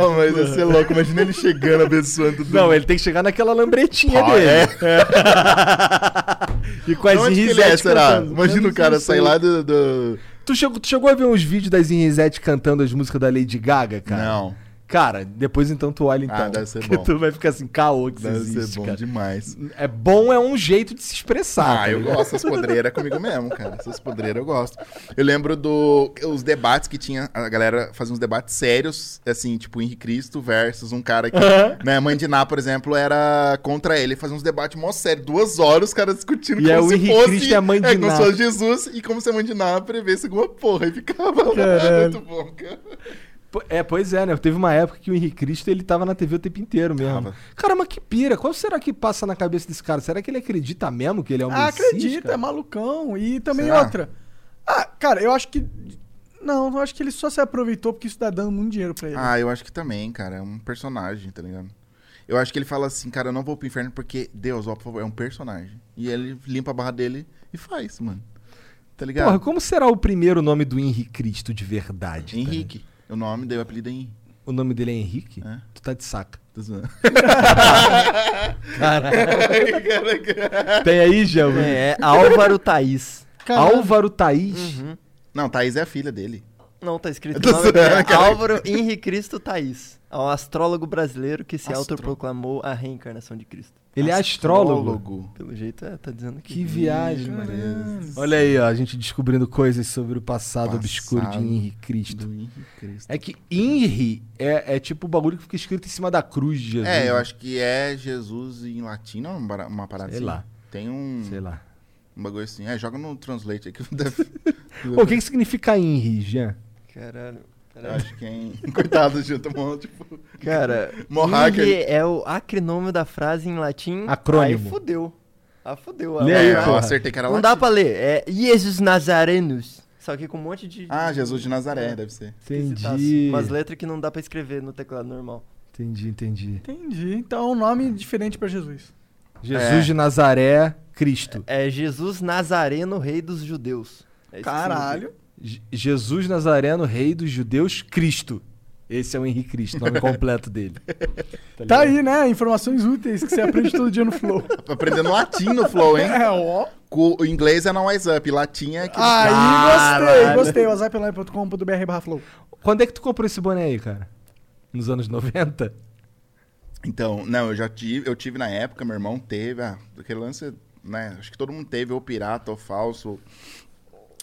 S3: Ô, mas ia ser louco. Imagina ele chegando, abençoando tudo.
S1: Não, ele tem que chegar naquela lambretinha
S3: Pá,
S1: dele.
S3: é.
S1: E com as
S3: Onde que ele é,
S1: Inrisete
S3: será?
S1: cantando.
S3: Imagina
S1: Eu
S3: o cara
S1: não sei.
S3: sair lá do... do-
S1: Tu chegou, tu chegou a ver uns vídeos das Inrisete cantando as músicas da Lady Gaga, cara?
S3: Não.
S1: Cara, depois então tu olha então.
S3: Ah, deve ser
S1: que
S3: bom.
S1: tu vai ficar assim, caô que
S3: Deve
S1: isso existe,
S3: ser bom
S1: cara.
S3: demais.
S1: É bom é um jeito de se expressar.
S3: Ah,
S1: tá
S3: eu
S1: ligado?
S3: gosto. Essas podreiras é comigo mesmo, cara. Essas podreiras eu gosto. Eu lembro do os debates que tinha. A galera fazia uns debates sérios, assim, tipo Henrique Cristo versus um cara que. né, Mãe de Ná, por exemplo, era contra ele. Fazia uns debates mó sérios. Duas horas os caras discutindo
S1: E é o Henrique Cristo e a Mãe de
S3: É, como
S1: Ná.
S3: se fosse Jesus e como se a Mãe de Ná prevesse alguma porra. E ficava lá.
S2: Caralho.
S3: Muito bom, cara.
S1: Po- É, pois é, né? Teve uma época que o Henrique Cristo ele tava na TV o tempo inteiro mesmo.
S3: Tava.
S1: Caramba, que pira. Qual será que passa na cabeça desse cara? Será que ele acredita mesmo que ele é um
S2: ah,
S1: messias,
S2: acredita, é
S1: cara?
S2: malucão. E também
S3: Será?
S2: outra. Ah, cara, eu acho que. Não, eu acho que ele só se aproveitou porque isso tá dando muito dinheiro pra ele.
S3: Ah, eu acho que também, cara. É um personagem, tá ligado? Eu acho que ele fala assim, cara, eu não vou pro inferno porque Deus, ó, por favor, é um personagem. E ele limpa a barra dele e faz, mano. Tá ligado?
S1: Porra, como é será o primeiro nome do Henrique Cristo de verdade? cara?
S3: Henrique. O nome deu o apelido é Henrique.
S1: O nome dele é Henrique?
S3: É.
S1: Tu tá de saca.
S3: Tô zoando.
S1: Caralho. Tem aí, Jean? Uhum.
S4: É, é Álvaro Thaís. Uhum.
S2: Caralho.
S1: Álvaro Thaís.
S3: Uhum. Não, Thaís é a filha dele.
S4: Não, tá escrito
S3: Tô
S4: o nome dele.
S3: zoando,
S4: É
S3: cara.
S4: Álvaro Henri Cristo Thaís. É um astrólogo brasileiro que se
S3: Astro-
S4: autoproclamou a reencarnação de Cristo.
S1: Ele é astrólogo.
S4: Pelo jeito, é, tá dizendo aqui.
S1: Que viagem, mano.
S3: Caralho.
S1: Olha aí, ó, a gente descobrindo coisas sobre o passado,
S3: Passado.
S1: obscuro de Henrique Cristo.
S3: Do Henrique Cristo.
S1: É que Henri é, é tipo o bagulho que fica escrito em cima da cruz de Jesus.
S3: É, eu acho que é Jesus em latim, não? é Uma, uma parada
S1: Sei
S3: assim.
S1: lá.
S3: Tem um,
S1: Sei lá.
S3: um bagulho assim. É, joga no translate aqui.
S1: Pô, o que, que significa Henri, Jean?
S4: Caralho.
S3: Eu
S4: Caralho.
S3: acho que é em... Coitado, Gil, tá bom, tipo...
S4: Cara,
S3: Mó hacker.
S4: Henri é o acrinômio da frase em latim.
S1: Acrônimo.
S4: Aí fudeu. Ah, fudeu.
S1: Lê
S4: Ah,
S1: aí,
S3: É,
S1: pô.
S3: eu
S1: porra.
S3: acertei que era
S4: Não
S3: latim.
S4: dá pra ler. É Jesus Nazarenos. Só que com um monte de. É.
S3: Ah, Jesus de Nazaré, deve ser.
S4: esquisitaço.
S1: Entendi.
S4: assim, Umas letras que não dá pra escrever no teclado normal.
S1: Entendi, entendi.
S2: Entendi. Então é um nome diferente pra Jesus.
S3: É.
S1: Jesus de Nazaré, Cristo.
S4: É Jesus Nazareno, rei dos judeus. É isso que
S2: Caralho.
S1: Je- Jesus Nazareno, rei dos judeus, Cristo. Esse é o Henri Cristo, o nome completo dele. ligado?
S2: Tá aí, né? Informações úteis que você aprende todo dia no Flow.
S3: Aprendendo latim no Flow, hein?
S2: É, ó.
S3: Co- O inglês é na Wise Up, latim é que...
S2: Aí, gostei,
S1: Caralho.
S2: gostei. WhatsApplinecombr barra Flow.
S1: Quando é que tu comprou esse boné aí, cara? Nos anos 90?
S3: Então, não, eu já tive, eu tive na época, meu irmão teve, ah, aquele lance, né, acho que todo mundo teve, ou pirata, ou falso.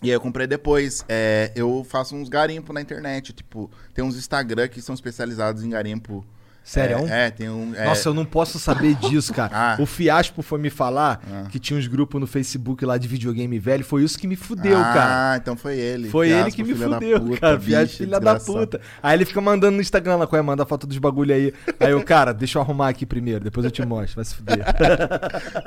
S3: E aí eu comprei depois. É, eu faço uns garimpos na internet, tipo, tem uns Instagram que são especializados em garimpo
S1: Sério?
S3: É, é, tem um. é,
S1: Nossa, eu não posso saber disso, cara.
S3: Ah.
S1: O Fiaspo foi me falar
S3: Ah.
S1: que tinha uns grupos no Facebook lá de videogame velho. Foi isso que me fudeu,
S3: ah,
S1: cara.
S3: então foi ele.
S1: Foi
S3: Fiasco,
S1: ele que me
S3: filho da
S1: fudeu,
S3: puta,
S1: cara.
S3: bicho,
S1: Viagem filha da
S3: desgraçado.
S1: puta. Aí ele fica mandando no Instagram lá, qual é? Manda foto dos bagulho aí. Aí eu, cara, deixa eu arrumar aqui primeiro, depois eu te mostro. Vai se fuder.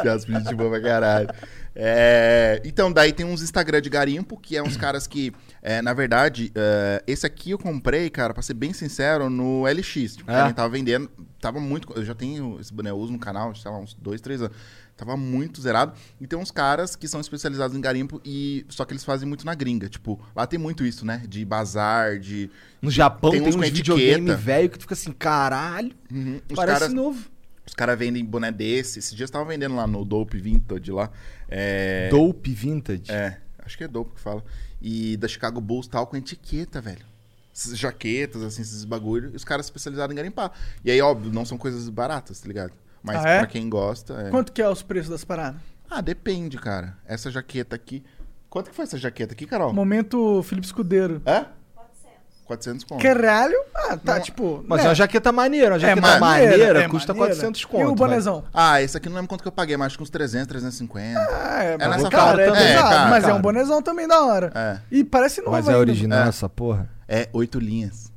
S3: Piadas de gente boa pra caralho. É, então, daí tem uns Instagram de garimpo, que é uns caras que, é, na verdade, é, esse aqui eu comprei, cara, pra ser bem sincero, no LX. Tipo,
S1: É?
S3: cara, tava vendendo, tava muito. Eu já tenho esse boné, eu uso no canal, sei lá, uns dois, três anos. Tava muito zerado. E tem uns caras que são especializados em garimpo, e só que eles fazem muito na gringa. Tipo, lá tem muito isso, né? De bazar, de.
S1: No Japão tem,
S3: Tem uns com
S1: uns videogame
S3: etiqueta.
S1: velho que tu fica assim, caralho,
S3: Uhum, os
S1: parece
S3: caras-
S1: novo.
S3: Os caras vendem boné desse. Esses dias tava vendendo lá no Dope Vintage lá. É,
S1: Dope Vintage.
S3: É, acho que é Dope que fala. E da Chicago Bulls tal, com etiqueta, velho. Essas jaquetas, assim, esses bagulho. E os caras especializados em garimpar. E aí, óbvio, não são coisas baratas, tá ligado? Mas
S2: Ah, é?
S3: pra quem gosta, é.
S2: Quanto que é os preços das paradas?
S3: Ah, depende, cara. Essa jaqueta aqui. Quanto que foi essa jaqueta aqui, Carol?
S2: Momento Felipe Escudeiro.
S3: Hã? 400 conto.
S2: Caralho? Ah, tá, tipo...
S1: Mas
S2: né?
S1: é uma jaqueta maneira, uma jaqueta
S3: maneira,
S1: maneira
S2: é
S1: tá custa
S2: maneira.
S1: 400
S2: E
S1: conto.
S2: o bonezão?
S3: Ah, esse aqui não lembro quanto que eu paguei, mas acho que uns 300, 350.
S2: Ah, é,
S3: nessa
S2: mas,
S1: fala
S2: cara, é
S1: também.
S2: pesado,
S3: É, cara,
S2: mas é
S1: cara.
S2: um bonezão também da hora.
S3: É.
S2: E parece
S1: vai.
S2: novo
S1: Mas é
S2: ainda.
S1: original
S3: É.
S1: essa porra.
S3: É, oito linhas.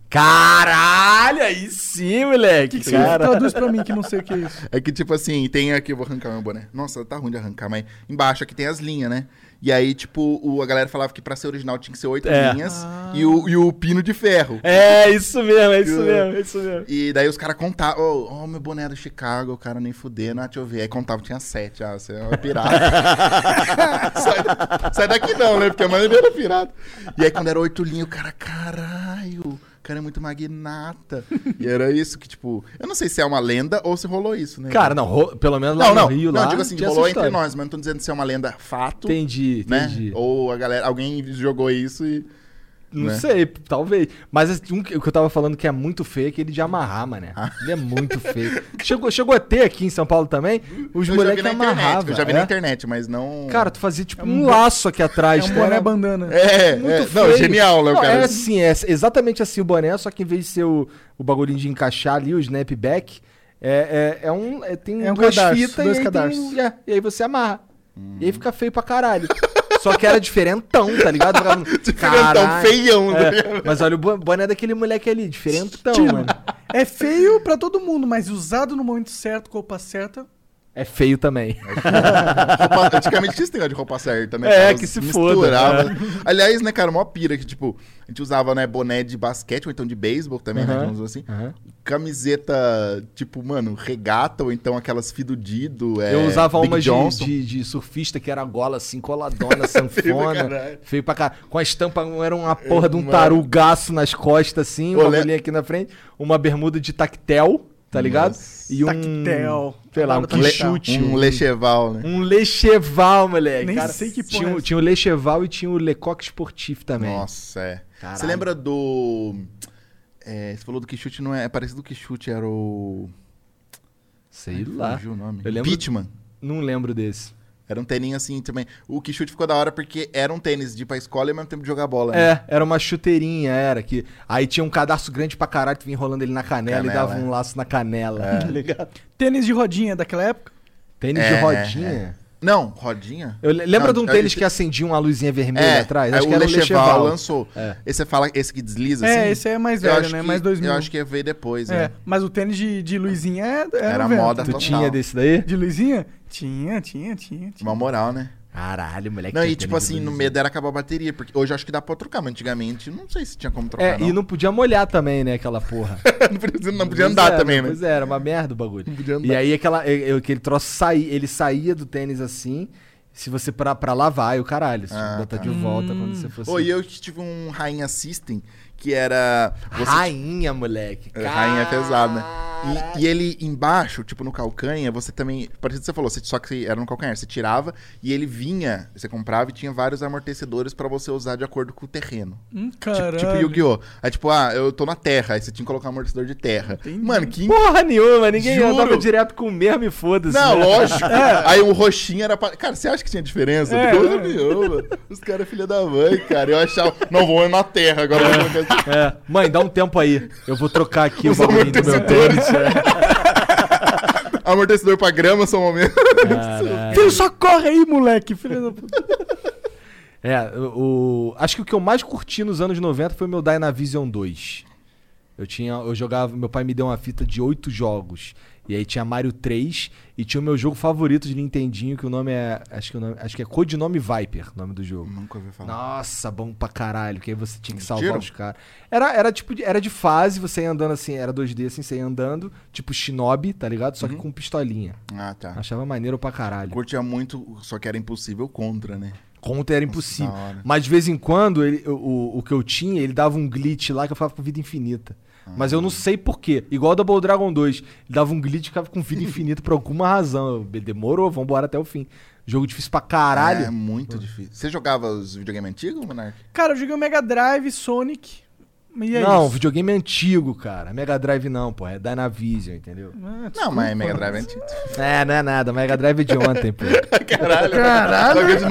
S1: Caralho, aí sim, moleque.
S2: Que que significa? Traduz pra mim que não sei o que é isso.
S3: É que, tipo assim, tem aqui, eu vou arrancar meu boné. Nossa, tá ruim de arrancar, mas embaixo aqui tem as linhas, né? E aí, tipo, o- a galera falava que pra ser original tinha que ser oito
S1: É.
S3: linhas e, o, e o pino de ferro.
S1: É, isso mesmo, é isso
S3: Eu-
S1: mesmo, é isso mesmo.
S3: E daí os caras contavam, ó, oh, meu boné é do Chicago, o cara nem fuder, não, deixa eu ver. Aí contava, tinha sete, ah, você é uma pirata. sai, da- sai daqui não, né? Porque a maioria era pirata. E aí quando era oito linhas, o cara, caralho, o cara é muito magnata. E era isso que, tipo, eu não sei se é uma lenda ou se rolou isso, né?
S1: É. Cara, não, ro- pelo menos lá
S3: Não,
S1: no
S3: não,
S1: Rio,
S3: não,
S1: lá.
S3: digo assim,
S1: tinha essa
S3: rolou entre
S1: história.
S3: nós, mas não tô dizendo se é uma lenda fato,
S1: Entendi,
S3: né?
S1: entendi.
S3: Ou a galera, alguém jogou isso e...
S1: Não
S3: né?
S1: sei, talvez. Mas assim, um que- o que eu tava falando que é muito feio é aquele de amarrar, mané.
S3: Ah.
S1: Ele é muito feio. Chegou, chegou a ter aqui em São Paulo também, os
S3: eu já vi
S1: moleques
S3: na internet,
S1: amarravam.
S3: eu já vi na
S1: é?
S3: internet, mas não...
S1: Cara, tu fazia tipo um laço aqui atrás.
S2: É
S1: tá?
S2: um boné
S1: Era
S2: bandana.
S3: É,
S1: muito
S3: é.
S1: feio.
S3: não, genial, né,
S1: Não,
S3: cara?
S1: É assim, é exatamente assim o boné, só que em vez de ser o, o bagulhinho de encaixar ali, o snapback, é, é, é um. é- tem
S2: É um
S1: duas
S2: cadarço,
S1: fitas
S2: dois
S1: e, aí
S2: cadarços.
S1: tem- é, e aí você amarra. E aí fica feio pra caralho. só que era diferentão, tá ligado? Ficava-
S3: Diferentão,
S1: Caralho.
S3: feião. né?
S1: É, mas olha o bo- boné daquele moleque ali, diferentão, mano.
S2: É feio pra todo mundo, mas usado no momento certo, com a roupa certa...
S1: É feio também.
S3: Roupa- antigamente tinha esse negócio de roupa certa, né?
S1: É,
S3: cara?
S1: que se é.
S3: Misturava. Aliás, né, cara, mó pira que, tipo, a gente usava, né, boné de basquete ou então de beisebol também, né,
S1: Aham.
S3: digamos assim. Camiseta, tipo, mano, regata ou então aquelas fidudido. É,
S1: Eu usava
S3: Big
S1: uma de,
S3: Johnson.
S1: de- de surfista que era gola assim, coladona, sanfona.
S3: caralho.
S1: feio pra caralho. Com a estampa, um- era uma porra de um tarugaço nas costas, assim, uma
S3: Olé.
S1: bolinha aqui na frente. Uma bermuda de tactel, tá ligado?
S3: Nossa.
S1: E um.
S2: Tactel.
S1: Sei lá, um
S2: Adoro tactel.
S1: quichute.
S3: Um lecheval, né?
S1: Um lecheval, moleque.
S2: Nem
S1: cara.
S2: sei que porra
S1: tinha,
S2: é
S1: o-
S2: essa.
S1: tinha o lecheval e tinha o lecoque esportivo também.
S3: Nossa, é.
S1: Caralho.
S3: Você lembra do... é, você falou do Quixute, não é? É parecido do Quixute, era o...
S1: Sei lá.
S3: Fugiu o nome.
S1: Eu lembro-
S3: Pitman.
S1: Não lembro desse.
S3: Era um tênis assim também. O Quixute ficou da hora porque era um tênis de ir pra escola e ao mesmo tempo de jogar bola. né?
S1: É, era uma chuteirinha, era. Que... Aí tinha um cadarço grande pra caralho, tu vinha enrolando ele na canela, e
S3: Canela,
S1: dava
S3: é.
S1: um laço na canela. Tá ligado?
S2: Tênis de rodinha daquela época?
S1: Tênis de
S3: É,
S1: rodinha.
S3: é. Não, rodinha?
S1: Eu le- lembra
S3: Não,
S1: de um
S3: é,
S1: tênis
S3: esse-
S1: que acendia uma luzinha vermelha atrás?
S3: aí
S1: Acho
S3: o
S1: que era o
S3: Lecheval
S1: Lecheval.
S3: lançou.
S1: É.
S3: Esse você fala, esse que desliza, assim?
S2: É, esse aí é mais
S3: Eu
S2: velho,
S3: acho
S2: né?
S3: que-
S2: Mais 2000.
S3: Eu acho que veio depois,
S2: É,
S3: é.
S2: mas o tênis de, de luzinha é, é
S3: Era
S2: 90.
S3: moda.
S1: Tu
S3: Total.
S1: tinha desse daí?
S2: De luzinha? Tinha, tinha, tinha. tinha.
S3: Uma moral, né?
S1: Caralho, moleque.
S3: Não,
S1: tinha
S3: e tipo
S1: É tênis de
S3: assim, no
S1: luzinha.
S3: medo era acabar a bateria, porque hoje eu acho que dá pra trocar, mas antigamente não sei se tinha como trocar.
S1: É,
S3: não.
S1: e não podia molhar também, né, aquela porra.
S3: não podia, não podia andar
S1: Pois é,
S3: também, né?
S1: Pois é, era uma merda o bagulho.
S3: Não podia andar.
S1: E aí aquela, e- e- aquele troço saía, ele saía do tênis assim, se você pra, pra lavar, e o caralho, se
S3: Ah,
S1: botar
S3: tá.
S1: de volta quando você fosse...
S3: Ô, e eu que tive um Rainha System, que era. você
S1: Rainha, moleque.
S3: É, Rainha é pesado, né? E- E, ele embaixo, tipo no calcanha, você também. Parecido que você falou, você- só que era no calcanhar. Você tirava e ele vinha, você comprava e tinha vários amortecedores pra você usar de acordo com o terreno.
S2: Hum,
S3: Tipo,
S2: caralho.
S3: tipo Yu-Gi-Oh! Aí tipo, ah, eu tô na terra. Aí você tinha que colocar um amortecedor de terra.
S2: Entendi.
S3: Mano, que.
S1: Porra nenhuma, ninguém
S3: Juro.
S1: andava direto com o mesmo e foda-se.
S3: Não,
S1: né?
S3: lógico. Aí o roxinho era pra... Cara, você acha que tinha diferença?
S2: É,
S3: Coisa
S2: é.
S3: nenhuma. Os caras é filha da mãe, cara. Eu achava... Não, vou na terra agora. eu vou colocar esse
S1: É. Mãe, dá um tempo aí. Eu vou trocar aqui o
S3: Os
S1: bagulho do meu tênis. é.
S3: Amortecedor pra grama, só um momento.
S2: Filho, só corre aí, moleque. Filho da puta.
S1: É, o, o- acho que o que eu mais curti nos anos 90 foi o meu Dynavision 2. Eu tinha, eu jogava, meu pai me deu uma fita de oito jogos. E aí tinha Mario 3 e tinha o meu jogo favorito de Nintendinho, que o nome é, acho que o nome, acho que é Codinome Viper, o nome do jogo.
S3: Nunca ouvi falar.
S1: Nossa, bom pra caralho, que aí você tinha que salvar
S3: Tiro?
S1: os caras. Era, era tipo, de- era de fase, você ia andando assim, era 2D assim, você ia andando, tipo Shinobi, tá ligado? Só que com pistolinha.
S3: Ah, tá.
S1: Achava maneiro pra caralho.
S3: Curtia muito, só que era impossível contra, né?
S1: Conta era impossível.
S3: da hora.
S1: Mas de vez em quando, ele- o- o, o que eu tinha, ele dava um glitch lá que eu ficava com vida infinita.
S3: Ah.
S1: Mas eu não sei porquê. Igual o Double Dragon 2. Ele dava um glitch e ficava com vida infinita por alguma razão. Eu, Demorou, vambora até o fim. Jogo difícil pra
S3: É
S1: caralho.
S3: muito difícil. Você jogava os videogames antigos, Monark?
S2: Cara, eu joguei o Mega Drive, Sonic. E é
S1: não,
S2: isso.
S1: videogame antigo, cara. Mega Drive não, pô. É Dynavision, entendeu?
S2: Ah,
S3: Não, mas Mega Drive é antigo.
S1: É, não é nada. Mega Drive é de ontem, pô.
S3: Caralho. Caralho. Joguei de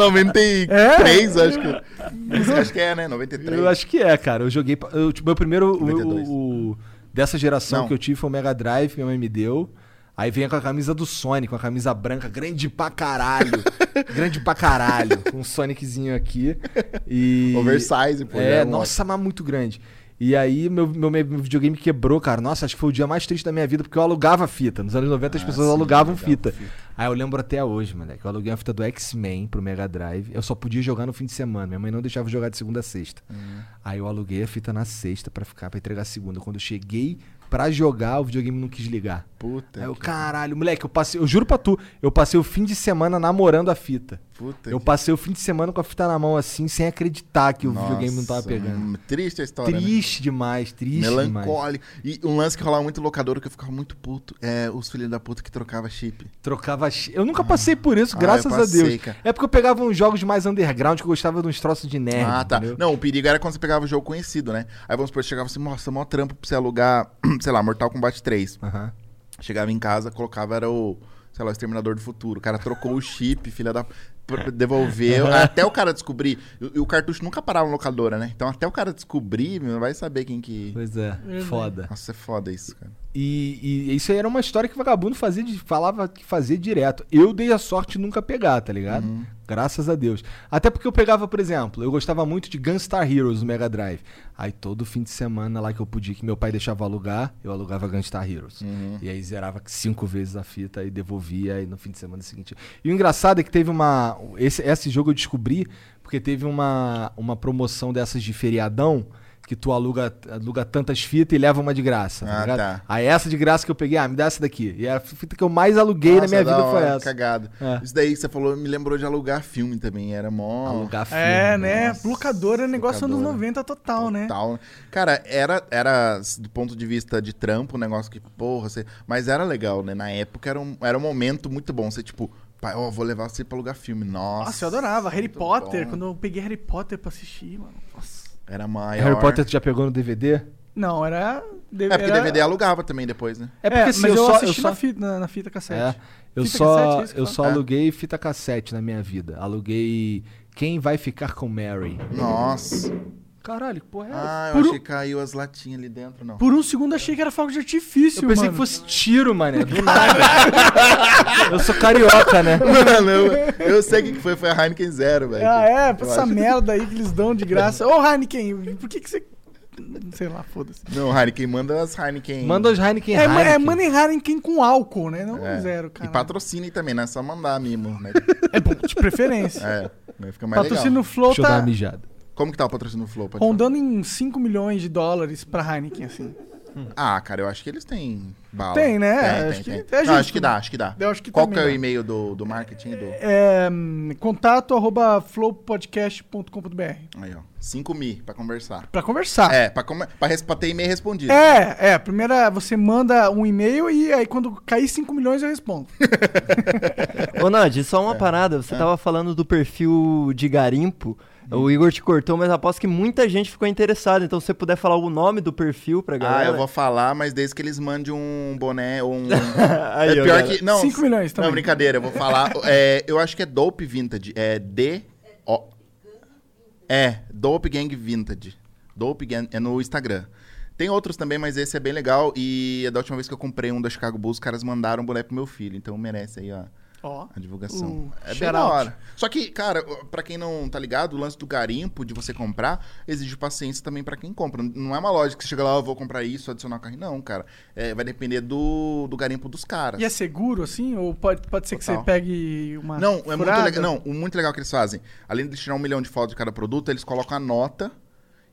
S3: 93, acho que. Isso eu acho que é, né? 93.
S1: É? Eu acho que é, cara. Eu joguei. pa- eu, tipo, meu primeiro. o-
S3: 92.
S1: O, o- dessa geração
S3: Não.
S1: que eu tive foi o Mega Drive, minha mãe me deu. Aí vem com a camisa do Sonic, com a camisa branca, grande pra caralho. grande pra caralho. Com um Soniczinho aqui. E.
S3: Oversize, pô. já
S1: É,
S3: um
S1: nossa, mas muito grande. E aí, meu, meu, meu videogame quebrou, cara. Nossa, acho que foi o dia mais triste da minha vida, porque eu alugava fita. Nos anos 90 as
S3: Ah,
S1: pessoas
S3: sim,
S1: alugavam
S3: alugava
S1: fita. Aí eu lembro até hoje, moleque. Eu aluguei uma fita do X-Men pro Mega Drive. Eu só podia jogar no fim de semana. Minha mãe não deixava eu jogar de segunda a sexta.
S3: Hum.
S1: Aí eu aluguei a fita na sexta pra ficar, pra entregar segunda. Quando eu cheguei pra jogar, o videogame não quis ligar.
S3: Puta.
S1: Aí eu,
S3: que-
S1: caralho, moleque, eu passei, eu juro pra tu, eu passei o fim de semana namorando a fita.
S3: Puta.
S1: Eu
S3: que-
S1: passei o fim de semana com a fita na mão assim, sem acreditar que o
S3: Nossa,
S1: videogame não tava pegando.
S3: hum, Triste a história. né?
S1: Triste demais, triste demais.
S3: Melancólico. E um lance que rolava muito em locadora que eu ficava muito puto. É os filhos da puta que trocava chip.
S1: Trocava. chi- Eu nunca passei por isso,
S3: Ah,
S1: graças
S3: eu
S1: a
S3: passei,
S1: Deus.
S3: cara.
S1: É porque eu pegava uns jogos mais underground que eu gostava de uns troços de nerd.
S3: ah, tá.
S1: entendeu?
S3: Não, o perigo era quando você pegava o jogo conhecido, né? Aí vamos supor, chegava assim, nossa, mó trampo pra você alugar, sei lá, Mortal Kombat 3.
S1: Aham.
S3: Chegava em casa, colocava, era o, sei lá, o Exterminador do Futuro. O cara trocou o chip, filha da. pr- Devolveu. até o cara descobrir. E e o cartucho nunca parava na locadora, né? Então até o cara descobrir, meu, vai saber quem que.
S1: Pois é, foda.
S3: Nossa, é foda isso, cara.
S1: E, e isso aí era uma história que vagabundo fazia de- falava que fazia direto. Eu dei a sorte de nunca pegar, tá ligado? Graças a Deus. Até porque eu pegava, por exemplo, eu gostava muito de Gunstar Heroes no Mega Drive. Aí todo fim de semana lá que eu podia, que meu pai deixava alugar, eu alugava Gunstar Heroes. E aí zerava cinco vezes a fita e devolvia e no fim de semana seguinte. E o engraçado é que teve uma. Esse, esse jogo eu descobri porque teve uma, uma promoção dessas de feriadão. Que tu aluga, aluga tantas fitas e leva uma de graça, tá
S3: Ah,
S1: ligado?
S3: tá.
S1: Aí essa de graça que eu peguei, ah, me dá essa daqui. E a fita que eu mais aluguei na
S3: Nossa,
S1: minha
S3: da
S1: vida foi
S3: hora,
S1: essa.
S3: Cagado.
S1: É.
S3: Isso daí que você falou me lembrou de alugar filme também. Era mó.
S1: Alugar filme.
S2: É, né?
S3: Nossa,
S2: Locadora é negócio anos
S3: locadora.
S2: 90 total, né?
S3: Total. Cara, era, era do ponto de vista de trampo, um negócio que, porra, você... mas era legal, né? Na época era um, era um momento muito bom. Você, tipo, pai, ó, vou levar você pra alugar filme. Nossa.
S2: Nossa, eu adorava. Harry
S3: muito
S2: Potter,
S3: bom.
S2: quando eu peguei Harry Potter pra assistir, mano. Nossa.
S3: Era maior.
S1: Harry Potter tu já pegou no
S2: É,
S1: DVD?
S2: Não, era.
S3: É porque DVD alugava também depois, né?
S1: É porque
S2: é,
S1: assim,
S2: mas
S1: eu,
S2: eu,
S1: só.
S2: assisti
S1: eu só...
S2: Na, fita, na, na fita cassete.
S1: É, eu
S2: Fita
S1: só,
S2: cassete, é isso que
S1: eu
S2: fala?
S1: só
S3: É.
S1: aluguei fita cassete na minha vida. Aluguei Quem Vai Ficar com Mary.
S3: Nossa.
S1: Caralho, que porra é essa?
S3: Ah, eu
S2: Por
S3: achei que caiu as latinhas ali dentro, não.
S2: Por um segundo achei que era fogo de artifício,
S1: Eu pensei
S2: mano.
S1: que fosse tiro, mané. Do nada. eu sou carioca, né?
S3: Mano, eu- eu sei o que que foi. Foi a Heineken Zero, velho.
S2: Ah, é? Pra
S3: Eu
S2: essa
S3: acho.
S2: merda aí que eles dão de graça. Ô, Heineken, por que que você. Sei lá, foda-se.
S3: Não, Heineken, manda as Heineken.
S1: Manda os Heineken
S2: É, ma- é
S1: Heineken.
S2: Money Heineken com álcool, né? Não
S3: É.
S2: zero, cara.
S3: E patrocine também, não é só mandar mimo, né?
S2: É bom, de preferência.
S3: É, né? fica mais
S2: Patrocínio
S3: legal.
S2: Flow
S1: Deixa eu dar uma
S2: tá
S1: mijada.
S3: Como que tá o patrocínio Flow? Pode falar.
S2: rondando em 5 milhões de dólares pra Heineken, assim.
S3: Ah, cara, eu acho que eles têm bala.
S2: Tem, né?
S3: Tem,
S2: Acho
S3: tem,
S2: que
S3: tem.
S2: é
S3: Não,
S2: justo,
S3: acho que dá, acho que dá.
S2: Eu acho que
S3: Qual
S2: também
S3: que é o
S2: dá.
S3: e-mail do, do marketing? Do...
S2: É, hum, contato arroba flowpodcast.com.br
S3: Aí, ó. 5 mi pra conversar.
S2: Pra conversar.
S3: É, pra, come... pra, res- pra ter e-mail respondido.
S2: Ah. É, é. Primeira, você manda um e-mail e aí quando cair 5 milhões eu respondo.
S4: Ô, Nadi, só
S3: É.
S4: uma parada. Você tava falando do perfil de garimpo. O
S3: Hum.
S4: Igor te cortou, mas aposto que muita gente ficou interessada. Então, se você puder falar o nome do perfil pra galera.
S3: Ah, eu vou falar, mas desde que eles mandem um boné ou um.
S4: Aí,
S3: é
S4: ó,
S3: pior
S4: galera.
S3: que. Não,
S2: 5 milhões também.
S3: Não, brincadeira, eu vou falar. É, eu acho que é Dope Vintage. É D. O... É, Dope Gang Vintage. Dope Gang é no Instagram. Tem outros também, mas esse é bem legal. E da última vez que eu comprei um da Chicago Bulls, os caras mandaram um boné pro meu filho. Então merece aí, ó.
S2: Ó.
S3: A divulgação.
S2: Uh,
S3: é bem
S2: shout
S3: da
S2: out.
S3: hora. Só que, cara, pra quem não tá ligado, o lance do garimpo, de você comprar, exige paciência também pra quem compra. Não é uma lógica que você chega lá, eu vou comprar isso, adicionar o carrinho. Não, cara. É, vai depender do, do garimpo dos caras.
S2: E é seguro, assim? Ou pode, pode ser que
S3: Tá. Total.
S2: você pegue uma.
S3: Não, é muito
S2: furada?
S3: legal. Não, o muito legal que eles fazem. Além de tirar um milhão de fotos de cada produto, eles colocam a nota.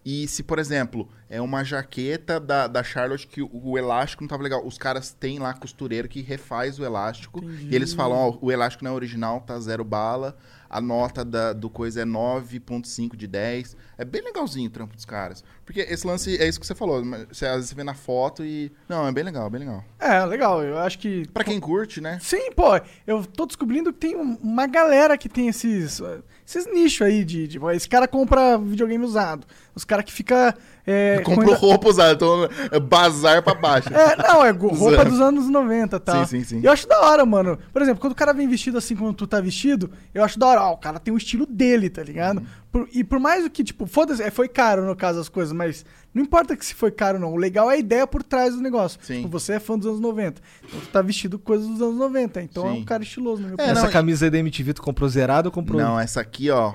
S3: E se, por exemplo, é uma jaqueta da, da Charlotte que o, o elástico não tava legal, os caras têm lá costureiro que refaz o elástico. E eles falam, ó, o elástico não é original, tá zero bala. A nota da- do coisa é 9.5 de 10. É bem legalzinho o trampo dos caras. Porque esse lance é isso que você falou. mas Você, às vezes você vê na foto e... Não, é bem legal, bem legal.
S2: É, legal. Eu acho que.
S3: Pra quem curte, né?
S2: Sim, pô. Eu tô descobrindo que tem um- uma galera que tem esses. eh, Esses nichos aí de. de esse cara compra videogame usado. Os caras que fica. É,
S3: Comprou
S2: com-
S3: roupa usada, então é bazar pra baixo.
S2: É, não, é go- roupa
S3: Usando.
S2: dos anos 90, tá?
S3: Sim, sim, sim.
S2: E eu acho da hora, mano. Por exemplo, quando o cara vem vestido assim como tu tá vestido, eu acho da hora. Ó, o cara tem o estilo dele, tá
S3: Uhum.
S2: ligado? Por- e por mais do que, tipo, foda-se, é, foi caro no caso as coisas, mas não importa que se foi caro ou não. O legal é a ideia por trás do negócio.
S3: Sim.
S2: Tipo, você é fã dos anos 90. Então tu tá vestido coisas dos anos 90. Então é
S3: Sim.
S2: um cara estiloso, no meu
S3: É,
S2: ponto.
S1: Essa
S3: não, e-
S1: camisa aí da MTV tu comprou zerado ou comprou?
S3: Não, essa aqui, ó.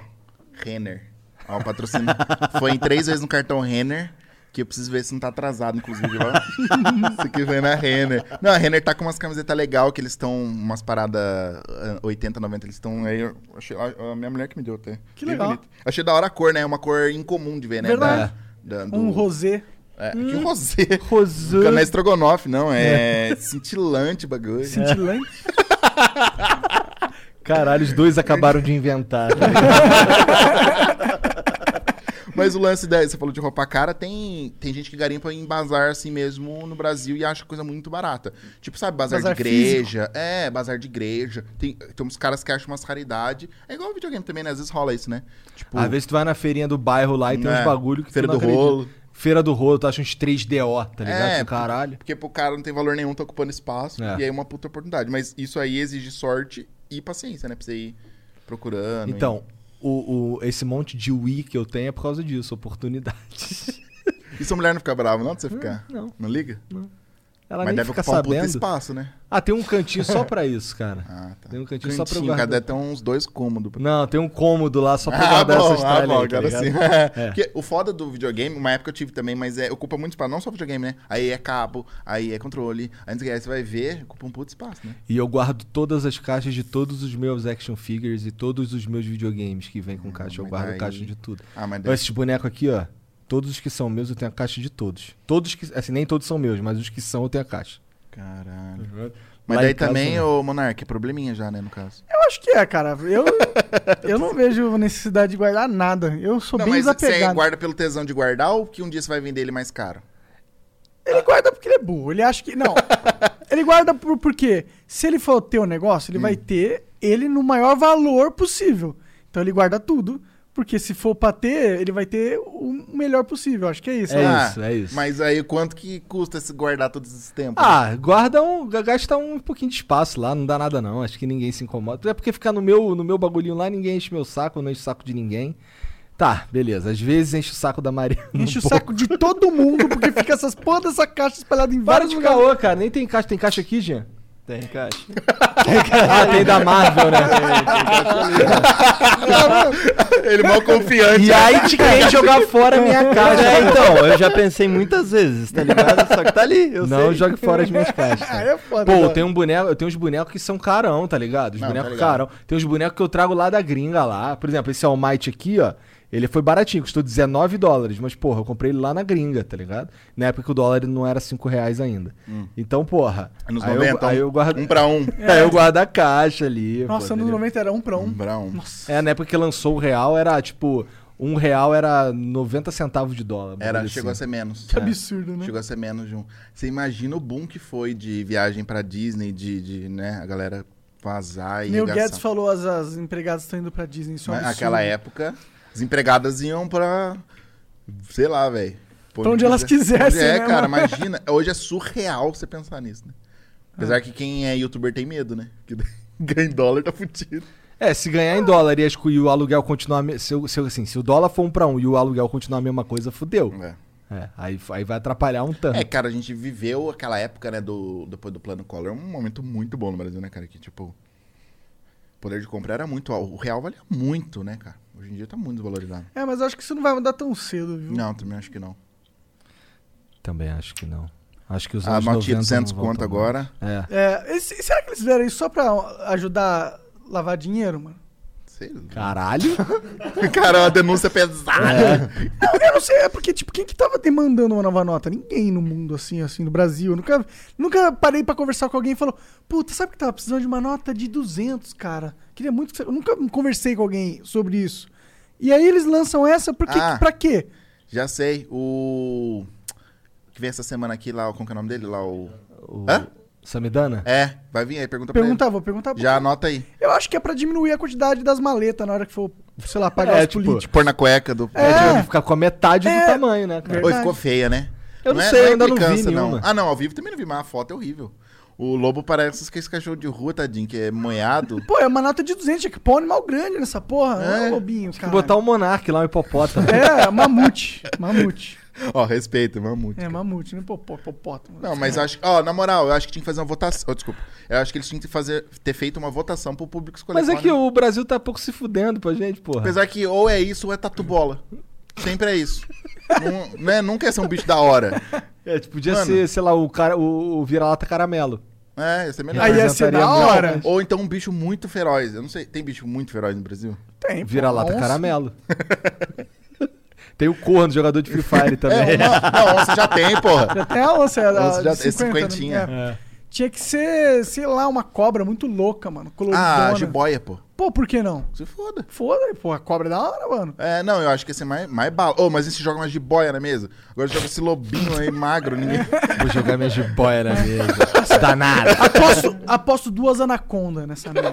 S3: Renner. Ó, o patrocínio. Foi em três vezes no cartão Renner. Que eu preciso ver se não tá atrasado, inclusive, ó. Isso aqui vem na Renner. Não, a Renner tá com umas camisetas legal que eles estão. Umas paradas ah, 80, 90. Eles estão aí. eu Achei, a, a minha mulher que me deu até.
S2: Que
S3: Bem
S2: legal.
S3: Achei da hora a cor, né? É uma cor incomum de ver, né?
S2: Verdade.
S3: Da, da- do-
S2: Um rosé.
S3: É, que rosé.
S1: Rosana.
S3: Não é estrogonofe, não. É, cintilante o bagulho.
S2: Cintilante.
S1: Caralho, os dois acabaram de inventar. tá
S3: Mas o lance da. Você falou de roupa cara, tem, tem gente que garimpa em bazar assim mesmo no Brasil e acha coisa muito barata. Tipo, sabe, bazar,
S2: Bazar
S3: de igreja. É, bazar de igreja. Tem, tem uns caras que acham umas raridades. É igual videogame também, né? Às vezes rola isso, né? Tipo,
S1: Às vezes tu vai na feirinha do bairro lá e tem
S3: É,
S1: uns bagulho que
S3: feira
S1: tu não
S3: do
S1: acredita.
S3: rolo.
S1: Feira do rolo, tu acha uns 3DO, tá ligado?
S3: É,
S1: Tu, Caralho.
S3: porque pro cara não tem valor nenhum, tá ocupando espaço.
S1: É.
S3: E aí é uma puta oportunidade. Mas isso aí exige sorte e paciência, né? Pra você ir procurando.
S1: Então, o, o- esse monte de Wii que eu tenho é por causa disso, oportunidades.
S3: E, e sua mulher não fica brava, não? De você ficar?
S1: não.
S3: Não liga?
S1: Ela nem
S3: Mas deve
S1: fica
S3: ocupar um puta
S1: sabendo.
S3: espaço, né?
S1: ah, tem um cantinho só pra isso, cara.
S3: Ah, tá.
S1: Tem um cantinho só pra eu guardar.
S3: cada tem uns dois cômodos pra
S1: Não, tem um cômodo lá só pra
S3: Ah,
S1: guardar essas tralhas aí, tá
S3: agora
S1: ligado?
S3: sim.
S1: É.
S3: Porque o foda do videogame, uma época eu tive também, mas é, ocupa muito espaço. Não só videogame, né? Aí é cabo, aí é controle. Antes que aí você vai ver, ocupa um puto espaço, né?
S1: E eu guardo todas as caixas de todos os meus action figures e todos os meus videogames que vem com caixa. Eu
S3: mas
S1: guardo
S3: daí-
S1: caixa de tudo.
S3: Ah, mas
S1: Então, esses bonecos aqui, ó. Todos os que são meus, eu tenho a caixa de todos. Todos que. Assim, nem todos são meus, mas os que são, eu tenho a caixa.
S3: Caralho.
S1: Lá
S3: Tá Mas
S1: em
S3: daí
S1: casa,
S3: também,
S1: né?
S3: ô Monark, é probleminha já, né, no caso.
S2: Eu acho que é, cara. Eu, eu não vejo necessidade de guardar nada. Eu sou
S3: não,
S2: bem
S3: mas é você
S2: desapegado.
S3: guarda pelo tesão de guardar ou que um dia você vai vender ele mais caro?
S2: Ele guarda porque ele é burro. Ele acha que. Não. ele guarda por, porque se ele for ter o negócio, ele vai ter ele no maior valor possível. Então ele guarda tudo. Porque se for pra ter, ele vai ter o melhor possível. Acho que é isso.
S1: É
S2: né?
S1: isso, é isso.
S3: Mas aí quanto que custa se guardar todos esses tempos?
S1: Ah, guarda um. Gasta um pouquinho de espaço lá, não dá nada não. Acho que ninguém se incomoda. Até porque ficar no meu, no meu bagulhinho lá, ninguém enche meu saco, eu não enche o saco de ninguém. Tá, beleza. Às vezes enche o saco da Maria.
S2: Enche o saco de todo mundo, porque fica essas porra dessa caixa espalhada em
S1: Para
S2: vários
S1: de
S2: lugares.
S1: caô, cara. Nem tem caixa. Tem caixa aqui, Jean?
S4: Tem caixa.
S1: Ah, tem da Marvel, né?
S3: ele mal confiante. né?
S1: E aí te querem jogar fora a minha caixa.
S4: É, então, eu já pensei muitas vezes, tá ligado? Só que tá ali, eu
S1: não
S4: sei.
S1: jogue fora as minhas caixas.
S2: Ah,
S1: cara.
S2: é foda.
S1: Pô, eu
S2: cara.
S1: tenho, um boneco, eu tenho uns bonecos que são carão, tá ligado? Os
S3: Não, tá
S1: bonecos
S3: ligado.
S1: carão. Tem uns bonecos que eu trago lá da gringa lá. Por exemplo, esse All Might aqui, ó. Ele foi baratinho, custou 19 dólares. Mas, porra, eu comprei ele lá na gringa, tá ligado? Na época que o dólar não era 5 reais ainda. Então, porra.
S3: Anos
S1: aí,
S3: 90,
S1: eu, aí
S3: um-
S1: eu guardo.
S3: um pra um.
S1: Aí eu guardo a caixa ali. pô,
S2: Nossa,
S1: tá
S2: anos
S1: ligado?
S2: 90 era um pra um.
S3: Um pra um.
S1: É, na época que lançou o real, era tipo. Um real era 90 centavos de dólar.
S3: Era,
S1: bagulho
S3: chegou a
S1: assim.
S3: ser menos. É.
S2: Que absurdo, né?
S3: Chegou a ser menos de um. Você imagina o boom que foi de viagem pra Disney, de, de né, a galera vazar e
S2: Neil
S3: arregaçar.
S2: Guedes falou as, as empregadas estão indo pra Disney. Isso é um absurdo.
S3: Naquela época, as empregadas iam pra. sei lá, velho.
S2: Pra onde elas quisessem, né,
S3: É, cara,
S2: mano?
S3: imagina. Hoje é surreal você é pensar nisso, né? Apesar que quem é youtuber tem medo, né? Que ganha em dólar tá fudido.
S1: É, se ganhar em dólar e, as co- e o aluguel continuar. me- Se, o- se o- assim, se o dólar for um pra um e o aluguel continuar a mesma coisa, fudeu.
S3: É.
S1: É, aí, aí vai atrapalhar um tanto.
S3: É, cara, a gente viveu aquela época, né, do, depois do plano Collor. Um momento muito bom no Brasil, né, cara? Que, tipo, o poder de compra era muito alto. O real valia muito, né, cara? Hoje em dia tá muito desvalorizado.
S2: É, mas acho que isso não vai mudar tão cedo, viu?
S3: Não, também acho que não.
S1: Também acho que não. Acho que os
S3: A
S1: anos
S3: notinha
S1: 90
S3: 200
S1: não voltam
S3: Ah, conto agora.
S1: mais. É.
S2: É, e se- será que eles fizeram isso só pra ajudar a lavar dinheiro, mano?
S3: Sei lá.
S1: Caralho.
S3: Cara, é uma denúncia pesada.
S2: Não, eu não sei, é porque, tipo, quem que tava demandando uma nova nota? Ninguém no mundo, assim, assim, no Brasil. Eu nunca, nunca parei pra conversar com alguém e falou, puta, sabe que tava precisando de uma nota de 200, cara? Queria muito que você... Eu nunca conversei com alguém sobre isso. E aí eles lançam essa, porque,
S3: Ah.
S2: pra quê?
S3: Já sei. O. Que vem essa semana aqui lá, o- como que é o nome dele? Lá o.
S1: O...
S3: Hã?
S1: Samidana?
S3: É, vai vir aí, pergunta pra
S2: Perguntar, vou perguntar.
S3: ele. Já anota aí.
S2: Eu acho que é pra diminuir a quantidade das maletas na hora que for, sei lá, pagar
S1: É,
S2: os
S1: tipo,
S2: políticos.
S3: Pôr na cueca do.
S1: É,
S2: É.
S1: tipo, ficar com a metade
S2: É.
S1: do tamanho, né, cara?
S3: Oi,
S2: Verdade.
S3: ficou feia, né?
S1: Eu não sei, eu ainda não vi
S3: implicância,
S1: nenhuma.
S3: Ah, não, ao vivo também não vi, mas a foto é horrível. O lobo parece que esse cachorro de rua, tadinho, que é manhado.
S2: Pô, é uma nota de 200, tinha que pôr um animal grande nessa porra.
S3: É.
S2: É, lobinho,
S1: Tem
S2: cara.
S1: que botar um monarca lá, um hipopótamo.
S2: É, mamute. Mamute.
S3: Ó, respeito, mamute.
S2: É,
S3: cara.
S2: mamute, não é popó- popótamo.
S3: Não, mas eu acho que. Ó, na moral, eu acho que tinha que fazer uma votação. Ó, desculpa. Eu acho que eles tinham que fazer, ter feito uma votação pro público escolher.
S1: Mas é
S3: qual,
S1: que
S3: né?
S1: o Brasil tá pouco se fudendo pra gente, porra.
S3: Apesar que ou é isso ou é tatu bola. Sempre é isso. Nun- né? Nunca é ser um bicho da hora.
S1: É, tipo, podia
S3: Mano.
S1: ser, sei lá, o, cara, o, o vira-lata caramelo.
S3: É, isso é melhor.
S2: Aí ia ser da hora.
S3: Ou então um bicho muito feroz. Eu não sei, tem bicho muito feroz no Brasil?
S2: Tem, pô,
S1: Vira-lata
S2: onça.
S1: caramelo. Tem o corno, jogador de Free Fire
S3: É,
S1: também.
S3: uma, não, onça já tem, porra.
S2: Até a onça era
S3: Onça já-
S2: de
S3: é
S2: 50, né?
S3: cinquentinha.
S2: É. Tinha que ser, sei lá, uma cobra muito louca, mano. Coloridona.
S3: Ah, jiboia, pô.
S2: Pô, por que não?
S3: Se foda.
S2: Foda-se, pô. A cobra é da hora, mano.
S3: É, não, eu acho que ia ser mais, mais bala. Ô, mas esse joga uma jiboia na mesa? é Agora joga esse lobinho aí magro, ninguém.
S1: Vou jogar minha jiboia na mesa. Danada.
S2: Aposto, aposto duas anacondas nessa merda.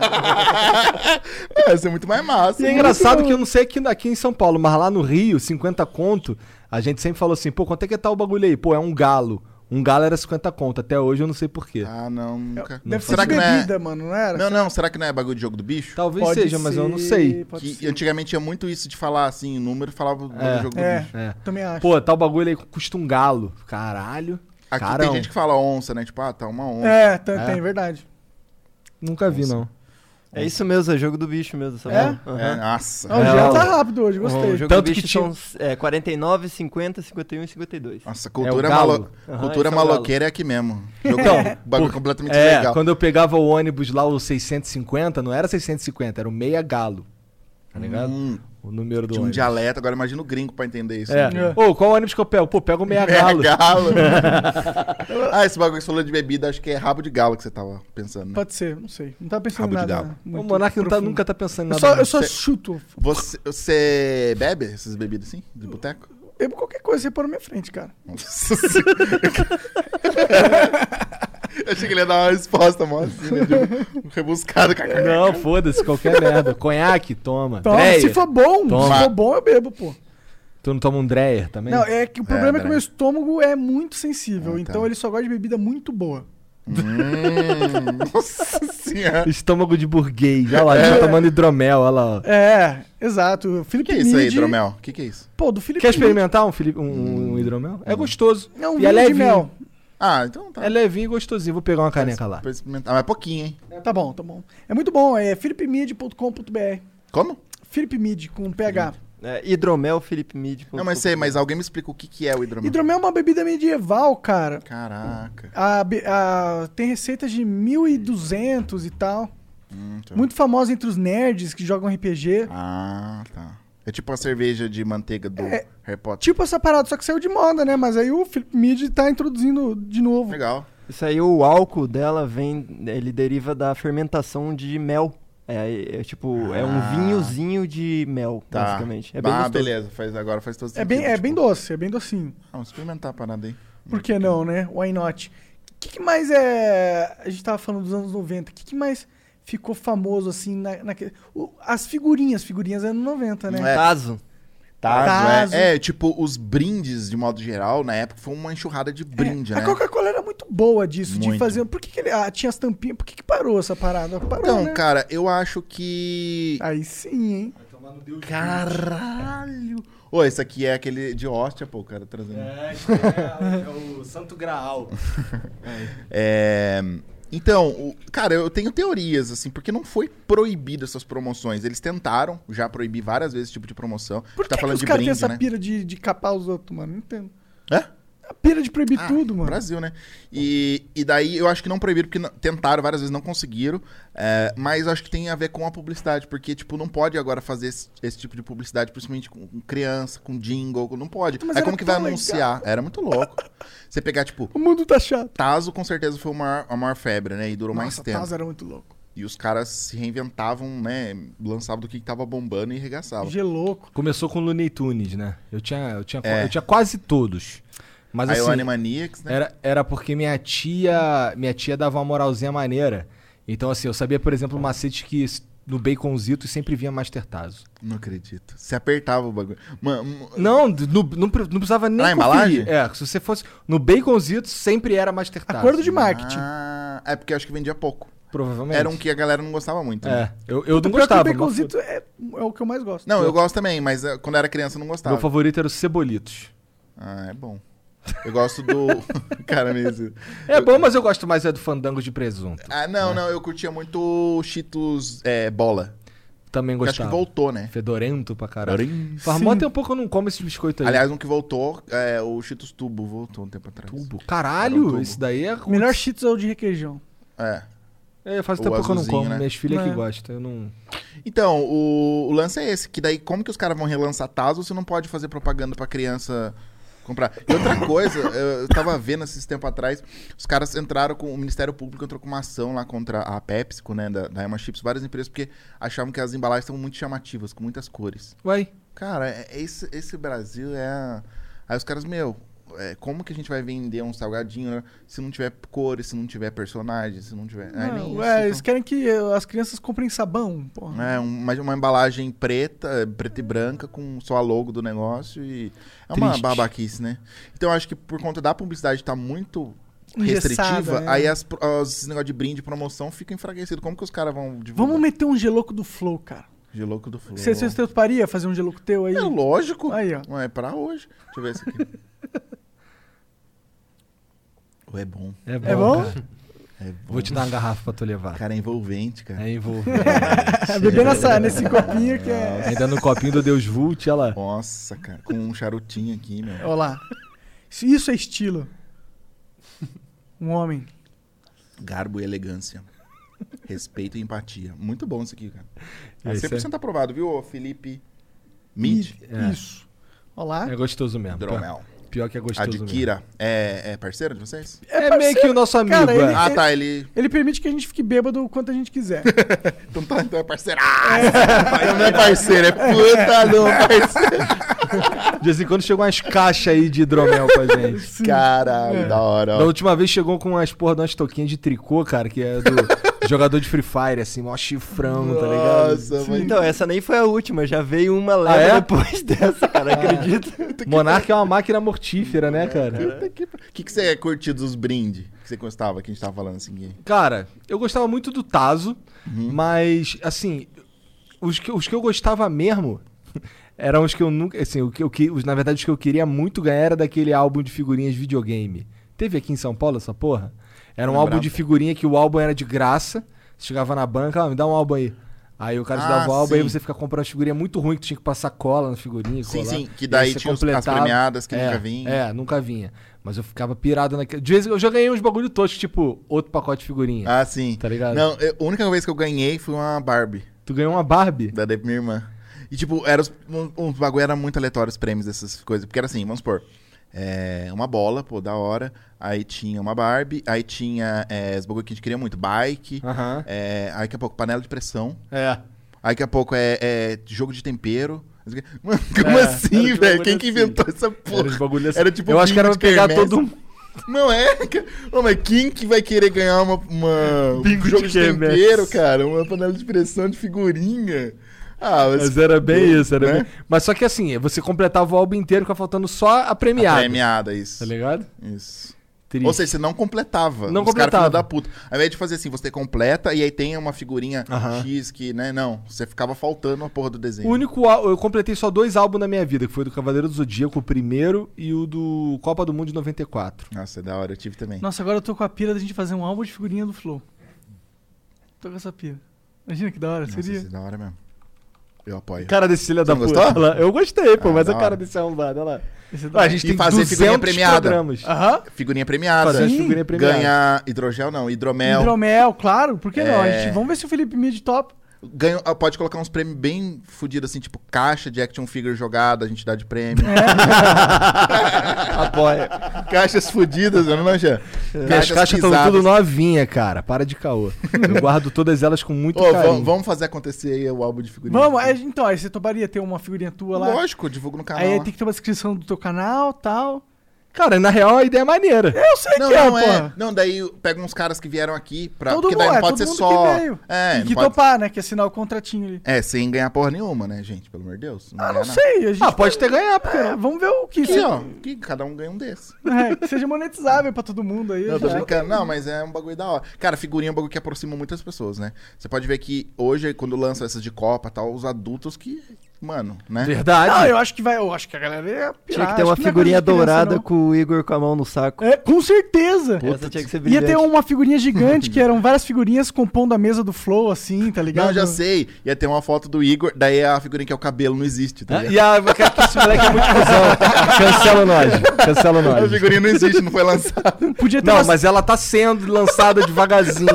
S3: É, ia ser muito mais massa.
S1: E é engraçado que eu não sei aqui, aqui em São Paulo, mas lá no Rio, 50 conto, a gente sempre falou assim, pô, quanto é que tá o bagulho aí? Pô, é um galo. Um galo era 50 conto, até hoje eu não sei porquê.
S3: Ah, não, nunca.
S2: Deve ser
S3: será
S2: de
S3: que não é-
S2: bebida, mano, não era?
S3: Não, não, será que não é bagulho de jogo do bicho?
S1: Talvez
S2: Pode
S1: seja, mas eu não
S2: ser,
S1: sei.
S2: pode
S3: que
S2: ser.
S3: antigamente tinha muito isso de falar assim, número, falava o
S1: É.
S3: jogo do
S2: É,
S3: bicho.
S1: É.
S2: também acho.
S1: Pô, tal bagulho aí custa um galo. Caralho.
S3: Aqui
S1: Cara,
S3: tem gente que fala onça, né? Tipo, ah, tá uma onça.
S2: é, tem,
S1: É.
S2: tem, verdade.
S1: nunca vi, não.
S4: É isso mesmo, é jogo do bicho mesmo, sabe?
S2: É?
S3: É,
S4: Aham.
S3: nossa.
S2: Ah, o
S1: É,
S2: Jean
S1: o-
S2: tá rápido hoje, gostei.
S4: O jogo
S1: Tanto
S4: do bicho
S1: que tinha-
S4: são é, 49, 50, 51 e 52.
S3: Nossa, cultura,
S1: É o galo.
S3: malo-
S4: Aham,
S3: cultura
S4: esse é o
S3: maloqueira é aqui mesmo. Jogo
S1: Então,
S3: bagulho
S1: por-
S3: completamente
S1: É,
S3: legal.
S1: quando eu pegava o ônibus lá, o 650, não era 650, era o meia galo. Tá ligado?
S3: Hum,
S1: O número do
S3: tinha um
S1: ônibus.
S3: dialeto, agora imagina o gringo pra entender isso. né?
S1: É.
S2: É.
S1: Ô, qual ônibus que eu pego? Pô, pego o meia galo.
S3: É, galo. ah, esse bagulho que você falou de bebida, acho que é rabo de galo que você tava pensando. Né?
S2: Pode ser, não sei. Não tava pensando
S3: Rabo
S2: em
S3: de
S2: nada. né?
S3: galo.
S1: O
S2: muito
S1: Monark não tá-
S2: profundo.
S1: nunca tá pensando em nada.
S2: Eu só, eu
S1: não.
S2: só
S3: Cê-
S2: chuto.
S3: Você, você bebe essas bebidas assim, de boteco?
S2: Eu, qualquer coisa você põe na minha frente, cara.
S3: Nossa senhora. Eu achei que ele ia dar uma resposta, mó assim, né? de um Rebuscado, cara.
S1: Não, foda-se, qualquer merda. Conhaque, toma.
S2: Toma,
S1: Dreyer.
S2: se for bom,
S1: Toma.
S2: se for bom, eu bebo, pô.
S1: Tu não toma um Dreyer também?
S2: Não, é que o problema é, que
S3: peraí.
S2: o meu estômago é muito sensível,
S3: Ah, tá.
S2: então ele só gosta de bebida muito boa.
S3: Hum, nossa senhora.
S1: Estômago de burguês. Olha lá, ele tá tomando hidromel, olha lá. ó.
S2: É, exato. O
S3: O
S2: Felipe
S3: que é isso aí,
S2: Midi-
S3: hidromel? O que, que é isso?
S2: Pô, do Felipe
S1: Quer
S2: Midi-
S1: experimentar um, Felipe- um- um hidromel? É gostoso.
S2: É um
S1: e é
S2: vinho de
S1: levinho.
S2: mel.
S3: Ah, então tá.
S1: É levinho e gostosinho. Vou pegar uma caneca lá.
S3: Pra experimentar. Ah, mas pouquinho, hein?
S2: Tá bom, tá bom. É muito bom, é philipemid.com.br.
S3: Como?
S2: Felipe Mid com PH.
S4: É, hidromel Felipe Mid.
S3: Não, mas sei, mas alguém me explica o que, que é o hidromel.
S2: Hidromel é uma bebida medieval, cara.
S3: Caraca.
S2: A be- a- tem receitas de 1200 e tal.
S3: Hum, tá.
S2: Muito famosa entre os nerds que jogam RPG.
S3: Ah, tá. É tipo a cerveja de manteiga do
S2: É.
S3: Harry Potter.
S2: Tipo essa parada, só que saiu de moda, né? Mas aí o Felipe Mid tá introduzindo de novo.
S3: Legal.
S4: Isso aí, o álcool dela vem, ele deriva da fermentação de mel. É, é tipo, é um
S3: Ah.
S4: vinhozinho de mel,
S3: Tá.
S4: basicamente. É bem
S3: ah,
S4: gostoso.
S3: beleza. Faz, agora faz todo
S2: É
S3: sentido.
S2: bem, é
S3: tipo.
S2: bem doce, é bem docinho.
S3: Ah, vamos experimentar a parada aí.
S2: Por que não, né? Why not? O que, que mais é. A gente tava falando dos anos 90. O que, que mais ficou famoso assim na, naque- o- As figurinhas, figurinhas é anos 90, né?
S3: É.
S4: Tazo.
S3: Tazo,
S2: Tazo.
S3: É, é, tipo, os brindes, de modo geral, na época, foi uma enxurrada de brinde,
S2: É,
S3: né?
S2: A Coca-Cola era muito boa disso, de
S3: Muito.
S2: fazer. Por que, que ele. Ah, tinha as tampinhas. Por que, que parou essa parada? Parou.
S3: Então,
S2: né?
S3: cara, eu acho que...
S2: Aí sim, hein?
S3: Caralho! Ô, esse aqui é aquele de hóstia, pô, o cara trazendo...
S1: É, o Santo Graal.
S3: É, Então, o- cara, eu tenho teorias, assim, porque não foi proibido essas promoções. Eles tentaram já proibir várias vezes esse tipo de promoção.
S2: Por que,
S3: tá
S2: que
S3: falando
S2: os
S3: de
S2: caras
S3: brinde,
S2: têm essa
S3: né?
S2: pira de, de capar os outros, mano? Não entendo.
S3: Hã?
S2: A pira de proibir
S3: Ah,
S2: tudo, mano.
S3: Brasil, né? E, e daí eu acho que não proibiram, porque não- tentaram várias vezes, não conseguiram. é, mas acho que tem a ver com a publicidade, porque, tipo, não pode agora fazer esse, esse tipo de publicidade, principalmente com, com criança, com jingle, com- não pode.
S2: Mas
S3: Aí
S2: era
S3: como que vai
S2: tão legal.
S3: anunciar? Era muito louco. Você pegar, tipo,
S2: O mundo tá chato.
S3: Tazo com certeza foi a maior, a maior febre, né? E durou mais
S2: Nossa,
S3: tempo.
S2: Tazo era muito louco.
S3: E os caras se reinventavam, né? Lançavam do que que tava bombando e arregaçavam.
S2: Gelouco.
S1: Começou com Looney Tunes, né? Eu tinha, eu tinha,
S3: É.
S1: eu tinha quase todos. Mas
S3: Aí o
S1: assim,
S3: Animaniacs, né?
S1: Era, era porque minha tia, minha tia dava uma moralzinha maneira. Então, assim, eu sabia, por exemplo, o macete que s- no baconzito sempre vinha Master Tazo.
S3: Não acredito. Se apertava o bagulho. Mano, um,
S1: Não, d- no- não, pre- não precisava nem.
S3: Na
S1: conferir.
S3: embalagem?
S1: É, se você fosse. No baconzito sempre era Master Tazo.
S2: Acordo de marketing.
S3: ah, é porque eu acho que vendia pouco.
S1: Provavelmente.
S3: Era um que a galera não gostava muito. né?
S1: É, eu, eu
S2: Puta,
S1: não
S2: pior que
S1: gostava.
S2: O
S1: Meu, fa-
S2: baconzito é, é o que eu mais gosto.
S3: Não, eu gosto também, mas eh, quando era criança eu não gostava.
S1: meu favorito era o Cebolitos.
S3: Ah, é bom. Eu gosto do. Cara, mesmo.
S1: É bom, mas eu gosto mais é do fandango de presunto.
S3: Ah, não, não, eu curtia muito Cheetos é, Bola.
S1: Também
S3: Eu acho
S1: gostava.
S3: que voltou, né?
S1: Fedorento pra caralho.
S3: Fedorento.
S1: Faz mó tempo que eu não como esses biscoitos aí.
S3: Aliás, um que voltou é o Cheetos Tubo, voltou um tempo atrás.
S1: tubo.
S3: Era
S1: Caralho,
S3: um tubo.
S1: esse daí é.
S2: Melhor Cheetos é o de requeijão.
S3: É.
S1: É, faz
S3: O
S1: tempo que eu não
S3: azulzinho,
S1: como.
S3: né?
S1: Minhas filhas
S2: É.
S1: que gostam. Eu não.
S3: Então, o, o lance é esse, que daí como que os caras vão relançar Tazo se não pode fazer propaganda pra criança comprar? E outra coisa, eu tava vendo esses tempos atrás, os caras entraram com, o Ministério Público entrou com uma ação lá contra a PepsiCo, né, da, da Emma Chips, várias empresas, porque achavam que as embalagens estavam muito chamativas, com muitas cores.
S1: Vai.
S3: Cara, é- é esse, esse Brasil é... a- Aí os caras, meu, é, como que a gente vai vender um salgadinho né, se não tiver cores, se não tiver personagens, se não tiver... Ah,
S2: Não,
S3: nem
S2: é,
S3: isso,
S2: eles querem que eh, as crianças comprem sabão, porra.
S3: É, um, mas uma embalagem preta, eh, preta e branca, com só a logo do negócio e. É uma
S1: Triste.
S3: babaquice, né? Então eu acho que por conta da publicidade tá muito
S2: Engessada,
S3: restritiva,
S2: né?
S3: aí as, pro- as- esse negócio de brinde e promoção fica enfraquecido. Como que os caras vão divulgar?
S2: Vamos meter um geloco do Flow, cara.
S3: De louco do flow.
S2: Você se paria fazer um geloco teu aí?
S3: É lógico.
S2: Aí, ó.
S3: Não é pra hoje. Deixa eu ver esse aqui. Ou é
S1: bom.
S3: bom.
S2: É bom?
S1: cara.
S3: É bom.
S1: Vou te dar uma garrafa pra tu levar.
S3: Cara, é envolvente, cara.
S1: É envolvente.
S2: É, beber nessa, nesse copinho que é.
S1: Ainda no copinho do Deus Vult, ela.
S3: Nossa, cara. Com um charutinho aqui, meu.
S2: Olha lá. Isso- Isso é estilo. Um homem.
S3: Garbo e elegância. Respeito e empatia. Muito bom isso aqui, cara. É
S1: Esse
S3: 100% aprovado, viu, Felipe? Mid.
S1: É.
S2: Isso. Olha
S1: É
S2: lá.
S1: gostoso mesmo. Pior,
S3: Dromel.
S1: pior que é gostoso mesmo.
S3: Adquira. É, é parceiro de vocês?
S1: É, meio
S2: parceiro,
S1: que o nosso amigo.
S2: cara, ele-
S1: é.
S3: Ah, tá. Ele.
S2: Ele permite que a gente fique bêbado o quanto a gente quiser.
S3: Então, tá, então é parceiro. Ah, não é parceiro, é puta, não, parceiro.
S1: De vez em quando chegam umas caixas aí de hidromel pra gente.
S2: Sim.
S3: Caralho,
S1: É.
S3: da hora.
S1: Da
S3: ó.
S1: última vez chegou com umas porra de umas toquinhas de tricô, cara, que é do jogador de Free Fire, assim, mó chifrão, tá ligado?
S3: Nossa, mãe.
S4: Então, essa nem foi a última, já veio uma leva
S1: Ah, é? Ah.
S4: depois dessa, cara, acredita?
S1: Monark é uma máquina mortífera, né, cara?
S3: O que, que você curtiu dos brindes que você gostava, que a gente tava falando assim? que-
S1: Cara, eu gostava muito do Tazo,
S3: Uhum.
S1: mas, assim, os que, os que eu gostava mesmo eram os que eu nunca. Assim, o que, o que, os, na verdade, os que eu queria muito ganhar era daquele álbum de figurinhas de videogame. Teve aqui em São Paulo essa porra? Era um
S3: Não
S1: álbum de
S3: lembrava.
S1: figurinha que o álbum era de graça. Você chegava na banca, ah, me dá um álbum aí. Aí o cara te dava
S3: Ah,
S1: o álbum, aí
S3: sim.
S1: você fica comprando figurinha muito ruim, que tinha que passar cola na figurinha.
S3: Sim,
S1: colar.
S3: sim, que
S1: E aí
S3: daí
S1: você
S3: tinha os- as
S1: completava.
S3: premiadas que
S1: é,
S3: nunca vinham.
S1: É, nunca vinha. Mas eu ficava pirado naquele. De vez em- eu já ganhei uns bagulho tosco, tipo, outro pacote de figurinha.
S3: Ah, sim.
S1: Tá ligado?
S3: Não, eu- a única vez que eu ganhei foi uma Barbie.
S1: Tu ganhou uma Barbie?
S3: Da da minha irmã. E, tipo, era os, um- uns bagulho era muito aleatório os prêmios dessas coisas. Porque era assim, vamos supor. é, uma bola, pô, da hora. Aí tinha uma Barbie. Aí tinha é, os bagulho que a gente queria muito. Bike.
S1: Aham.
S3: é, aí daqui a pouco, panela de pressão.
S1: É.
S3: Aí daqui a pouco é, é jogo de tempero. Mano, como
S1: É, era
S3: assim,
S1: tipo
S3: velho?
S1: um
S3: Quem que
S1: assim.
S3: inventou essa
S1: Era, uns
S3: porra?
S1: bagulho assim.
S3: Era tipo
S1: Eu acho que era
S3: bingo
S1: pra
S3: de
S1: pegar
S3: quermesse.
S1: todo um- mundo.
S3: Não é? cara. Ô, mas quem que vai querer ganhar uma, uma um
S1: Bingo
S3: jogo
S1: de
S3: de, tempero,
S1: quermesse.
S3: cara? Uma panela de pressão de figurinha? Ah,
S1: Mas é era bem isso, era
S3: né?
S1: bem... Mas só que assim, você completava o álbum inteiro, ficava faltando só a
S3: A
S1: premiada.
S3: premiada, isso.
S1: Tá ligado?
S3: Isso.
S1: Triste.
S3: Ou seja, você não completava.
S1: Não
S3: Os caras
S1: completava.
S3: filho da puta. Ao invés de fazer assim, você completa e aí tem uma figurinha
S1: Aham.
S3: X que, né? Não, você ficava faltando a porra do desenho.
S1: O único ál- eu completei só dois álbuns na minha vida, que foi do Cavaleiro do Zodíaco, o primeiro, e o do Copa do Mundo de 94.
S3: Nossa, é da hora, eu tive também.
S2: Nossa, agora eu tô com a pira da gente fazer um álbum de figurinha do Flow. Tô com essa pira. Imagina que da hora,
S3: Nossa,
S2: seria.
S3: isso é da hora mesmo. Eu apoio.
S1: Cara desse filho da
S3: não
S1: puta.
S3: gostou?
S1: olha lá. Eu gostei, pô,
S3: Ah,
S1: mas
S3: da
S1: a cara
S3: hora.
S1: desse arrombado, olha lá.
S2: Esse é da
S1: Ah, a
S2: hora.
S1: gente
S3: E
S1: tem
S3: fazer
S1: 200
S3: figurinha premiada.
S1: programas.
S2: Aham.
S3: Figurinha premiada.
S1: Fazer as
S2: sim.
S1: figurinhas premiadas.
S3: Ganha hidrogel, não, hidromel.
S2: Hidromel, claro, por que não? A
S3: É.
S2: gente, vamos ver se o Felipe Mid top.
S3: Ganha, ah, pode colocar uns prêmios bem fodidos, assim, tipo caixa de action figure jogada, a gente dá de prêmio.
S2: É.
S1: Apoia.
S3: Caixas fodidas, eu não manjo.
S1: Minhas caixas estão tudo novinha, cara. Para de caô. Eu guardo todas elas com muito
S3: Ô,
S1: carinho.
S3: vamos, vamos fazer acontecer aí o álbum de figurinha.
S2: Vamos, é, então, aí você toparia ter uma figurinha tua lá.
S3: Lógico, divulgo no canal.
S2: Aí é
S3: lá.
S2: tem que ter uma descrição do teu canal tal.
S1: Cara, na real a ideia é maneira.
S2: Eu sei
S3: Não,
S2: que é,
S3: não, é.
S2: porra.
S3: Não, daí pega uns caras que vieram aqui pra.
S2: Todo
S3: porque daí
S2: mundo,
S3: não
S2: é,
S3: pode
S2: todo
S3: ser
S2: mundo
S3: só.
S2: que veio.
S3: É,
S2: Tem
S3: não
S2: que
S3: pode-
S2: topar, né? Que assinar o contratinho ali.
S3: É, sem ganhar porra nenhuma, né, gente? Pelo amor de Deus.
S2: Ah,
S3: ganha
S2: não
S3: nada.
S2: sei. A gente
S1: Ah, pode ter ganhar, porque
S2: É, vamos ver o que
S3: né? Aqui,
S2: isso.
S3: ó. Aqui, cada um ganha um desse.
S2: É, que seja monetizável pra todo mundo aí.
S3: Não, tô
S2: já.
S3: brincando. Não, mas é um bagulho da hora. Cara, figurinha é um bagulho que aproxima muitas pessoas, né? Você pode ver que hoje, quando lançam essas de Copa e tal, os adultos que. Mano, né?
S1: Verdade.
S2: Não, Ah, eu acho que vai. Eu acho que a galera ia pirar,
S4: Tinha Ah, que
S2: acho
S4: ter uma
S2: não é
S4: figurinha
S2: coisa de criança,
S4: dourada
S2: não.
S4: com o Igor com a mão no saco.
S2: É, com certeza.
S4: Essa tinha que ser
S2: Ia
S4: brilhante.
S2: ter uma figurinha gigante, que eram várias figurinhas compondo a mesa do Flow, assim, tá ligado?
S3: Não, já sei. Ia ter uma foto do Igor, daí a figurinha que é o cabelo não existe, tá
S1: Hã?
S3: ligado?
S1: Ah, E a cara que esse moleque é muito cuzão. Cancela nós. Cancela
S3: A
S1: nós.
S3: figurinha não existe, não foi lançada.
S2: Podia ter,
S1: Não,
S2: umas,
S1: mas ela tá sendo lançada devagarzinho.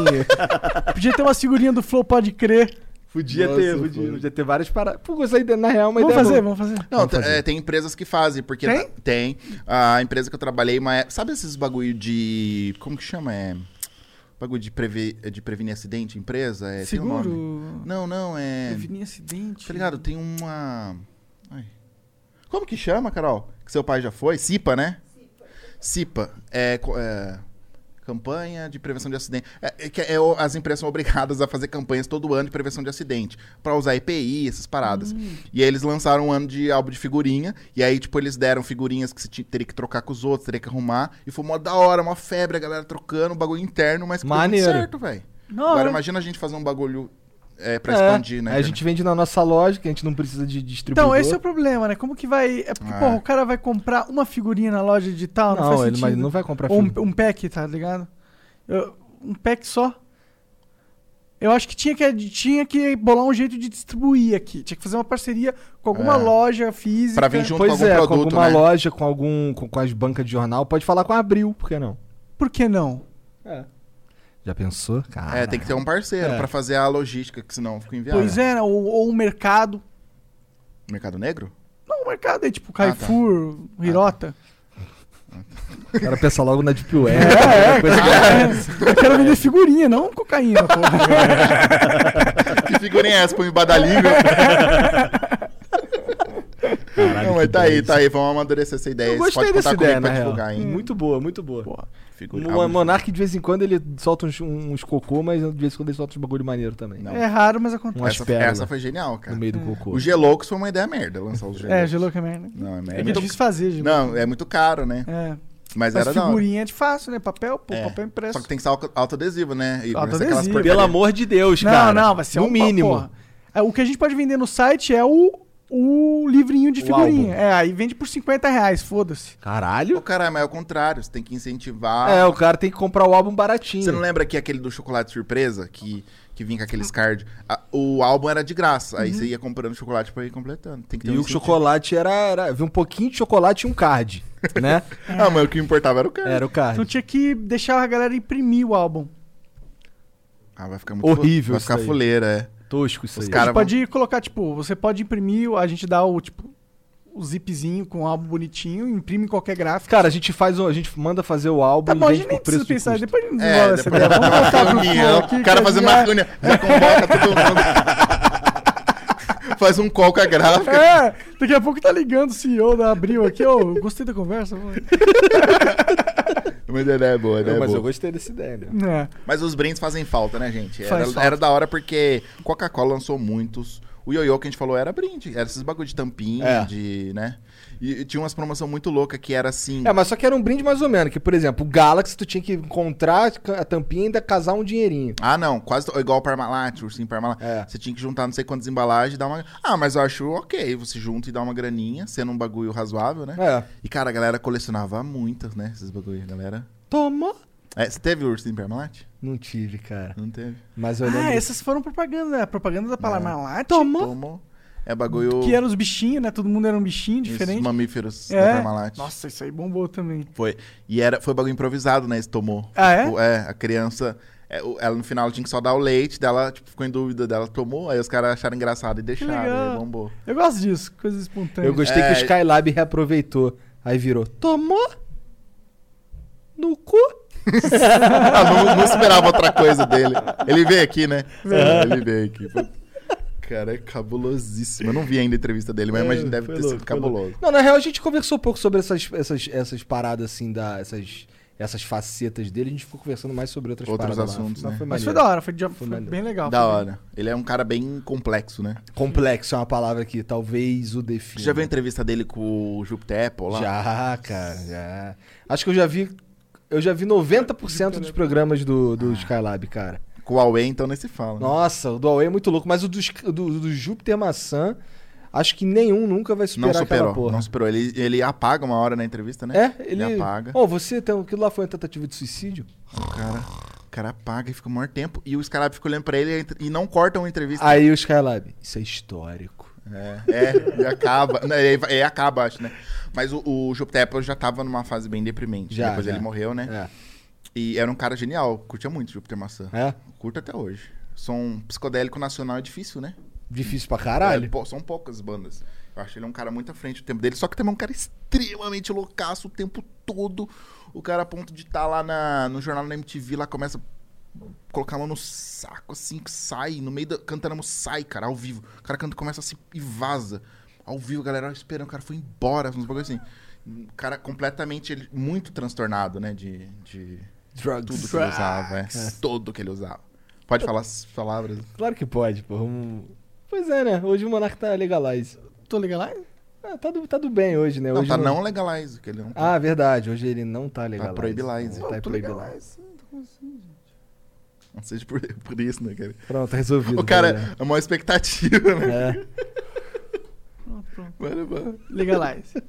S2: podia ter uma figurinha do Flow, pode crer.
S1: Podia
S3: Nossa,
S1: ter,
S3: foi.
S1: podia, podia ter várias paradas. Pô, gostei de- na real, é mas
S2: vamos fazer, vamos fazer.
S3: Não,
S1: Vamos
S3: t-
S1: fazer.
S3: é, tem empresas que fazem, porque
S2: Tem?
S3: tá- tem. A empresa que eu trabalhei, uma é- sabe esses bagulho de. Como que chama? É. Bagulho de, prever, de prevenir acidente, empresa? É, tem um nome.
S2: Seguro.
S3: Não, não, é.
S2: Prevenir acidente.
S3: Tá ligado? Tem uma. Ai. Como que chama, Carol? Que seu pai já foi? CIPA, né? CIPA. É. co- é, Campanha de prevenção de acidente. É, é que é o- as empresas são obrigadas a fazer campanhas todo ano de prevenção de acidente. Pra usar EPI, essas paradas.
S1: Hum.
S3: E aí eles lançaram um ano de álbum de figurinha. E aí, tipo, eles deram figurinhas que você tinha- teria que trocar com os outros, teria que arrumar. E foi mó da hora, uma febre, a galera trocando, um bagulho interno, mas que deu muito
S1: Maneiro.
S3: certo, velho.
S2: Não,
S3: Agora
S2: é-
S3: imagina a gente fazer um bagulho é,
S1: É,
S3: pra expandir, né?
S1: aí a gente vende na nossa loja, que a gente não precisa de distribuidor.
S2: Então, esse é o problema, né? Como que vai. É porque,
S3: Ah.
S2: porra, o cara vai comprar uma figurinha na loja digital, não, faz
S1: Não, ele
S2: sentido.
S1: mas não vai comprar
S2: Ou
S1: filme.
S2: um, um pack, tá ligado? Eu- um pack só. Eu acho que tinha, que tinha que bolar um jeito de distribuir aqui. Tinha que fazer uma parceria com alguma
S3: É.
S2: loja física.
S3: Pra vir junto
S1: Pois
S3: com algum
S1: é, com
S3: produto,
S1: alguma
S3: né?
S1: loja, com algum. Com, com as bancas de jornal, pode falar com a Abril, por que não?
S2: Por que não?
S1: Já pensou? Cara.
S3: É, tem que ter um parceiro
S1: Ah, É.
S3: pra fazer a logística, que senão fica inviável.
S2: Pois é, né? ou, ou um mercado.
S3: Mercado Negro?
S2: Não, um mercado é tipo
S3: tá.
S2: Carrefour, Hirota.
S1: O cara pensa logo na Deep Web. É, coisa que-
S2: Eu quero vender figurinha, não cocaína, porra.
S3: que figurinha é essa pra me badalinho?
S1: Caralho,
S3: Não, mas
S1: que
S3: tá aí,
S1: doido.
S3: tá aí. Vamos amadurecer essa ideia.
S1: é Eu
S3: Vocês
S1: gostei
S3: podem
S1: dessa
S3: contar é
S1: ideia,
S3: comigo
S1: na
S3: pra
S1: real.
S3: divulgar, tá hein?
S1: Muito boa, muito boa.
S2: Porra.
S3: Figura-
S1: O
S3: álbum-
S1: Monark de vez em quando ele solta uns, uns cocô, mas de vez em quando ele solta uns bagulho maneiro também.
S3: Não.
S2: É raro, mas acontece.
S1: Umas
S3: Essa,
S1: pérolas
S3: essa foi genial,
S1: no
S3: cara.
S1: meio do cocô.
S3: O Geloucos foi uma ideia merda, lançar os
S2: É,
S3: Geloucos.
S2: gelou que é merda.
S3: Não, é
S2: É,
S3: merda.
S2: difícil fazer, gelou.
S3: Não, é muito caro, né?
S2: É.
S3: Mas,
S2: Mas
S3: era da hora.
S2: figurinha é de fácil, né? Papel, pô,
S3: É.
S2: papel impresso.
S3: Só que tem que ser alco- autoadesivo, né? Igor? Essa é aquelas
S2: Autoadesivo.
S3: porcaria.
S1: Pelo amor de Deus,
S2: não,
S1: cara.
S2: não, vai ser
S1: No
S2: uma
S1: mínimo.
S2: porra. É, O que a gente pode vender no site é o, o livrinho de
S1: O
S2: figurinha.
S1: álbum.
S2: É, aí vende por 50 reais, foda-se.
S3: Ô,
S1: Caralho.
S3: caralho, mas é o contrário. Você tem que incentivar.
S1: É, o cara tem que comprar o álbum baratinho.
S3: Ah. Você não lembra que aquele do chocolate surpresa, que, que vinha com
S2: Hum.
S3: aqueles cards? Ah, o álbum era de graça,
S2: Uhum.
S3: aí você ia comprando chocolate pra ir completando. Tem que ter
S1: E
S3: um
S1: o
S3: incentivo.
S1: chocolate era, era. Viu um pouquinho de chocolate e um card, né?
S2: É.
S3: Ah, mas o que importava era o card.
S1: Era o card.
S2: Então tinha que deixar a galera imprimir o álbum.
S3: Ah, vai ficar muito
S1: Horrível
S3: Vai
S1: isso
S3: ficar
S1: daí.
S3: fuleira, é.
S1: Tosco isso
S3: Os
S1: aí.
S2: A
S3: Cara,
S2: gente pode colocar, tipo, você pode imprimir, a gente dá o, tipo, o zipzinho com o álbum bonitinho, imprime qualquer gráfico.
S1: Cara, a gente faz um, a gente manda fazer o álbum
S2: Tá
S1: e
S2: bom, a
S1: vende
S2: gente nem
S1: por preço
S2: precisa
S1: de custo.
S2: pensar, depois a gente desenrola
S3: É,
S2: essa ideia.
S3: depois
S2: Vamos
S3: colocar
S2: colocar
S3: uma
S2: pro
S3: reunião,
S2: flow aqui.
S3: o cara
S2: que é-
S3: fazer
S2: a
S3: uma
S2: gente-
S3: reunião, já convoca todo mundo. Faz um call com a gráfica.
S2: É, daqui a pouco tá ligando o CEO da Abril aqui, ô, gostei da conversa. É. vamos-
S3: Mas a ideia é boa, a ideia é
S1: mas
S3: boa.
S1: eu gostei dessa ideia, né?
S2: É.
S3: Mas os brindes fazem falta, né, gente? Era,
S2: Faz falta.
S3: era da hora porque Coca-Cola lançou muitos. O ioiô que a gente falou era brinde, era esses bagulho de tampinha,
S1: É.
S3: de, né? E, e tinha umas promoção muito louca que era assim,
S1: É, mas só que era um brinde mais ou menos, que, por exemplo, o Galaxy tu tinha que encontrar a tampinha e ainda casar um dinheirinho.
S3: ah não, quase to- igual o Parmalat, o ursinho Parmalat.
S1: É.
S3: Você tinha que juntar não sei quantas embalagens e dar uma Ah, mas eu acho OK, você junta e dá uma graninha, sendo um bagulho razoável, né?
S1: É.
S3: E cara, a galera colecionava muito, né, esses bagulho, a galera.
S1: Toma!
S3: É, você teve o ursinho Parmalat?
S1: Não tive, cara.
S3: Não teve.
S1: Mas eu lembro.
S2: Ah, essas foram propaganda, né? A Propaganda da Parmalat.
S3: Tomou. É bagulho
S2: Que eram os bichinhos, né? Todo mundo era um bichinho
S3: esses
S2: diferente.
S3: mamíferos
S2: É.
S3: da Parmalat.
S2: Nossa, isso aí bombou também.
S3: Foi. E era, foi bagulho improvisado, né? Esse tomou.
S2: Ah, é?
S3: Tipo, é, a criança. é, o- Ela no final tinha que só dar o leite, dela tipo, ficou em dúvida dela, tomou, aí os caras acharam engraçado e deixaram,
S2: legal.
S3: aí bombou.
S2: Eu gosto disso, coisas espontâneas.
S1: Eu gostei que o
S3: É.
S1: Skylab reaproveitou. Aí virou. Tomou? No cu?
S3: Ah, não, não esperava outra coisa dele. Ele veio aqui, né? Ele veio aqui. Foi- Cara, é cabulosíssimo. Eu não vi ainda a entrevista dele, mas
S1: É,
S3: imagino que deve
S1: foi
S3: ter
S1: louco,
S3: sido
S1: foi
S3: cabuloso.
S1: Não, na real a gente conversou um pouco sobre essas, essas, essas paradas assim, da, essas, essas facetas dele. A gente ficou conversando mais sobre outras
S3: Outros
S1: paradas. lá.
S3: assuntos,
S1: Mas
S3: né?
S1: foi
S2: Mas
S1: maneiro.
S2: foi da hora, foi, de- foi
S1: maneiro.
S2: bem legal.
S3: Da
S2: foi bem-
S3: hora. Ele é um cara bem complexo, né?
S1: Complexo é uma palavra que talvez o defina.
S3: Você já viu a entrevista dele com o Júpiter Apple lá?
S1: Já, cara, já. Acho que eu já vi. Eu já vi 90% dos programas do,
S3: Ah.
S1: do Skylab, cara.
S3: Com o Huawei, então nem se fala. né?
S1: Nossa, o do Huawei é muito louco, mas o do, Sk- do, do Júpiter Maçã, acho que nenhum nunca vai
S3: Não
S1: superar aquela
S3: superou,
S1: porra.
S3: não superou. Ele, ele apaga uma hora na entrevista, né?
S1: É, ele.
S3: Ele apaga.
S1: Ô, você tem aquilo lá foi uma tentativa de suicídio?
S3: O cara, o cara apaga e fica o maior tempo. E o Scarab fica olhando pra ele e entre- e não cortam a entrevista.
S1: Aí o Skylab, isso é histórico.
S3: É, é, ele acaba. Não, ele, ele acaba, acho, né? Mas o, o Jupiter Apple já tava numa fase bem deprimente.
S1: Já,
S3: Depois
S1: já.
S3: ele morreu, né?
S1: É.
S3: E era um cara genial. Curtia muito Júpiter Maçã.
S1: é.
S3: Curta até hoje. Som psicodélico nacional é difícil, né?
S1: Difícil pra
S3: É,
S1: caralho.
S3: pô, são poucas bandas. Eu acho ele um cara muito à frente do tempo dele, só que também é um cara extremamente loucaço o tempo todo. O cara a ponto de estar lá na- no jornal na MTV, lá começa a colocar a mão no saco, assim, que sai, no meio da. cantando a música, sai, cara, ao vivo. O cara canta, começa assim e vaza. Ao vivo, a galera esperando, o cara foi embora, uns bagulho assim. Um cara completamente, ele- muito transtornado, né, de, de
S1: Drugs.
S3: tudo que ele usava, é. Todo que ele usava. Pode falar as palavras.
S1: Claro que pode, pô. Um- Pois é, né? Hoje o Monark tá legalize.
S2: Tô legalized?
S1: Ah, tá, do, tá do bem hoje, né?
S3: Não,
S1: hoje
S3: tá não legalize, que ele um não
S1: Ah, verdade. Hoje ele não tá legalize.
S3: proibilize.
S1: Tá
S2: tô
S1: proibilize.
S2: legalized.
S3: Não seja por, por isso, né, cara?
S1: Pronto, resolvido.
S3: O cara
S1: galera.
S3: é uma expectativa, né?
S1: É.
S2: Pronto, pronto.
S3: Bora, bora.
S2: Legalized.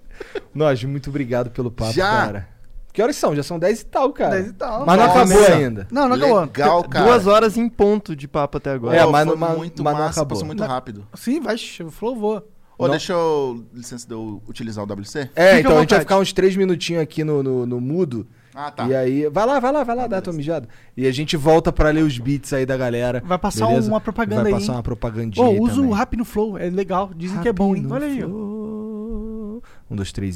S1: Nós, muito obrigado pelo papo,
S3: Já?
S1: cara. Que horas são? Já são 10 e tal, cara.
S2: 10 e tal.
S1: Ah, Mas não
S3: Nossa.
S1: acabou ainda.
S2: Não, não acabou.
S3: Legal, cara.
S4: Duas horas em ponto de papo até agora.
S1: É,
S3: Pô,
S1: mas
S3: foi
S1: não- mas-
S3: muito
S1: mas não
S3: massa,
S1: acabou.
S3: passou muito
S2: Não.
S3: rápido.
S2: Sim, vai, o flow voa.
S3: Ô,
S1: Não.
S3: deixa eu... Licença de eu utilizar o WC?
S1: É,
S2: Fica à
S1: então a gente vai
S2: vontade.
S1: ficar uns 3 minutinhos aqui no, no, no mudo.
S3: Ah, tá.
S1: E é- aí. Vai lá, vai lá, vai lá, dá a tua mijada. E a gente volta pra ler os beats aí da galera.
S2: Vai passar
S1: beleza?
S2: uma propaganda
S1: Vai
S2: aí,
S1: passar
S2: hein?
S1: uma propagandinha.
S2: Ô,
S1: aí
S2: usa
S1: também.
S2: o rap no flow, é legal. Dizem que é bom, hein?
S1: Rapino
S2: Olha aí. ó.
S1: Flow. Um, dois, três.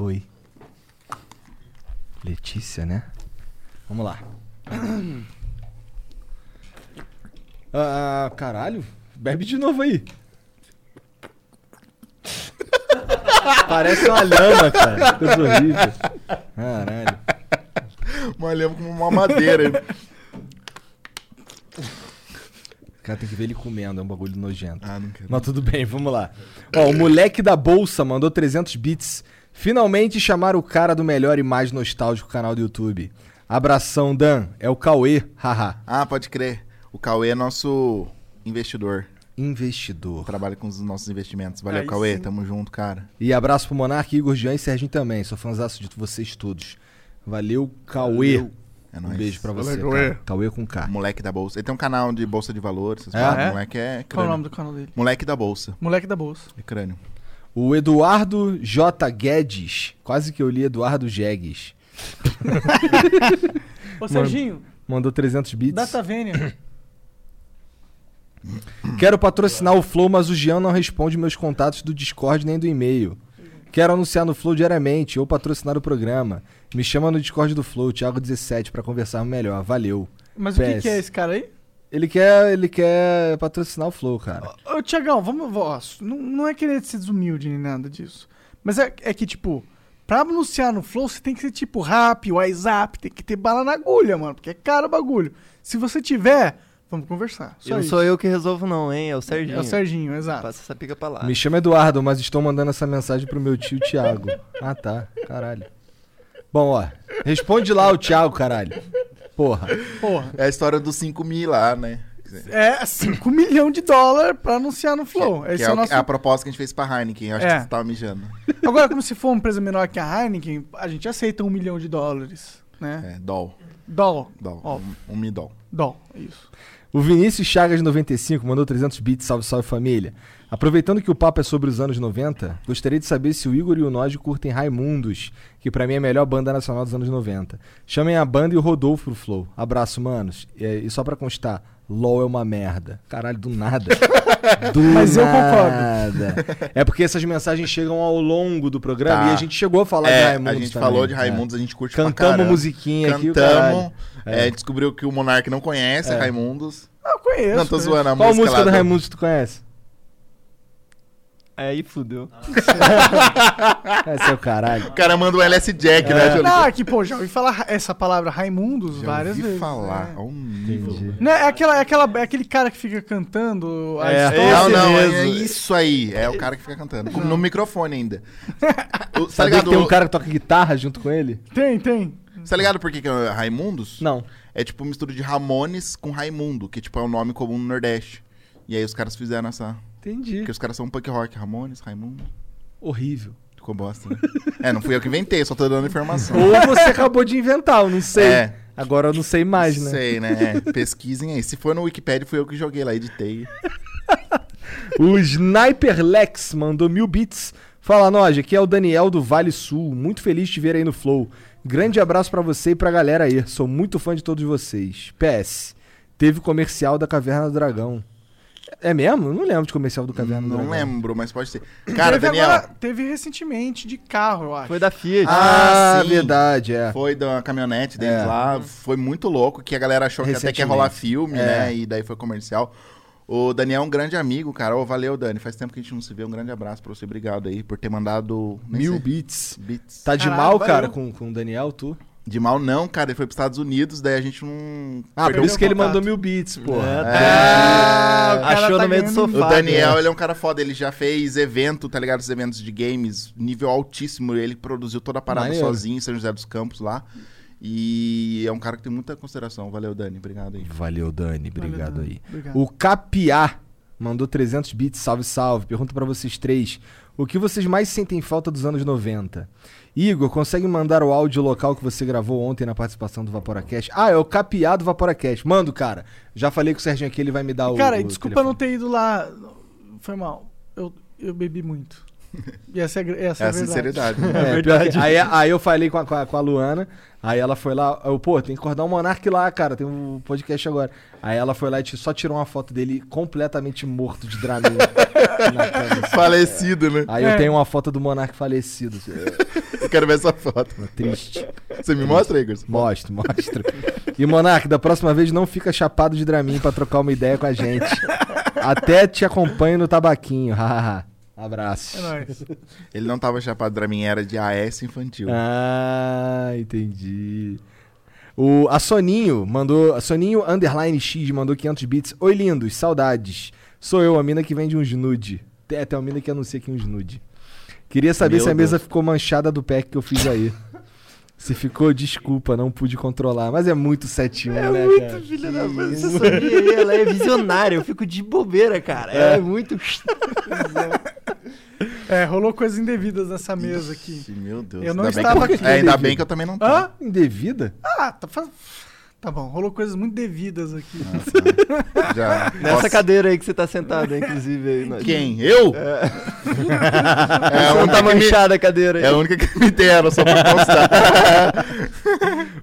S1: Oi. Letícia, né? Vamos lá. Ah, caralho. Bebe de novo aí. Parece uma lama, cara. Que Coisa horrível. Caralho.
S3: Mas lembro como uma madeira.
S1: O cara tem que ver ele comendo, é um bagulho nojento.
S3: ah, não quero.
S1: Mas tudo bem, vamos lá. Ó, o moleque da bolsa mandou 300 bits. Finalmente chamaram o cara do melhor e mais nostálgico canal do YouTube. Abração, Dan. É o Cauê, haha.
S3: Ah, pode crer. O Cauê é nosso investidor.
S1: Investidor.
S3: Trabalha com os nossos investimentos. Valeu,
S2: Aí
S3: Cauê.
S2: sim.
S3: Tamo junto, cara.
S1: E abraço pro Monark, Igor, Jean e Serginho também. Sou fãzaço de vocês todos. Valeu, Cauê.
S3: É
S1: Um
S3: nóis.
S1: beijo pra você.
S2: Valeu,
S1: Cauê.
S2: Cauê.
S1: Cauê com K.
S3: Moleque da Bolsa. Ele tem um canal de Bolsa de Valores. Essas
S1: É?
S3: paradas.
S2: É?
S3: Moleque é
S2: Qual o
S3: crânio.
S2: nome do canal dele?
S3: Moleque da Bolsa.
S2: Moleque da Bolsa.
S3: É crânio.
S1: O Eduardo J. Guedes. Quase que eu li Eduardo Jegues.
S2: Ô, Serginho,
S1: Mandou 300 bits.
S2: Data Vênia.
S1: Quero patrocinar o Flow, mas o Jean não responde meus contatos do Discord nem do e-mail. Quero anunciar no Flow diariamente ou patrocinar o programa. Me chama no Discord do Flow, Thiago17, pra conversar melhor. Valeu.
S2: Mas o que,
S1: PS.
S2: que é esse cara aí?
S1: Ele quer, ele quer patrocinar o Flow, cara.
S2: Ô, Tiagão, vamos. ó, não, não é querer ser desumilde nem nada disso. Mas é, é que, tipo, pra anunciar no Flow, você tem que ser tipo rap, WhatsApp, tem que ter bala na agulha, mano, porque é caro o bagulho. Se você tiver, vamos conversar. Só
S4: não
S2: isso.
S4: sou eu que resolvo, não, hein? É o Serginho.
S2: É o Serginho, exato.
S4: Passa essa pica pra lá.
S1: Me chama Eduardo, mas estou mandando essa mensagem pro meu tio Thiago. Ah, tá. Caralho. Bom, ó. Responde lá o Thiago, caralho. Porra.
S2: Porra.
S3: É a história dos 5 mil lá, né?
S2: É 5 milhões de dólares pra anunciar no Flow.
S3: Que
S2: Esse
S3: é,
S2: é o
S3: o-
S2: nosso.
S3: é a proposta que a gente fez pra Heineken. Eu acho
S2: É.
S3: que você tava mijando.
S2: Agora, como se for uma empresa menor que a Heineken, a gente aceita um milhão de dólares, né?
S3: É, doll.
S2: Dólar.
S3: Doll.
S2: Ó.
S3: Um, um midol.
S2: Dó, é isso.
S1: O Vinícius Chagas 95 mandou 300 bits, salve, salve família. Aproveitando que o papo é sobre os anos 90, gostaria de saber se o Igor e o Nod curtem Raimundos, que pra mim é a melhor banda nacional dos anos 90. Chamem a banda e o Rodolfo pro Flow. Abraço, manos. E, e só pra constar, LOL é uma merda. Caralho, do nada. Do
S2: Mas eu concordo.
S1: nada. É porque essas mensagens chegam ao longo do programa
S3: Tá.
S1: e a gente chegou a falar de
S3: É,
S1: Raimundos
S3: a gente
S1: também.
S3: falou de
S1: É.
S3: Raimundos, a gente curte pra
S1: Cantamos
S3: caramba.
S1: musiquinha aqui, o caralho. É.
S3: Cantamos. é, descobriu que o Monark não conhece Raimundos.
S2: Ah, eu conheço.
S3: não, tô
S2: conheço.
S3: zoando a
S1: Qual
S3: música.
S1: música
S3: lá
S1: do Raimundos tu conhece?
S4: Aí fudeu.
S1: É seu caralho.
S3: O cara manda o LS Jack,
S1: É.
S3: né, Júlio?
S2: Ah, que, pô, já ouvi falar ra- essa palavra Raimundos
S3: Já
S2: várias
S3: ouvi
S2: vezes.
S3: falar.
S2: né?
S3: ao nível.
S1: Entendi.
S2: Né, é, aquela, é, aquela, é aquele cara que fica cantando a
S1: É.
S2: história.
S3: Não,
S4: Esse
S3: não, é
S4: mesmo.
S3: isso aí. É o cara que fica cantando. Com- No microfone ainda. O- tá
S1: Sabia
S3: ligado?
S1: que tem um cara que toca guitarra junto com ele?
S2: Tem, tem.
S3: Tá ligado por que que é Raimundos?
S1: Não.
S3: É tipo uma mistura de Ramones com Raimundo, que tipo é um nome comum no Nordeste. E aí os caras fizeram essa.
S1: Entendi.
S3: Porque os caras são punk rock, Ramones, Raimundo.
S1: Horrível.
S3: Ficou bosta, né? É, não fui eu que inventei, só tô dando informação.
S1: Ou você acabou de inventar, eu não sei.
S3: É.
S1: Agora eu não sei mais, né?
S3: Sei, né? É, pesquisem aí. Se for no Wikipedia, fui eu que joguei lá, editei.
S1: O Sniper Lex mandou mil bits. Fala, Noj, aqui é o Daniel do Vale Sul. Muito feliz de te ver aí no Flow. Grande abraço pra você e pra galera aí. Sou muito fã de todos vocês. PS, teve comercial da Caverna do Dragão. É mesmo? Eu não lembro de comercial do Caverna do
S3: Não
S1: Dragão.
S3: lembro, mas pode ser. Cara,
S2: teve,
S3: Daniel.
S2: agora- teve recentemente de carro, eu acho.
S4: Foi da Fiat.
S1: Ah,
S3: Ah, sim.
S1: verdade, é.
S3: Foi da caminhonete deles
S1: É.
S3: lá, foi muito louco, que a galera achou que até que ia
S1: Recentemente.
S3: rolar filme,
S1: É.
S3: né? E daí foi comercial. O Daniel é um grande amigo, cara. Ô, valeu, Dani. Faz tempo que a gente não se vê. Um grande abraço pra você. Obrigado aí por ter mandado nem
S1: Mil
S3: sei,
S1: bits.
S3: bits.
S1: Tá de
S2: Caralho,
S1: mal,
S2: valeu.
S1: cara, com, com o Daniel, tu?
S3: De mal não, cara. Ele foi pros Estados Unidos, daí a gente não...
S1: Ah,
S3: perdeu
S1: por isso
S2: o
S1: que ele
S2: contato.
S1: mandou mil bits, porra.
S4: É,
S3: Ah,
S4: tá.
S3: o
S2: cara
S4: Achou
S2: tá
S4: no meio do
S2: ganhando
S4: sofá.
S3: O Daniel,
S4: né?
S3: ele é um cara foda, ele já fez evento, tá ligado? Os eventos de games, nível altíssimo. Ele produziu toda a parada
S1: Maneiro.
S3: sozinho em São José dos Campos lá. E é um cara que tem muita consideração. Valeu, Dani. Obrigado aí.
S1: Valeu, Dani. Obrigado
S2: Valeu,
S1: aí.
S2: Dani. Obrigado.
S1: O Capiá mandou 300 bits. Salve, salve. Pergunta pra vocês três. O que vocês mais sentem falta dos anos 90? Igor, consegue mandar o áudio local que você gravou ontem na participação do Vaporacast? Ah, é o Capiá do Vaporacast. Mando, cara. Já falei com o Serginho aqui, ele vai me dar o.
S2: Cara,
S1: o
S2: e desculpa
S1: telefone.
S2: não ter ido lá. Foi mal. Eu, eu bebi muito. E essa é, gr- essa é
S3: É a
S2: a verdade.
S3: sinceridade.
S1: É, pior que- aí, aí eu falei com a, com a- com a Luana, aí ela foi lá, eu, pô, tem que acordar o Monark lá, cara, tem um podcast agora. Aí ela foi lá e te- só tirou uma foto dele completamente morto de dramin. na cama.
S3: Falecido, né?
S2: É.
S1: Aí eu tenho uma foto do Monark falecido. assim,
S3: Eu quero ver essa foto.
S1: Triste.
S3: Você me mostra, Igor?
S1: Mostro, mostro. E Monark, da próxima vez não fica chapado de Dramin pra trocar uma ideia com a gente. Até te acompanho no tabaquinho. hahaha. Abraço.
S2: É nóis.
S3: Ele não tava chapado pra mim, era de AS infantil.
S1: Ah, entendi. O, a Soninho mandou. A Soninho Underline X mandou 500 bits. Oi, lindos, saudades. Sou eu, a mina que vende uns nude. Tem até uma mina que anuncia aqui uns nude. Queria saber
S3: Meu
S1: se a
S3: Deus.
S1: mesa ficou manchada do pack que eu fiz aí. se ficou, desculpa, não pude controlar. Mas é muito 7-1,
S4: É
S1: né,
S4: muito
S1: cara?
S4: filha da mãe. Você sabia? aí? Ela é visionária. Eu fico de bobeira, cara. Ela é muito.
S2: É, rolou coisas indevidas nessa mesa aqui.
S3: Ixi, Meu Deus.
S2: Eu não
S3: Ainda bem
S2: estava
S3: que-
S2: aqui.
S3: É, ainda bem que eu também não tava.
S2: Hã?
S1: Indevida?
S2: Ah, tá fazendo. Tá bom, rolou coisas muito devidas aqui.
S3: Ah. Já.
S4: Nessa
S3: Nossa,
S4: cadeira aí que você tá sentado, hein, inclusive. Aí, né? Nod.
S3: Quem? Eu? É, a
S4: Não tá
S3: única que me-
S4: manchada a cadeira aí.
S3: é a única que me deram, só pra constar.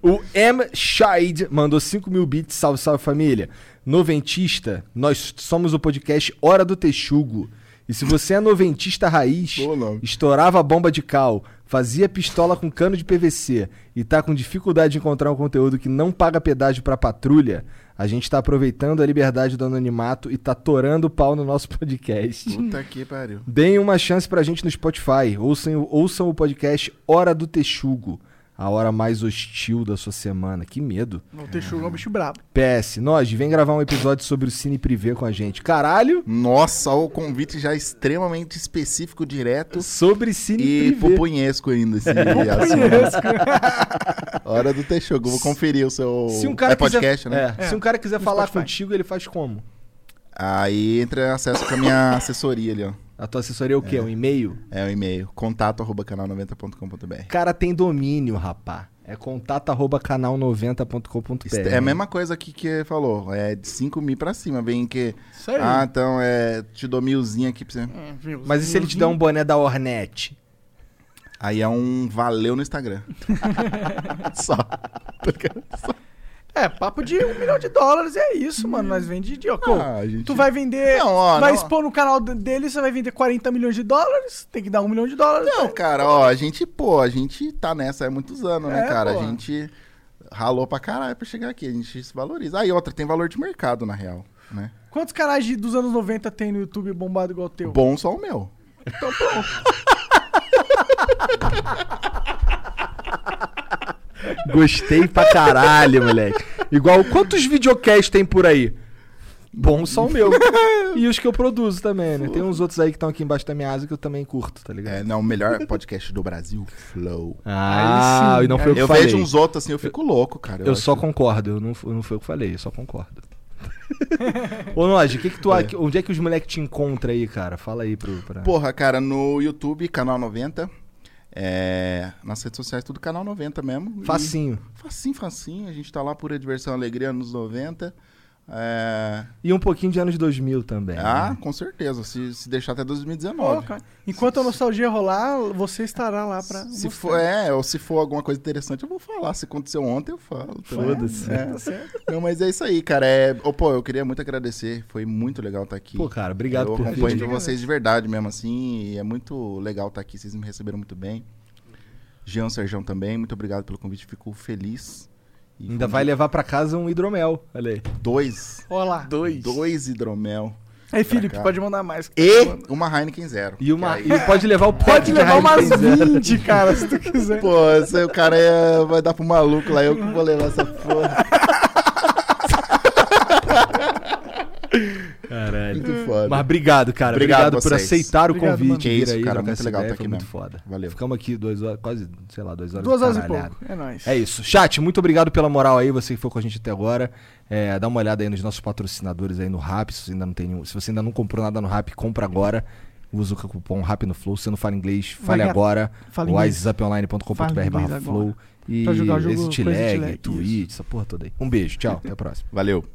S1: O M. Scheid mandou 5 mil bits. Salve, salve família. Noventista, nós somos o podcast Hora do Texugo. E se você é noventista raiz,
S3: Bom nome.
S1: estourava a bomba de cal, fazia pistola com cano de PVC e tá com dificuldade de encontrar um conteúdo que não paga pedágio pra patrulha, a gente tá aproveitando a liberdade do anonimato e tá torando o pau no nosso podcast.
S3: Puta que pariu.
S1: Deem uma chance pra gente no Spotify. Ouçam, ouçam o podcast Hora do Texugo. A hora mais hostil da sua semana. Que medo.
S2: O Texugo é um bicho brabo.
S1: PS, nós, vem gravar um episódio sobre o Cine Privé com a gente. Caralho!
S3: Nossa, o convite já extremamente específico, direto
S1: Sobre Cine
S3: e
S1: Privé.
S3: pupunhesco ainda. Esse assunto. Hora do Texugo, vou conferir o seu
S1: Se um cara
S3: é podcast,
S1: quiser,
S3: né?
S1: é,
S2: É.
S1: Se um cara quiser
S2: No
S1: falar
S2: Spotify.
S1: contigo, ele faz como?
S3: Aí entra acesso com a minha assessoria ali, ó.
S1: A tua assessoria é o quê? Um e-mail?
S3: É o e-mail, contato arroba canal90.com.br.
S1: O cara tem domínio, rapá. É contato arroba canal90.com.br.
S3: É a mesma coisa que que falou, é de 5 mil pra cima, vem que...
S2: Isso aí.
S3: Ah, então é, te dou milzinho aqui pra você.
S2: É, viu?
S1: Mas e se ele te der um boné da Hornet?
S3: Aí é um valeu no Instagram. Só.
S2: É, papo de um milhão de dólares, é isso, mano. Nós vende de. ó, pô,
S3: Ah, gente.
S2: Tu vai vender.
S3: Não, ó,
S2: vai
S3: não.
S2: expor no canal de- dele, você vai vender 40 milhões de dólares. Tem que dar um milhão de dólares.
S3: Não, cara, ó, a gente, pô, a gente tá nessa há muitos anos, né,
S2: É,
S3: cara?
S2: pô.
S3: A gente ralou pra caralho pra chegar aqui, a gente se valoriza. Aí outra, tem valor de mercado, na real, né?
S2: Quantos canais de- dos anos 90 tem no YouTube bombado igual o teu?
S3: Bom só o meu.
S1: Gostei pra caralho, moleque. Igual quantos videocasts tem por aí? Bom só o meu. E os que eu produzo também, né? Tem uns outros aí que estão aqui embaixo da minha asa que eu também curto, tá ligado?
S3: É, não, o melhor podcast do Brasil, Flow.
S1: Ah, e não foi o que
S3: Eu
S1: falei.
S3: vejo uns outros assim, eu fico louco, cara.
S1: Eu
S3: acho-
S1: só concordo, eu não, eu não foi o que falei, eu só concordo. Ô, Nod, que que tu, acha? onde é que os moleques te encontram aí, cara? Fala aí pro... Pra...
S3: Porra, cara, no YouTube, Canal 90. É, nas redes sociais, tudo Canal 90 mesmo. E-
S1: Facinho.
S3: Facinho, facinho. A gente tá lá pura diversão e alegria nos 90. É,
S1: E um pouquinho de anos 2000 também.
S3: Ah,
S1: né?
S3: com certeza. Se, se deixar até
S2: Pô,
S3: 2019.
S2: cara. Enquanto a nostalgia rolar, você estará lá pra.
S3: se
S2: mostrar.
S3: for, é, ou se for alguma coisa interessante, eu vou falar. Se aconteceu ontem, eu falo. tá ligado?
S1: Foda-se.
S3: É.
S2: Tá certo.
S3: Não, mas é isso aí, cara. É, ô, pô, eu queria muito agradecer. Foi muito legal estar aqui.
S1: Pô, cara, obrigado
S3: eu
S1: por
S3: acompanho
S1: vir.
S3: de vocês de verdade mesmo, assim. E é muito legal estar aqui. Vocês me receberam muito bem. Jean Serjão também, muito obrigado pelo convite. Fico feliz. E
S1: Ainda
S3: com
S1: vai levar pra casa um hidromel, olha aí.
S3: dois.
S2: Ó lá.
S3: Dois. Dois hidromel.
S2: Aí, Felipe,
S3: cá.
S2: pode mandar mais.
S3: E uma Heineken Zero.
S1: E, uma,
S3: Que aí-
S1: e pode levar o
S2: Pode levar umas
S1: Heineken Zero.
S2: 20, cara, se tu quiser.
S3: Pô, esse o cara é- vai dar pro maluco lá, eu que vou levar essa porra.
S1: Caralho.
S3: Muito foda.
S1: Mas obrigado, cara. Obrigado,
S3: Obrigado
S1: por
S3: vocês.
S1: aceitar o
S2: Obrigado,
S1: convite.
S2: mano.
S3: Que
S1: vir
S3: isso,
S1: aí,
S3: cara,
S1: trocar
S3: muito
S1: essa
S3: legal tá
S1: ideia, foi
S3: aqui
S1: muito
S3: mesmo.
S1: foda.
S3: Valeu.
S1: Ficamos aqui duas horas, quase, sei lá, duas horas.
S2: Duas
S1: de
S2: horas e
S1: caralhada.
S2: pouco. É nóis.
S1: É isso. Chat, muito obrigado pela moral aí, você que foi com a gente até agora. É, dá uma olhada aí nos nossos patrocinadores aí no Rap, se você ainda não tem nenhum. Se você ainda não comprou nada no Rap, compra agora. Usa o cupom Rap no Flow. Se você não fala inglês, fale
S2: Vai,
S1: agora.
S2: Fala inglês. Fala
S1: WhatsApponline.com.br
S2: inglês
S1: barra Flow. E
S2: Pra jogar o jogo
S1: Exit
S2: com Exit
S1: Lag,
S2: Lag,
S1: Twitch, essa porra toda aí. Um beijo, tchau, até a próxima.
S3: Valeu.